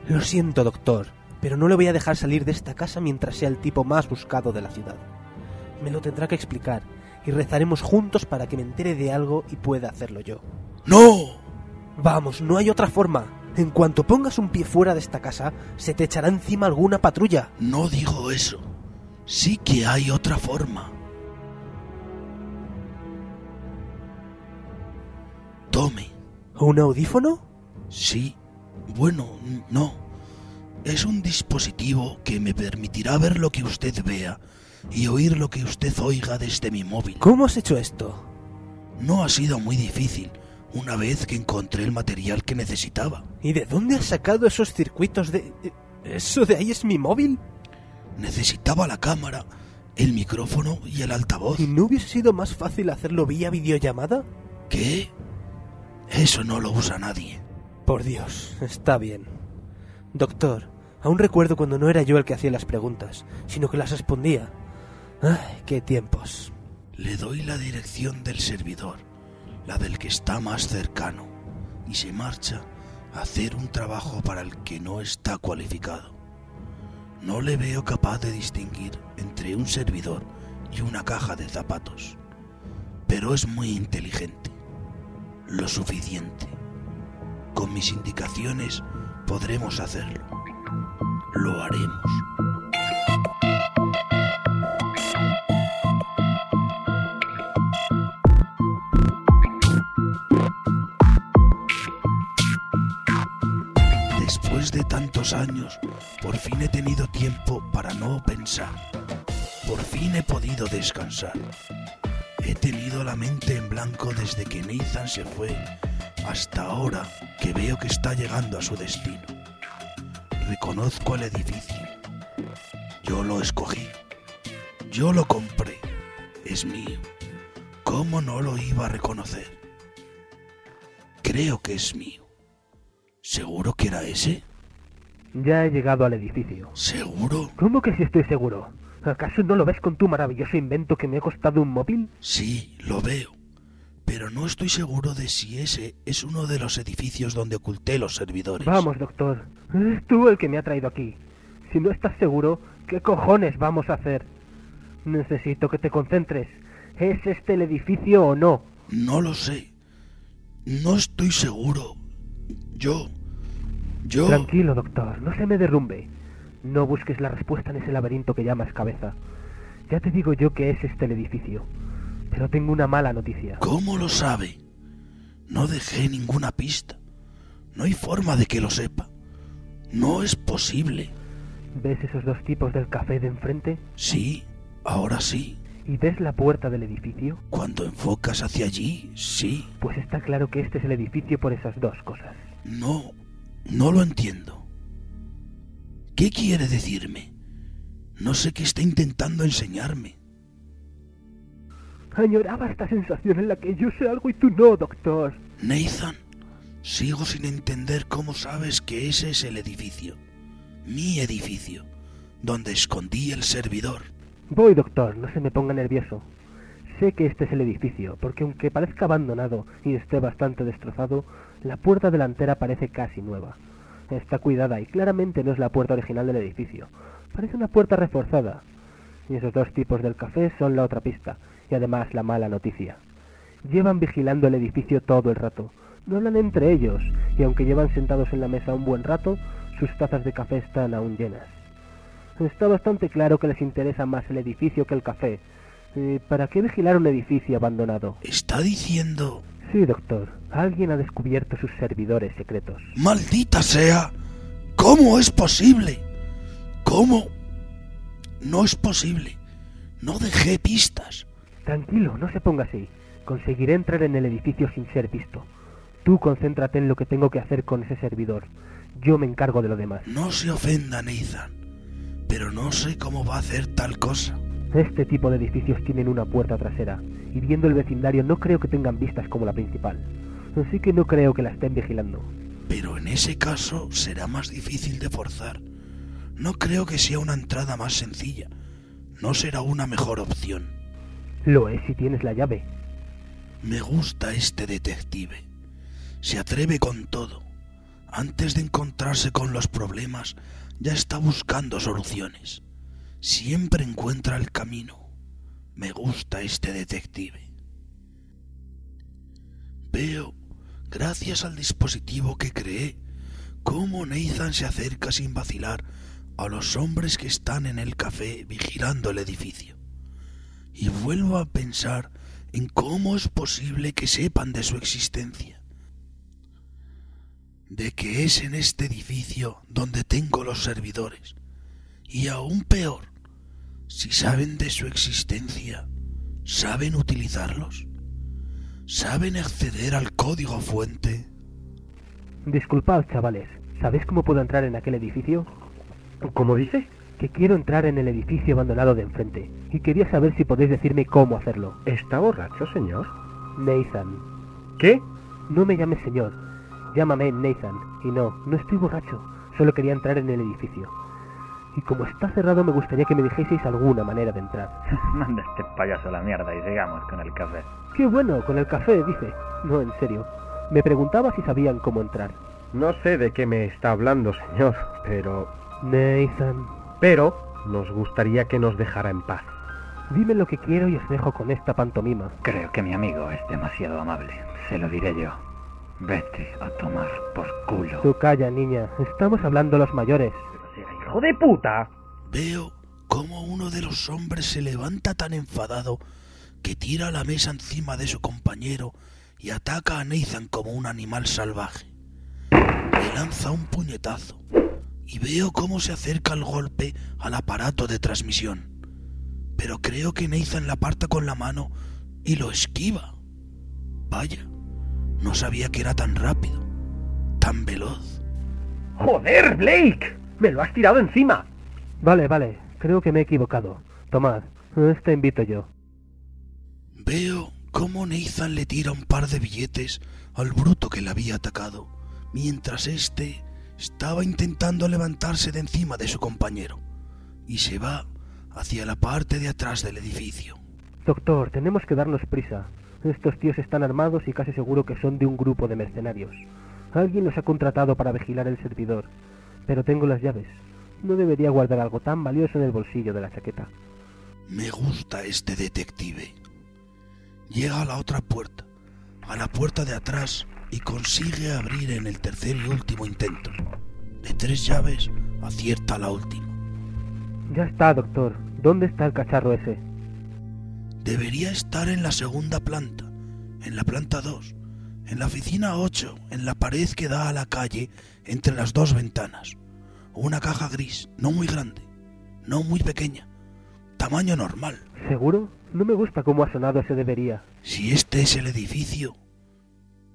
H: Lo siento, doctor, pero no le voy a dejar salir de esta casa mientras sea el tipo más buscado de la ciudad. Me lo tendrá que explicar y rezaremos juntos para que me entere de algo y pueda hacerlo yo.
W: ¡No!
H: Vamos, no hay otra forma. En cuanto pongas un pie fuera de esta casa, se te echará encima alguna patrulla.
W: No digo eso. Sí que hay otra forma. Tome.
H: ¿Un audífono?
W: Sí. Bueno, no. Es un dispositivo que me permitirá ver lo que usted vea y oír lo que usted oiga desde mi móvil.
H: ¿Cómo has hecho esto?
W: No ha sido muy difícil una vez que encontré el material que necesitaba.
H: ¿Y de dónde has sacado esos circuitos de... eh, ¿Eso de ahí es mi móvil?
W: Necesitaba la cámara, el micrófono y el altavoz.
H: ¿Y no hubiese sido más fácil hacerlo vía videollamada?
W: ¿Qué? Eso no lo usa nadie.
H: Por Dios, está bien. Doctor, aún recuerdo cuando no era yo el que hacía las preguntas, sino que las respondía. ¡Ay, qué tiempos!
W: Le doy la dirección del servidor, la del que está más cercano, y se marcha a hacer un trabajo para el que no está cualificado. No le veo capaz de distinguir entre un servidor y una caja de zapatos, pero es muy inteligente, lo suficiente. Con mis indicaciones podremos hacerlo. Lo haremos. Después de tantos años, por fin he tenido tiempo para no pensar. Por fin he podido descansar. He tenido la mente en blanco desde que Nathan se fue hasta ahora que veo que está llegando a su destino. Reconozco el edificio. Yo lo escogí. Yo lo compré. Es mío. ¿Cómo no lo iba a reconocer? Creo que es mío. ¿Seguro que era ese?
H: Ya he llegado al edificio.
W: ¿Seguro?
H: ¿Cómo que si estoy seguro? ¿Acaso no lo ves con tu maravilloso invento que me ha costado un móvil?
W: Sí, lo veo pero no estoy seguro de si ese es uno de los edificios donde oculté los servidores.
H: Vamos, doctor. Es tú el que me ha traído aquí. Si no estás seguro, ¿qué cojones vamos a hacer? Necesito que te concentres. ¿Es este el edificio o no?
W: No lo sé. No estoy seguro. Yo... Yo...
H: Tranquilo, doctor. No se me derrumbe. No busques la respuesta en ese laberinto que llamas cabeza. Ya te digo yo que es este el edificio pero tengo una mala noticia.
W: ¿Cómo lo sabe? No dejé ninguna pista. No hay forma de que lo sepa. No es posible.
H: ¿Ves esos dos tipos del café de enfrente?
W: Sí, ahora sí.
H: ¿Y ves la puerta del edificio?
W: Cuando enfocas hacia allí, sí.
H: Pues está claro que este es el edificio por esas dos cosas.
W: No, no lo entiendo. ¿Qué quiere decirme? No sé qué está intentando enseñarme.
H: Añoraba esta sensación en la que yo sé algo y tú no, doctor.
W: Nathan, Sigo sin entender cómo sabes que ese es el edificio. Mi edificio. Donde escondí el servidor.
H: Voy, doctor, no se me ponga nervioso. Sé que este es el edificio, porque aunque parezca abandonado y esté bastante destrozado, la puerta delantera parece casi nueva. Está cuidada y claramente no es la puerta original del edificio. Parece una puerta reforzada. Y esos dos tipos del café son la otra pista, y además la mala noticia. Llevan vigilando el edificio todo el rato. No hablan entre ellos, y aunque llevan sentados en la mesa un buen rato, sus tazas de café están aún llenas. Pues Está bastante claro que les interesa más el edificio que el café. Eh, ¿Para qué vigilar un edificio abandonado?
W: ¿Está diciendo?
H: Sí, doctor. Alguien ha descubierto sus servidores secretos.
W: ¡Maldita sea! ¿Cómo es posible? ¿Cómo? No es posible. No dejé pistas.
H: Tranquilo, no se ponga así. Conseguiré entrar en el edificio sin ser visto. Tú concéntrate en lo que tengo que hacer con ese servidor. Yo me encargo de lo demás.
W: No se ofenda, Nathan. Pero no sé cómo va a hacer tal cosa.
H: Este tipo de edificios tienen una puerta trasera, y viendo el vecindario no creo que tengan vistas como la principal. Así que no creo que la estén vigilando.
W: Pero en ese caso será más difícil de forzar. No creo que sea una entrada más sencilla. No será una mejor opción.
H: Lo es si tienes la llave.
W: Me gusta este detective. Se atreve con todo. Antes de encontrarse con los problemas, ya está buscando soluciones. Siempre encuentra el camino. Me gusta este detective. Veo, gracias al dispositivo que creé, cómo Nathan se acerca sin vacilar a los hombres que están en el café vigilando el edificio. Y vuelvo a pensar en cómo es posible que sepan de su existencia de que es en este edificio donde tengo los servidores. Y aún peor, si saben de su existencia, ¿saben utilizarlos? ¿Saben acceder al código fuente?
H: Disculpad, chavales. ¿Sabéis cómo puedo entrar en aquel edificio?
E: ¿Cómo dices?
H: Que quiero entrar en el edificio abandonado de enfrente. Y quería saber si podéis decirme cómo hacerlo.
E: ¿Está borracho, señor?
H: Nathan.
E: ¿Qué?
H: No me llames señor. Llámame Nathan. Y no, no estoy borracho. Solo quería entrar en el edificio. Y como está cerrado, me gustaría que me dijeseis alguna manera de entrar.
E: Manda este payaso a la mierda y sigamos con el café.
H: Qué bueno, con el café, dice. No, en serio. Me preguntaba si sabían cómo entrar.
E: No sé de qué me está hablando, señor, pero...
H: Nathan.
E: Pero nos gustaría que nos dejara en paz.
H: Dime lo que quiero y os dejo con esta pantomima.
E: Creo que mi amigo es demasiado amable. Se lo diré yo. Vete a tomar por culo.
H: Tú calla, niña. Estamos hablando los mayores.
E: ¡Hijo de puta!
W: Veo cómo uno de los hombres se levanta tan enfadado que tira la mesa encima de su compañero y ataca a Nathan como un animal salvaje. Le lanza un puñetazo y veo cómo se acerca el golpe al aparato de transmisión. Pero creo que Nathan la aparta con la mano y lo esquiva. Vaya. No sabía que era tan rápido, tan veloz.
E: ¡Joder, Blake! ¡Me lo has tirado encima!
H: Vale, vale, creo que me he equivocado. Tomad, este invito yo.
W: Veo cómo Nathan le tira un par de billetes al bruto que le había atacado, mientras este estaba intentando levantarse de encima de su compañero, y se va hacia la parte de atrás del edificio.
H: Doctor, tenemos que darnos prisa. Estos tíos están armados y casi seguro que son de un grupo de mercenarios. Alguien los ha contratado para vigilar el servidor, pero tengo las llaves. No debería guardar algo tan valioso en el bolsillo de la chaqueta.
W: Me gusta este detective. Llega a la otra puerta, a la puerta de atrás, y consigue abrir en el tercer y último intento. De tres llaves, acierta la última.
H: Ya está, doctor. ¿Dónde está el cacharro ese?
W: debería estar en la segunda planta, en la planta 2, en la oficina 8, en la pared que da a la calle entre las dos ventanas. Una caja gris, no muy grande, no muy pequeña, tamaño normal.
H: ¿Seguro? No me gusta cómo ha sonado ese debería.
W: Si este es el edificio,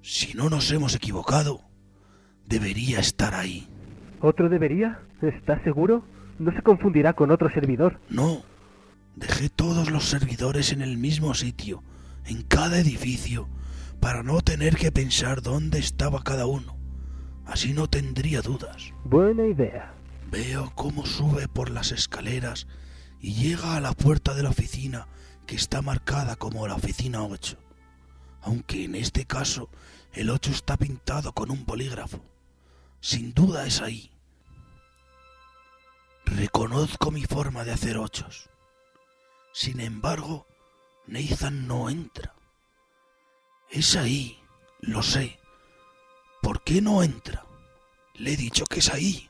W: si no nos hemos equivocado, debería estar ahí.
H: ¿Otro debería? ¿Estás seguro? ¿No se confundirá con otro servidor?
W: No, Dejé todos los servidores en el mismo sitio, en cada edificio, para no tener que pensar dónde estaba cada uno. Así no tendría dudas.
H: Buena idea.
W: Veo cómo sube por las escaleras y llega a la puerta de la oficina que está marcada como la oficina 8. Aunque en este caso el 8 está pintado con un bolígrafo. Sin duda es ahí. Reconozco mi forma de hacer ochos. Sin embargo, Nathan no entra. Es ahí, lo sé. ¿Por qué no entra? Le he dicho que es ahí.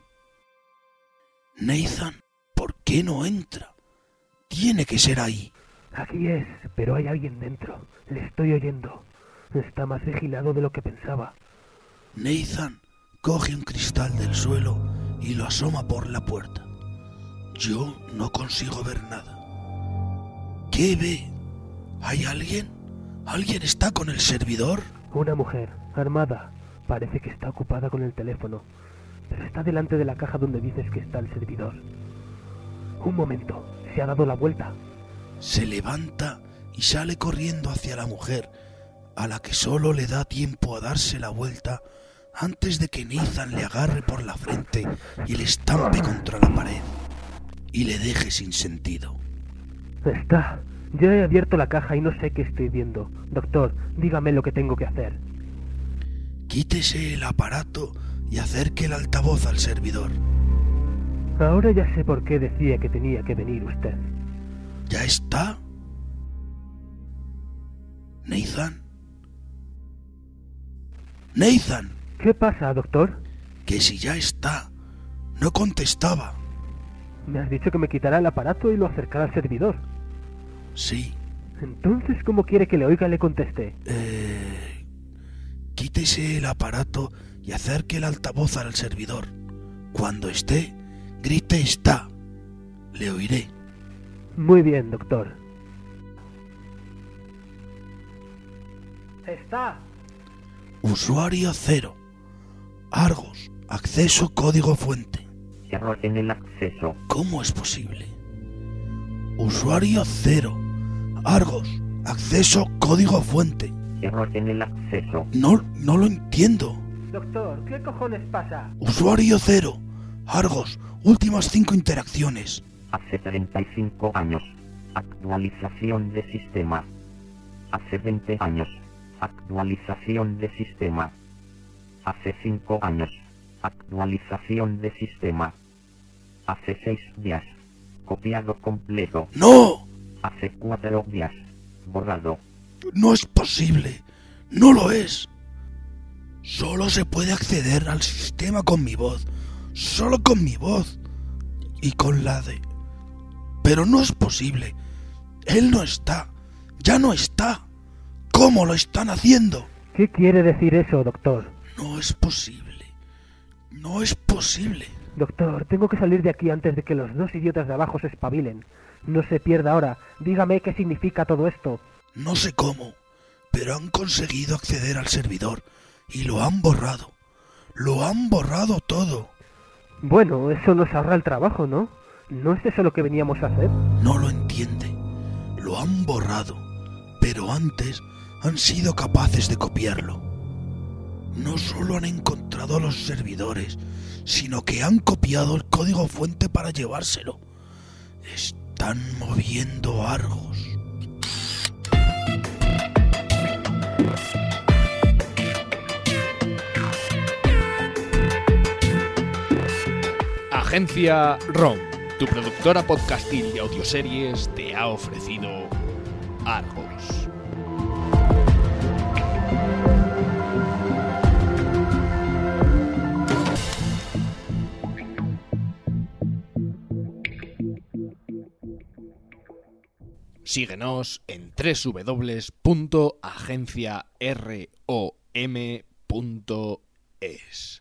W: Nathan, ¿por qué no entra? Tiene que ser ahí.
H: Aquí es, pero hay alguien dentro. Le estoy oyendo. Está más vigilado de lo que pensaba.
W: Nathan coge un cristal del suelo y lo asoma por la puerta. Yo no consigo ver nada. ¿Qué ve? ¿Hay alguien? ¿Alguien está con el servidor?
H: Una mujer, armada. Parece que está ocupada con el teléfono. Pero está delante de la caja donde dices que está el servidor. Un momento, se ha dado la vuelta.
W: Se levanta y sale corriendo hacia la mujer, a la que solo le da tiempo a darse la vuelta antes de que Nathan le agarre por la frente y le estampe contra la pared y le deje sin sentido.
H: Está. Yo he abierto la caja y no sé qué estoy viendo. Doctor, dígame lo que tengo que hacer.
W: Quítese el aparato y acerque el altavoz al servidor.
H: Ahora ya sé por qué decía que tenía que venir usted.
W: ¿Ya está? Nathan. Nathan.
H: ¿Qué pasa, doctor?
W: Que si ya está. No contestaba.
H: Me has dicho que me quitará el aparato y lo acercará al servidor.
W: Sí.
H: Entonces, ¿cómo quiere que le oiga? Le contesté.
W: Eh, quítese el aparato y acerque el altavoz al servidor. Cuando esté, grite está. Le oiré.
H: Muy bien, doctor. Está.
W: Usuario cero. Argos. Acceso código fuente.
I: Error en el acceso.
W: ¿Cómo es posible? Usuario cero. Argos. Acceso código fuente.
I: Error en el acceso.
W: No, no lo entiendo.
H: Doctor, ¿qué cojones pasa?
W: Usuario cero. Argos. Últimas cinco interacciones.
I: Hace 35 años. Actualización de sistema. Hace 20 años. Actualización de sistema. Hace 5 años. Actualización de sistema. Hace 6 días. Copiado completo.
W: ¡No!
I: Hace 4 días. Borrado.
W: No es posible. No lo es. Solo se puede acceder al sistema con mi voz. Solo con mi voz. Y con la de... Pero no es posible. Él no está. Ya no está. ¿Cómo lo están haciendo?
H: ¿Qué quiere decir eso, doctor?
W: No es posible. No es posible.
H: Doctor, tengo que salir de aquí antes de que los dos idiotas de abajo se espabilen. No se pierda ahora. Dígame qué significa todo esto.
W: No sé cómo, pero han conseguido acceder al servidor y lo han borrado. Lo han borrado todo.
H: Bueno, eso nos ahorra el trabajo, ¿no? ¿No es eso lo que veníamos a hacer?
W: No lo entiende. Lo han borrado, pero antes han sido capaces de copiarlo. No solo han encontrado a los servidores, sino que han copiado el código fuente para llevárselo. Están moviendo Argos.
K: Agencia ROM, tu productora podcastil de audioseries, te ha ofrecido Argos. Síguenos en www.agenciarom.es.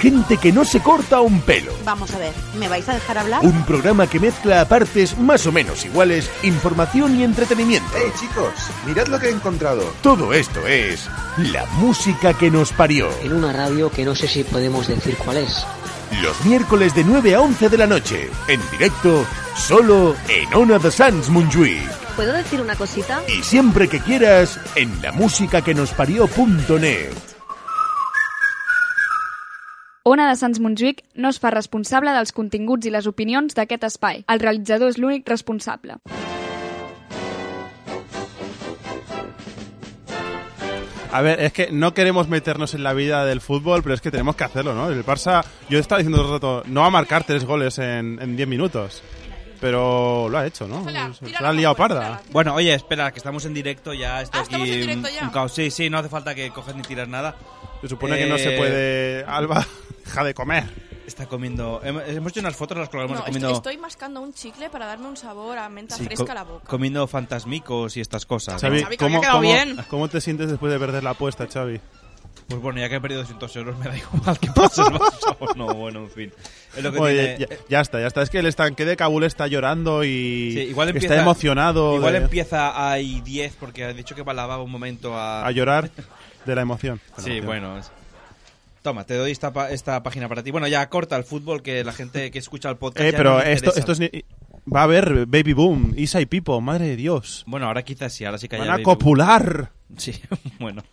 D: gente que no se corta un pelo.
N: Vamos a ver, ¿me vais a dejar hablar?
D: Un programa que mezcla a partes más o menos iguales información y entretenimiento.
G: ¡Hey, Eh, chicos! Mirad lo que he encontrado.
D: Todo esto es la música que nos parió.
R: En una radio que no sé si podemos decir cuál es.
D: Los miércoles de 9 a 11 de la noche, en directo, solo en Ona de Sans Montjuïc.
S: ¿Puedo decir una cosita?
D: Y siempre que quieras, en la música que nos parió.net.
J: Ona de Sants Montjuïc no es fa responsable dels continguts i les opinions d'aquest espai. El realitzador és l'únic responsable.
L: A ver, es que no queremos meternos en la vida del fútbol, pero es que tenemos que hacerlo, ¿no? El Barça, yo estaba diciendo todo el rato, no va a marcar tres goles en en 10 minutos. Pero lo ha hecho, ¿no? Se la ha liado
B: pues,
L: parda.
B: Bueno, oye, espera, que estamos en directo
M: Ah,
B: ya. Está aquí
L: en
B: un-
L: directo ya.
B: un caos. Sí, sí, no hace falta que coges ni tiras nada. Eh,
L: Se supone que no se puede- Alba, deja de comer.
B: Está comiendo. hem- Hemos hecho unas fotos, las colgamos
M: No, est-
B: comiendo.
M: estoy mascando un chicle para darme un sabor a menta
B: sí,
M: fresca
B: co-
M: a la boca.
B: comiendo fantasmicos y estas cosas.
L: Xavi,
M: Xavi, que
L: ¿cómo,
M: había quedado
L: cómo-
M: bien.
L: cómo te sientes después de perder la apuesta, Xavi?
B: Pues bueno, ya que he perdido 200 euros, me da igual que pases más o no. Bueno, en fin. Es lo que
L: Oye,
B: tiene- eh,
L: ya, ya está, ya está. Es que el estanque de Kabul está llorando y
B: Sí, igual empieza,
L: está emocionado
B: Igual
L: de-
B: empieza ahí 10 porque ha dicho que balaba un momento a.
L: a llorar de la emoción.
B: Sí, bueno. es- Toma, te doy esta, pa- esta página para ti. Bueno, ya corta el fútbol que la gente que escucha el podcast.
L: Eh,
B: ya no
L: pero
B: le
L: esto,
B: interesa.
L: esto es ni- va a haber Baby Boom, Isa y Pipo, madre de Dios.
B: Bueno, ahora quizás sí, ahora sí que
L: Van
B: haya
L: a
B: Baby Boom.
L: copular.
B: Sí, bueno.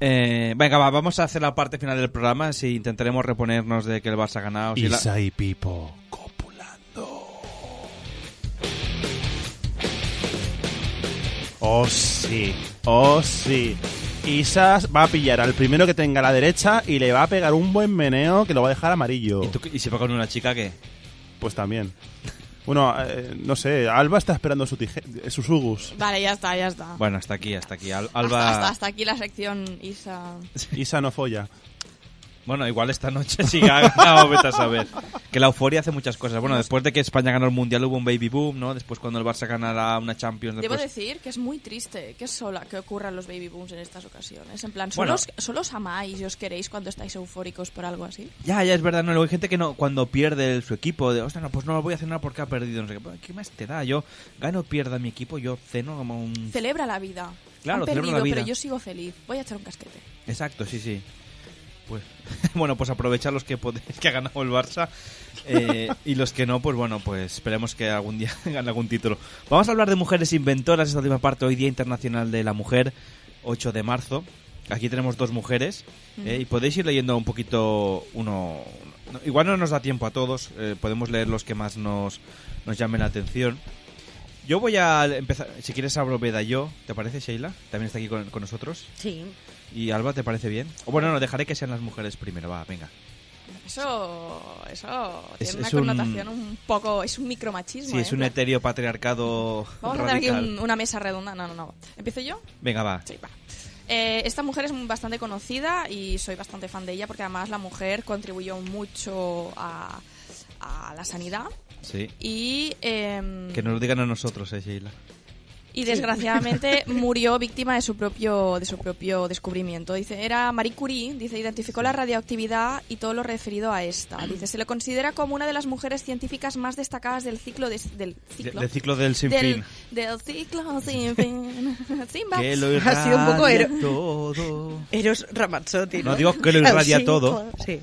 B: Eh, venga, va, vamos a hacer la parte final del programa. Si intentaremos reponernos de que el Barça ha ganado. si la-
L: Isa y Pipo. Oh sí, oh sí. Isas va a pillar al primero que tenga a la derecha y le va a pegar un buen meneo que lo va a dejar amarillo.
B: ¿Y, tú qué- y si va con una chica que
L: Pues también. Bueno, eh, no sé, Alba está esperando su tije- eh, sus ugus.
M: Vale, ya está, ya está.
B: Bueno, ah. hasta aquí, hasta aquí. Al-
M: Hasta,
B: Alba.
M: hasta- hasta aquí la sección Isa.
L: Isa no folla.
B: Bueno, igual esta noche sí que ha ganado, vete a saber. Que la euforia hace muchas cosas. Bueno, después de que España ganó el Mundial hubo un baby boom, ¿no? Después cuando el Barça ganará una Champions...
M: Debo
B: después-
M: decir que es muy triste que sola que ocurran los baby booms en estas ocasiones. En plan,
B: Bueno.
M: solo, os, solo os amáis y os queréis cuando estáis eufóricos por algo así.
B: Ya, ya, es verdad, no, luego hay gente que no, cuando pierde el- su equipo, de, hostia, no, pues no lo voy a cenar porque ha perdido, no sé qué, Bueno, ¿qué más te da? Yo gano o pierda mi equipo, yo ceno como un...
M: Celebra la vida.
B: Mm. Claro,
M: Han
B: celebra
M: perdido,
B: la vida.
M: pero yo sigo feliz. Voy a echar un casquete.
B: Exacto, sí, sí. Pues, bueno, pues aprovechar los que podéis, que ha ganado el Barça. eh, y los que no, pues bueno, pues esperemos que algún día gane algún título. Vamos a hablar de mujeres inventoras, esta última parte, hoy Día Internacional de la Mujer, 8 de marzo. Aquí tenemos dos mujeres eh,
Y: Ujú.
B: y podéis ir leyendo un poquito uno... no- igual no nos da tiempo a todos, eh, podemos leer los que más nos, nos llamen la atención. Yo voy a empezar, si quieres abro veda yo, ¿te parece Sheila? También está aquí con- con nosotros.
O: Sí.
B: ¿Y Alba te parece bien? O bueno, no, dejaré que sean las mujeres primero, va, venga.
M: Eso, eso
B: Es-
M: tiene
B: es un-
M: una connotación un... poco. Es un micromachismo.
B: Sí,
M: ¿eh?
B: es un etéreo patriarcado
M: Vamos a hacer
B: radical.
M: aquí un- una mesa redonda. No, no, no. ¿Empiezo yo?
B: Venga, va.
M: Sí, va. Eh, esta mujer es bastante conocida y soy bastante fan de ella porque además la mujer contribuyó mucho a, a la sanidad
B: Sí.
M: y, em,
B: Que nos lo digan a nosotros, eh, Sheila.
M: y desgraciadamente murió víctima de su propio de su propio descubrimiento. Dice, era Marie Curie, dice, identificó la radioactividad y todo lo referido a esta. Dice, se le considera como una de las mujeres científicas más destacadas del ciclo de- del ciclo
B: del ciclo del sin fin.
M: Del ciclo sin fin. Simba.
B: Que lo
O: Ha sido un poco
B: irradia
O: ero-
B: todo.
O: Eros Ramazzotti.
B: No, digo que lo
O: Al
B: irradia
O: cinco.
B: todo.
O: Sí.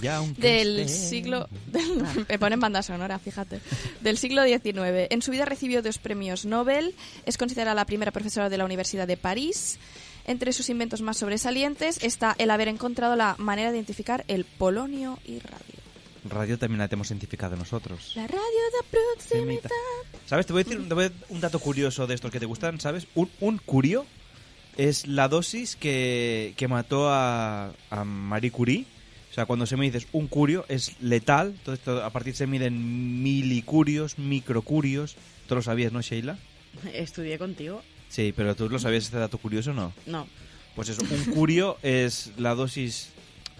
B: Ya, aunque
M: Del
B: esté-
M: siglo. del-
B: Ah.
M: me ponen banda sonora, fíjate. Del siglo XIX. En su vida recibió dos premios Nobel. Es considerada la primera profesora de la Universidad de París. Entre sus inventos más sobresalientes está el haber encontrado la manera de identificar el polonio y radio.
B: Radio también la tenemos identificada nosotros.
M: La radio de proximidad.
B: ¿Sabes? Te voy a decir te voy a decir un dato curioso de estos que te gustan, ¿sabes? Un, un curio es la dosis que, que mató a, a Marie Curie. O sea, cuando se me dices un curio es letal. Entonces, to- a partir se miden milicurios, microcurios. ¿Tú lo sabías, no, Sheila?
O: Estudié contigo.
B: Sí, pero tú lo sabías este dato curioso, ¿no?
O: No.
B: Pues eso, un curio es la dosis.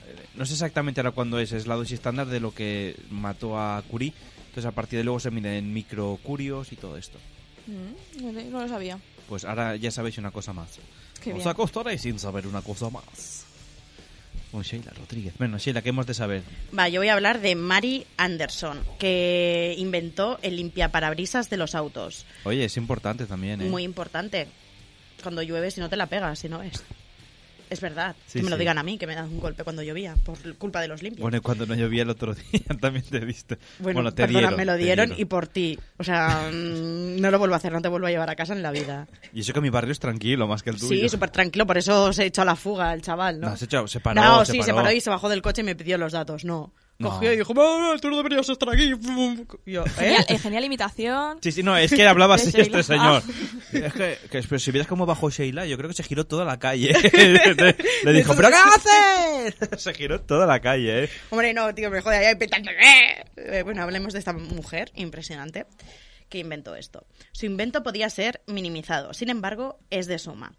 B: eh, No sé exactamente ahora cuándo es, es la dosis estándar de lo que mató a Curie. Entonces a partir de luego se miden microcurios y todo esto.
M: Mm, no lo sabía.
B: Pues ahora ya sabéis una cosa más.
M: Qué
B: Os
M: bien.
B: acostaréis sin saber una cosa más. Con Sheila Rodríguez. Bueno, Sheila, ¿qué hemos de saber?
O: Va, yo voy a hablar de Mary Anderson, que inventó el limpiaparabrisas de los autos.
B: Oye, es importante también, ¿eh?
O: Muy importante. Cuando llueve, si no te la pegas, si no es. Es verdad.
B: Sí,
O: que me lo
B: sí.
O: digan a mí, que me dan un golpe cuando llovía, por culpa de los limpios.
B: Bueno, y cuando no llovía el otro día también te diste.
O: Bueno,
B: te
O: perdona,
B: dieron,
O: me lo
B: te
O: dieron, y por ti. O sea, mm, no lo vuelvo a hacer, no te vuelvo a llevar a casa en la vida.
B: Y eso que mi barrio es tranquilo, más que el tuyo.
O: Sí, súper tranquilo, por eso se echó a la fuga el chaval, ¿no?
B: No, se echó- se paró,
O: No,
B: se
O: sí, se
B: paró.
O: paró y se bajó del coche y me pidió los datos, no.
B: No.
O: Cogió y dijo, "Ah, tú no deberías estar aquí. Y yo, ¿eh?
M: Genial, eh, genial imitación.
B: Sí, sí, no, es que hablaba así
M: De
B: este
M: Sheila. Ah.
B: señor. Es que, que es- pero si vieras cómo bajó Sheila, yo creo que se giró toda la calle. Le- Le dijo, ¿pero qué haces? Se giró toda la calle, ¿eh?
O: Hombre, no, tío, me jode. ahí hay petanca. Eh, Bueno, hablemos de esta mujer impresionante que inventó esto. Su invento podía ser minimizado, sin embargo, es de suma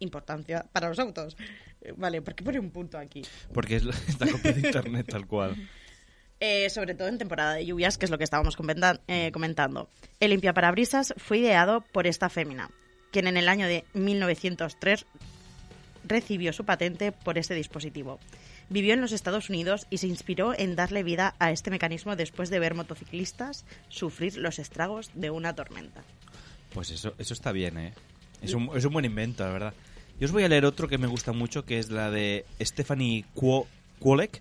O: importancia para los autos. Eh, Vale, ¿por qué pone un punto aquí?
B: Porque es, la- está copia de internet tal cual.
O: Eh, sobre todo en temporada de lluvias, que es lo que estábamos comenta- eh, comentando. El limpiaparabrisas fue ideado por esta fémina, quien en el año de 1903 recibió su patente por este dispositivo. Vivió en los Estados Unidos y se inspiró en darle vida a este mecanismo después de ver motociclistas sufrir los estragos de una tormenta.
B: Pues eso, eso está bien, ¿eh? Es un, es un buen invento, la verdad. Yo os voy a leer otro que me gusta mucho, que es la de Stephanie Kuo- Kuolek,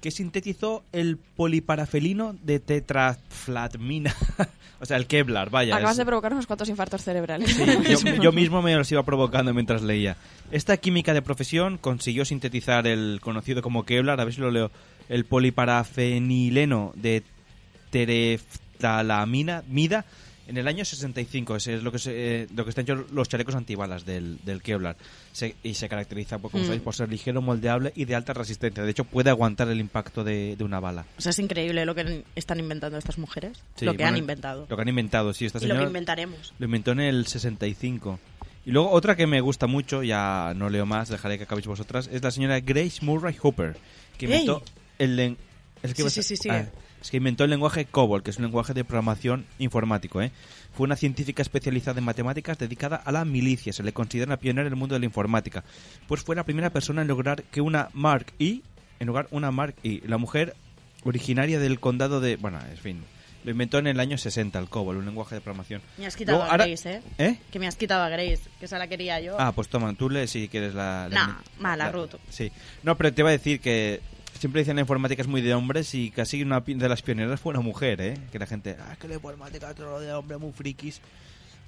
B: que sintetizó el poliparafelino de tetraflatmina. o sea, el Kevlar, vaya.
M: Acabas
B: es-
M: de provocar unos cuantos infartos cerebrales.
B: yo, yo mismo me los iba provocando mientras leía. Esta química de profesión consiguió sintetizar el conocido como Kevlar, a ver si lo leo, el poliparafenileno de tereftalamina, mida, en el año 65. Ese es lo que, se- eh, lo que están hechos los chalecos antibalas del, del Kevlar. Se- y se caracteriza, por, como
O: Mm.
B: sabéis, por ser ligero, moldeable y de alta resistencia. De hecho, puede aguantar el impacto de, de una bala.
O: O sea, es increíble lo que están inventando estas mujeres,
B: Sí,
O: lo que han
B: bueno,
O: inventado.
B: Lo que han inventado, sí. Esta
O: Y lo que
B: señora
O: inventaremos.
B: Lo inventó en el 65. Y luego otra que me gusta mucho, ya no leo más, dejaré que acabéis vosotras, es la señora Grace Murray Hooper, que
O: ¡Ey!
B: inventó el len- es
O: Sí,
B: va a
O: sí, sí,
B: ser- ah,
O: sí.
B: es que inventó el lenguaje COBOL, que es un lenguaje de programación informático. ¿eh? Fue una científica especializada en matemáticas dedicada a la milicia. Se le considera una pionera en el mundo de la informática. Pues fue la primera persona en lograr que una Mark I, en lugar una Mark I, la mujer originaria del condado de... Bueno, en fin. Lo inventó en el año 60, el COBOL, un lenguaje de programación.
O: Me has quitado
B: Luego,
O: a
B: ahora-
O: Grace, ¿eh?
B: ¿Eh?
O: Que me has quitado a Grace, que esa la quería yo.
B: Ah, pues toma, tú le si quieres la... la-
O: Nah, mala, Ruth.
B: Sí. No, pero te iba a decir que siempre dicen la informática es muy de hombres y casi una pi- de las pioneras fue una mujer, ¿eh? Que la gente... "Ah, que la informática todo lo de hombre muy frikis.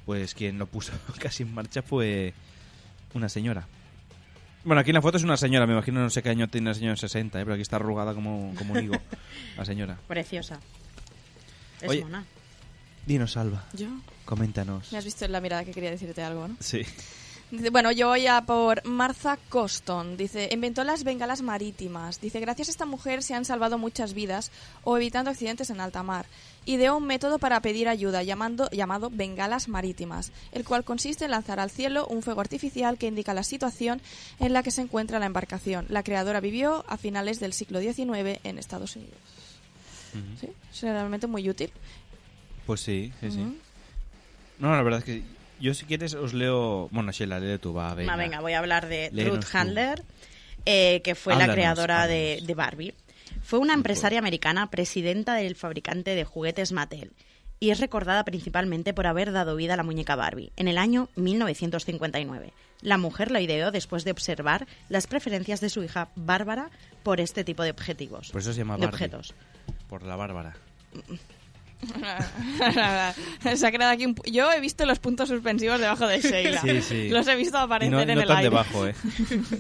B: Pues quien lo puso casi en marcha fue una señora. Bueno, aquí en la foto es una señora, me imagino, no sé qué año tiene la señora 60, ¿eh? pero aquí está arrugada como, como un higo, la señora.
O: Preciosa. Es
B: Oye.
O: mona.
B: Dinos, Alba.
M: ¿Yo?
B: Coméntanos.
M: Me has visto en la mirada que quería decirte algo, ¿no?
B: Sí.
M: Dice, bueno, yo voy a por Martha Coston. Dice, inventó las bengalas marítimas. Dice, gracias a esta mujer se han salvado muchas vidas o evitando accidentes en alta mar. Ideó un método para pedir ayuda llamando, llamado bengalas marítimas, el cual consiste en lanzar al cielo un fuego artificial que indica la situación en la que se encuentra la embarcación. La creadora vivió a finales del siglo XIX en Estados Unidos. Sí, es realmente muy útil.
B: Pues sí, sí, sí.
M: Ujú.
B: No, la verdad es que yo si quieres os leo... Bueno, Sheila, lee tú, va, venga.
O: Ah, venga, voy a hablar de
B: Léenos
O: Ruth
B: tú.
O: Handler, eh, que fue la
B: Háblanos,
O: creadora de, de Barbie. Fue una empresaria americana, presidenta del fabricante de juguetes Mattel, y es recordada principalmente por haber dado vida a la muñeca Barbie en el año 1959. La mujer lo ideó después de observar las preferencias de su hija Bárbara por este tipo de objetivos.
B: Por eso se llama
O: de
B: Barbie.
O: objetos.
B: Por la Bárbara.
M: Se ha creado aquí un pu- Yo he visto los puntos suspensivos debajo de Sheila.
B: Sí, sí.
M: Los he visto
B: Y
M: aparecer
B: no,
M: en
B: no
M: el
B: tan
M: aire.
B: debajo, ¿eh?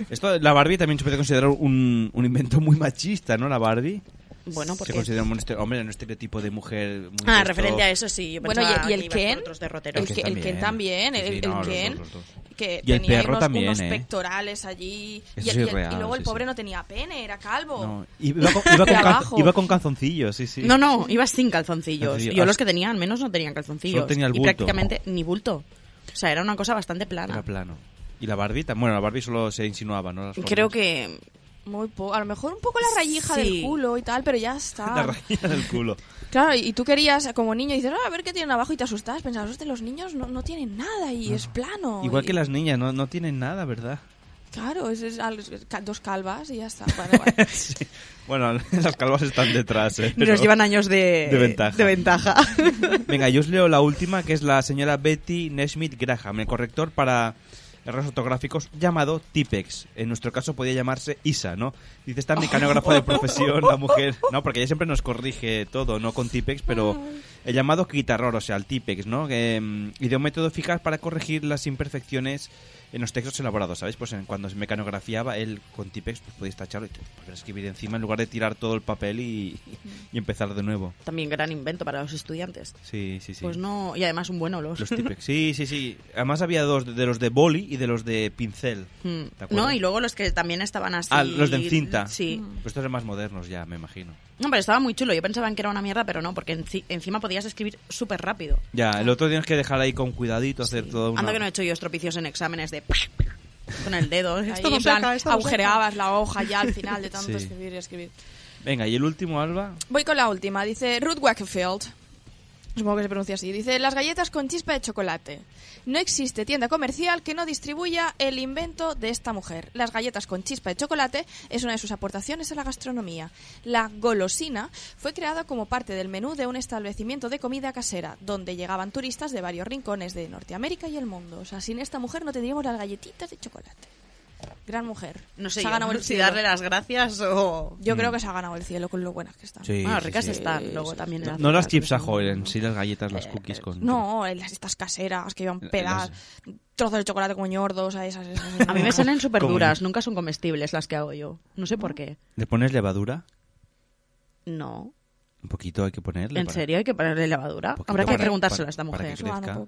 B: Esto, la Barbie también se puede considerar un, un invento muy machista, ¿no? La Barbie.
O: Bueno, porque-
B: Se considera un, estere- hombre, un estereotipo de mujer... muy
O: Ah,
B: esto-
O: referente a eso sí. yo
M: Bueno, y-
O: pensaba "Ah,
M: y,
O: que
M: el
O: ibas por
M: Ken.
O: otros derroteros.
M: El, Ken- el Ken también. El,
B: Sí, sí,
M: el
B: no, los
M: Ken.
B: dos, los dos.
M: Que
B: Y el
M: tenía
B: perro
M: unos,
B: también,
M: unos
B: ¿eh?
M: pectorales allí.
B: Eso
M: y,
B: es
M: y- y
B: irreal,
M: luego el
B: sí,
M: pobre
B: sí.
M: no tenía pene, era calvo.
B: No, iba con, iba con
M: De
B: calzo-
M: abajo.
B: iba con calzoncillos, sí, sí.
O: No, no, ibas sin calzoncillos.
B: Calzoncillos.
O: Yo
B: Ah,
O: los que tenía al menos no tenían calzoncillos.
B: Solo tenía el
O: Y
B: bulto.
O: prácticamente ni bulto. O sea, era una cosa bastante plana.
B: Era plano. ¿Y la Barbie? tam- Bueno, la Barbie solo se insinuaba, ¿no? Las formas.
O: Creo que
M: Muy poco. A lo mejor un poco la rayija
B: Sí.
M: del culo y tal, pero ya está.
B: La rajilla del culo.
M: Claro, y tú querías, como niño, dices, "Ah, a ver qué tienen abajo y te asustabas. Pensabas, hostia, los niños no, no tienen nada y es plano.
B: Igual
M: Y-
B: que las niñas, no, no tienen nada, ¿verdad?
M: Claro, es, es al- es ca- dos calvas y ya está. Vale, vale.
B: Bueno, las calvas están detrás. ¿eh?
O: Nos
B: Pero-
O: llevan años de,
B: de ventaja.
O: de ventaja.
B: Venga, yo os leo la última, que es la señora Betty Nesmith Graham, el corrector para errores ortográficos llamado Tipex. En nuestro caso podía llamarse Isa, ¿no? Dice, está mecanógrafa de profesión, la mujer. No, porque ella siempre nos corrige todo, no con Tipex, pero el llamado quitarror, o sea, el Tipex, ¿no? Que, mm, y de un método eficaz para corregir las imperfecciones en los textos elaborados, ¿sabéis? Pues en, cuando se mecanografiaba, él con Tipex pues, podías tacharlo y volver a escribir encima en lugar de tirar todo el papel y, y empezar de nuevo.
O: También gran invento para los estudiantes.
B: Sí, sí, sí.
O: Pues no, y además un buen olor.
B: Los Tipex. Sí, sí, sí. Además había dos, de los de boli y de los de pincel.
O: Mm.
B: ¿Te acuerdas?
O: No, y luego los que también estaban así.
B: Ah, los de encinta.
O: Sí. Hmm.
B: Pues estos eran más modernos ya, me imagino.
O: No, pero estaba muy chulo. Yo pensaba que era una mierda, pero no, porque enci- encima podías escribir súper rápido.
B: Ya, el otro tienes que dejar ahí con cuidadito, hacer todo una...
O: Anda que no he hecho yo estropicios en exámenes de... Con el dedo.
M: Ahí,
O: Esto no
M: en plan,
O: saca, esto no
M: agujereabas
O: saca.
M: la hoja ya al final de tanto
B: Sí.
M: escribir y escribir.
B: Venga, y el último, Alba.
M: Voy con la última. Dice Ruth Wakefield. Supongo que se pronuncia así. Dice, las galletas con chispa de chocolate. No existe tienda comercial que no distribuya el invento de esta mujer. Las galletas con chispa de chocolate es una de sus aportaciones a la gastronomía. La golosina fue creada como parte del menú de un establecimiento de comida casera, donde llegaban turistas de varios rincones de Norteamérica y el mundo. O sea, sin esta mujer no tendríamos las galletitas de chocolate. Gran mujer.
O: No sé
M: Se ha
O: yo,
M: ganado el
O: si
M: cielo.
O: darle las gracias o...
B: Mm.
M: Yo creo que se ha ganado el cielo con lo buenas que están.
B: Sí,
O: Bueno,
B: sí,
O: ricas
B: sí.
O: están, luego también el
B: No
O: azúcar.
B: las chips a joven, sí las galletas,
O: Eh,
B: las cookies con...
M: No, las, estas caseras que iban
B: Las-
M: pedadas, trozos de chocolate como ñordos, a esas. esas-
O: A mí me salen súper duras,
M: Como-
O: nunca son comestibles las que hago yo. No sé por qué.
B: ¿Le pones levadura?
O: No.
B: Un poquito hay que ponerle.
O: ¿En
B: para-
O: serio hay que ponerle levadura?
B: poquito
O: Habrá que
B: para-
O: preguntárselo
B: para-
O: a esta
B: para
O: mujer.
B: que crezca.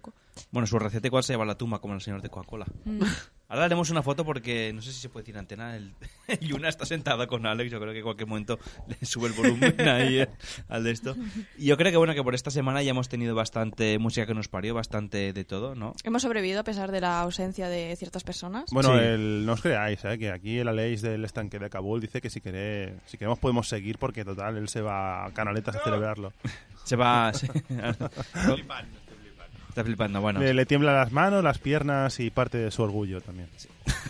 B: Bueno, su receta igual se lleva a la tumba como el señor de Coca-Cola.
O: Mm.
B: Ahora haremos una foto porque no sé si se puede decir en antena. El... Yuna está sentada con Alex. Yo creo que en cualquier momento le sube el volumen ahí eh, al de esto. Y yo creo que bueno, que por esta semana ya hemos tenido bastante música que nos parió, bastante de todo, ¿no?
M: Hemos sobrevivido a pesar de la ausencia de ciertas personas.
L: Bueno,
B: Sí.
L: el- no os creáis, ¿eh? que aquí la ley del estanque de Kabul dice que si, queré- si queremos podemos seguir porque total, él se va a Canaletas a celebrarlo.
B: Se va. se- Está flipando, bueno.
L: Le, le tiemblan las manos, las piernas y parte de su orgullo también.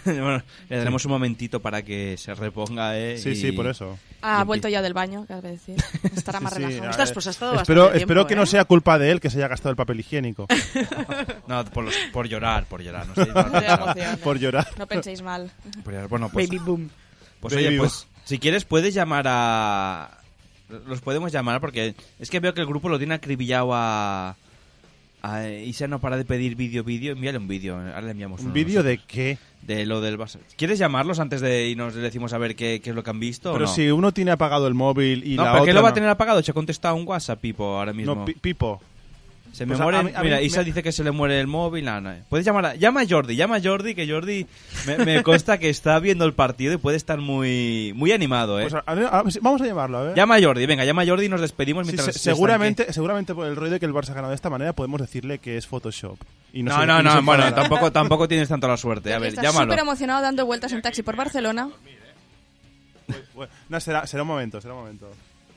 B: Bueno, le daremos un momentito para que se reponga, ¿eh?
L: Sí, sí, por eso.
M: Ha vuelto ya del baño, que has de decir. Estará más
L: Sí, sí,
M: relajado.
L: a ver.
B: pues
M: bastante
L: espero,
M: tiempo,
L: espero que
M: ¿eh?
L: no sea culpa de él que se haya gastado el papel higiénico.
B: No, por, los- por llorar, por llorar. No sé,
M: De emociones.
L: Por llorar.
M: No penséis mal.
B: Por llorar, Bueno, pues,
M: Baby boom.
B: Pues
L: Baby
B: oye,
L: boom.
B: pues si quieres puedes llamar a... Los podemos llamar porque es que veo que el grupo lo tiene acribillado a... a Isa no para de pedir vídeo, vídeo. Envíale un vídeo. Ahora le enviamos
L: ¿Un
B: uno
L: vídeo de
B: nosotros.
L: qué?
B: De lo del Barça. ¿Quieres llamarlos antes de irnos? Le decimos a ver qué, qué es lo que han visto
L: Pero
B: o no?
L: si uno tiene apagado el móvil y
B: no,
L: la
B: ¿pero
L: otra
B: qué lo va a
L: no.
B: tener apagado? Se ha contestado un WhatsApp, Pipo, ahora mismo.
L: No, Pi- Pipo.
B: Se me
L: Pues a-
B: muere.
L: a mí- a
B: mira,
L: mí
B: Isa
L: me-
B: dice que se le muere el móvil. nada, nada. Puedes llamar a, llama a Jordi, llama a Jordi, que Jordi me, me consta que está viendo el partido y puede estar muy, muy animado, ¿eh?
L: Pues a- a- a- vamos a llamarlo, a ver.
B: llama a Jordi, venga, llama a Jordi y nos despedimos
L: Sí,
B: mientras.
L: se-
B: está
L: seguramente, seguramente por el ruido de que el Barça ha ganado de esta manera podemos decirle que es Photoshop. Y
B: No,
L: se-
B: no,
L: y se
B: no, bueno,
L: enfadará.
B: tampoco, tampoco tienes tanto la suerte. A ver,
M: Está
B: llámalo.
M: súper emocionado dando vueltas en taxi por Barcelona.
L: Bueno, no, será, será un momento, será un momento.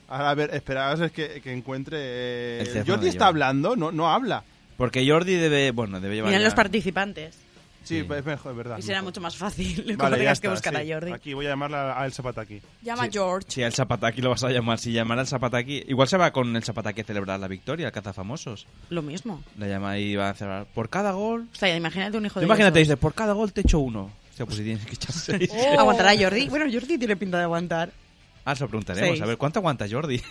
L: Ahora, a ver, esperaos es que, que encuentre... eh,
B: El teléfono
L: Jordi
B: de
L: está
B: Jordi.
L: hablando, no, no habla.
B: Porque Jordi debe, bueno, debe llevar.
O: Miren
B: ya-
O: los participantes.
L: Sí, es mejor, es verdad.
O: Y será
L: mejor.
O: mucho más fácil. cuando
L: Vale, ya
O: tengas que
L: está,
O: buscar
L: sí.
O: a Jordi.
L: Aquí voy a llamarla a El Zapataki.
M: Llama a George.
B: Sí, al Zapataki lo vas a llamar. Si llamara al Zapataki, igual se va con el Zapataki a celebrar la victoria, al cazafamosos.
O: Lo mismo.
B: Le llama y va a celebrar. Por cada gol.
O: O sea, imagínate un hijo de...
B: Imagínate,
O: esos.
B: dice, por cada gol te echo uno. Hostia, pues si tienes que echar seis.
O: ¿Aguantará Jordi? Bueno, Jordi tiene pinta de aguantar.
B: Ah, se lo preguntaremos.
O: Seis.
B: A ver, ¿cuánto aguanta Jordi?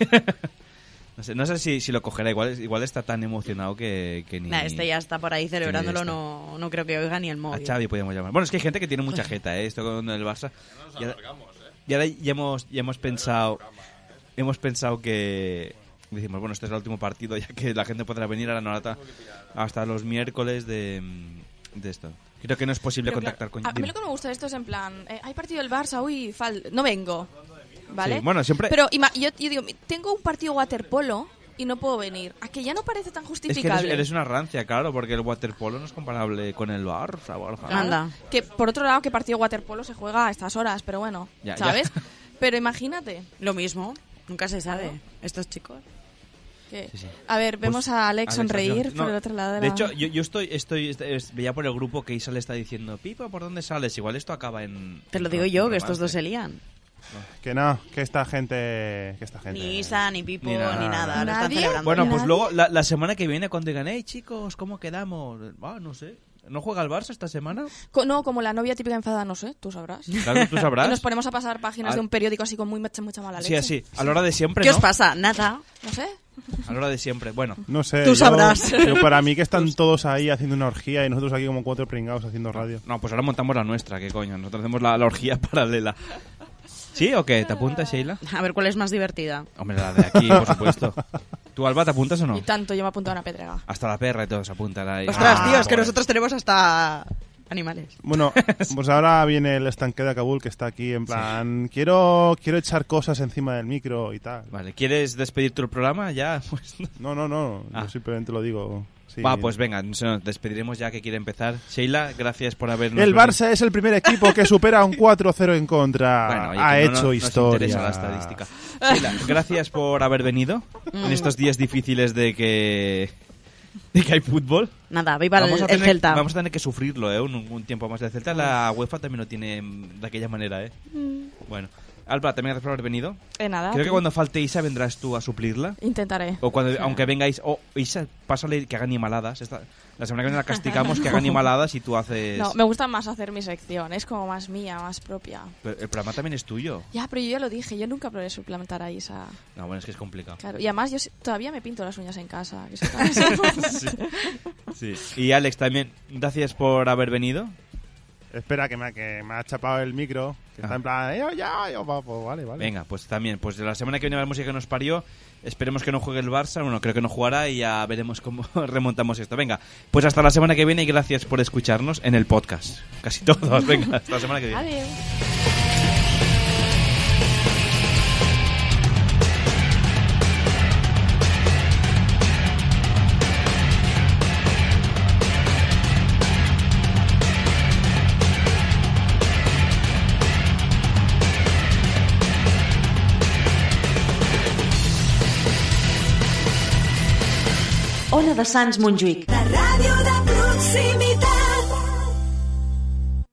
B: no sé, no sé si, si lo cogerá. Igual, igual está tan emocionado que, que ni...
O: Nah, este ya está por ahí celebrándolo,
B: Sí, ya
O: no, no creo que oiga ni el
B: A
O: móvil.
B: Xavi podemos llamar. Bueno, es que hay gente que tiene mucha jeta, ¿eh? Esto con el Barça. Y ahora, y ahora ya hemos, ya hemos pensado... Hemos pensado que... Decimos, bueno, este es el último partido, ya que la gente podrá venir a la Norata hasta los miércoles de, de esto. Creo que no es posible
M: Pero
B: contactar
M: claro,
B: con...
M: A mí lo que me gusta de esto es en plan, eh, hay partido del Barça, uy, fal- no vengo. ¿Vale?
B: Sí, bueno, siempre-
M: Pero ima- yo, yo digo, mi- tengo un partido waterpolo y no puedo venir. A que ya no parece tan
B: Es que eres,
M: justificable.
B: eres una rancia, claro, porque el waterpolo no es comparable con el bar. o sea, Pues, por favor.
M: Claro. Que por otro lado, que partido de waterpolo se juega a estas horas, pero bueno,
B: Ya, ya.
M: ¿sabes? Pero imagínate.
O: Lo mismo, nunca se sabe. Estos chicos.
M: que-
B: Sí, sí.
M: A ver, vemos
B: Pues,
M: a Alex sonreír
B: no,
M: por el otro lado de,
B: de
M: la...
B: hecho, yo, yo estoy, estoy, est- es- veía por el grupo que Isa le está diciendo, Pipa, ¿por dónde sales? Igual esto acaba en...
O: Te lo
B: en
O: digo
B: ro-
O: yo,
B: romance.
O: que estos dos se lían.
L: Que no, que esta gente. Que esta gente.
O: Ni Isa, Eh, ni Pipo, ni nada. Lo están
M: Nadie.
O: celebrando.
B: Bueno, pues
M: Nadie.
B: luego, la, la semana que viene, cuando digan, hey chicos, ¿cómo quedamos? Ah, no sé. ¿No juega el Barça esta semana?
M: Co- No, como la novia típica enfadada, no sé, tú sabrás.
B: Claro, tú sabrás.
M: Y nos ponemos a pasar páginas
B: Al-
M: de un periódico así con muy mucha, mucha mala
B: Sí,
M: leche.
B: así, a la hora de siempre,
O: ¿Qué
B: ¿no?
O: os pasa? Nada.
M: No sé.
B: A la hora de siempre, bueno.
L: No sé.
O: Tú
L: yo-
O: sabrás.
L: yo para mí que están todos ahí haciendo una orgía y nosotros aquí como cuatro pringados haciendo radio.
B: No, pues ahora montamos la nuestra, que coño. Nosotros hacemos la, la orgía paralela. ¿Sí o qué? ¿Te apuntas, Sheila?
O: A ver cuál es más divertida.
B: Hombre, la de aquí, por supuesto. ¿Tú, Alba, te apuntas o no?
M: Y tanto, yo me he apuntado a una pedrega.
B: Hasta la perra y todo se apuntan ahí.
O: Ostras, tío, es que
B: pobre.
O: nosotros tenemos hasta animales.
L: Bueno, pues ahora viene el estanque de Kabul que está aquí en plan. Quiero, quiero echar cosas encima del micro y tal.
B: Ah, Vale, ¿quieres despedir tu programa ya? Pues Ah.
L: No, no, no. Yo simplemente lo digo. sí.
B: Va, pues venga, nos nos despediremos ya que quiere empezar. Sheila, gracias por habernos...
L: El
B: venido.
L: Barça es el primer equipo que supera un 4-0 en contra.
B: Bueno, oye,
L: ha
B: que no,
L: hecho
B: no- nos
L: historia.
B: interesa la estadística. Sheila, gracias por haber venido
L: Mm.
B: en estos días difíciles de que, de que hay fútbol.
O: Nada, viva el,
B: vamos a
O: el
B: tener,
O: Celta.
B: Vamos a tener que sufrirlo, ¿eh? Un, un tiempo más. El Celta la UEFA también lo tiene mm, de aquella manera, ¿eh?
O: Mm.
B: Bueno. Alba, también gracias por haber venido.
M: Eh, nada.
B: Creo que
M: tú-
B: cuando falte Isa vendrás tú a suplirla.
M: Intentaré.
B: O cuando, aunque vengáis... Oh, Isa, pásale que haga animaladas. Esta- la semana que viene la castigamos que haga animaladas y tú haces...
M: No, me gusta más hacer mi sección, es como más mía, más propia.
B: Pero el programa también es tuyo.
M: Ya, pero yo ya lo dije, yo nunca podré suplantar a Isa.
B: No, bueno, es que es complicado.
M: Claro, y además yo s- todavía me pinto las uñas en casa. que eso también-
B: Sí. Y Alex, también, gracias por haber venido.
L: Espera, que me, que me ha chapado el micro. Que está en plan. "Eh, ya, ya, va, pues vale, vale.
B: Ah. Venga, pues también, pues de la semana que viene la música que nos parió, esperemos que no juegue el Barça, bueno, creo que no jugará y ya veremos cómo remontamos esto. Venga, pues hasta la semana que viene y gracias por escucharnos en el podcast. Casi todos, venga, hasta la semana que viene.
M: Adiós.
N: Ona de Sants Montjuïc.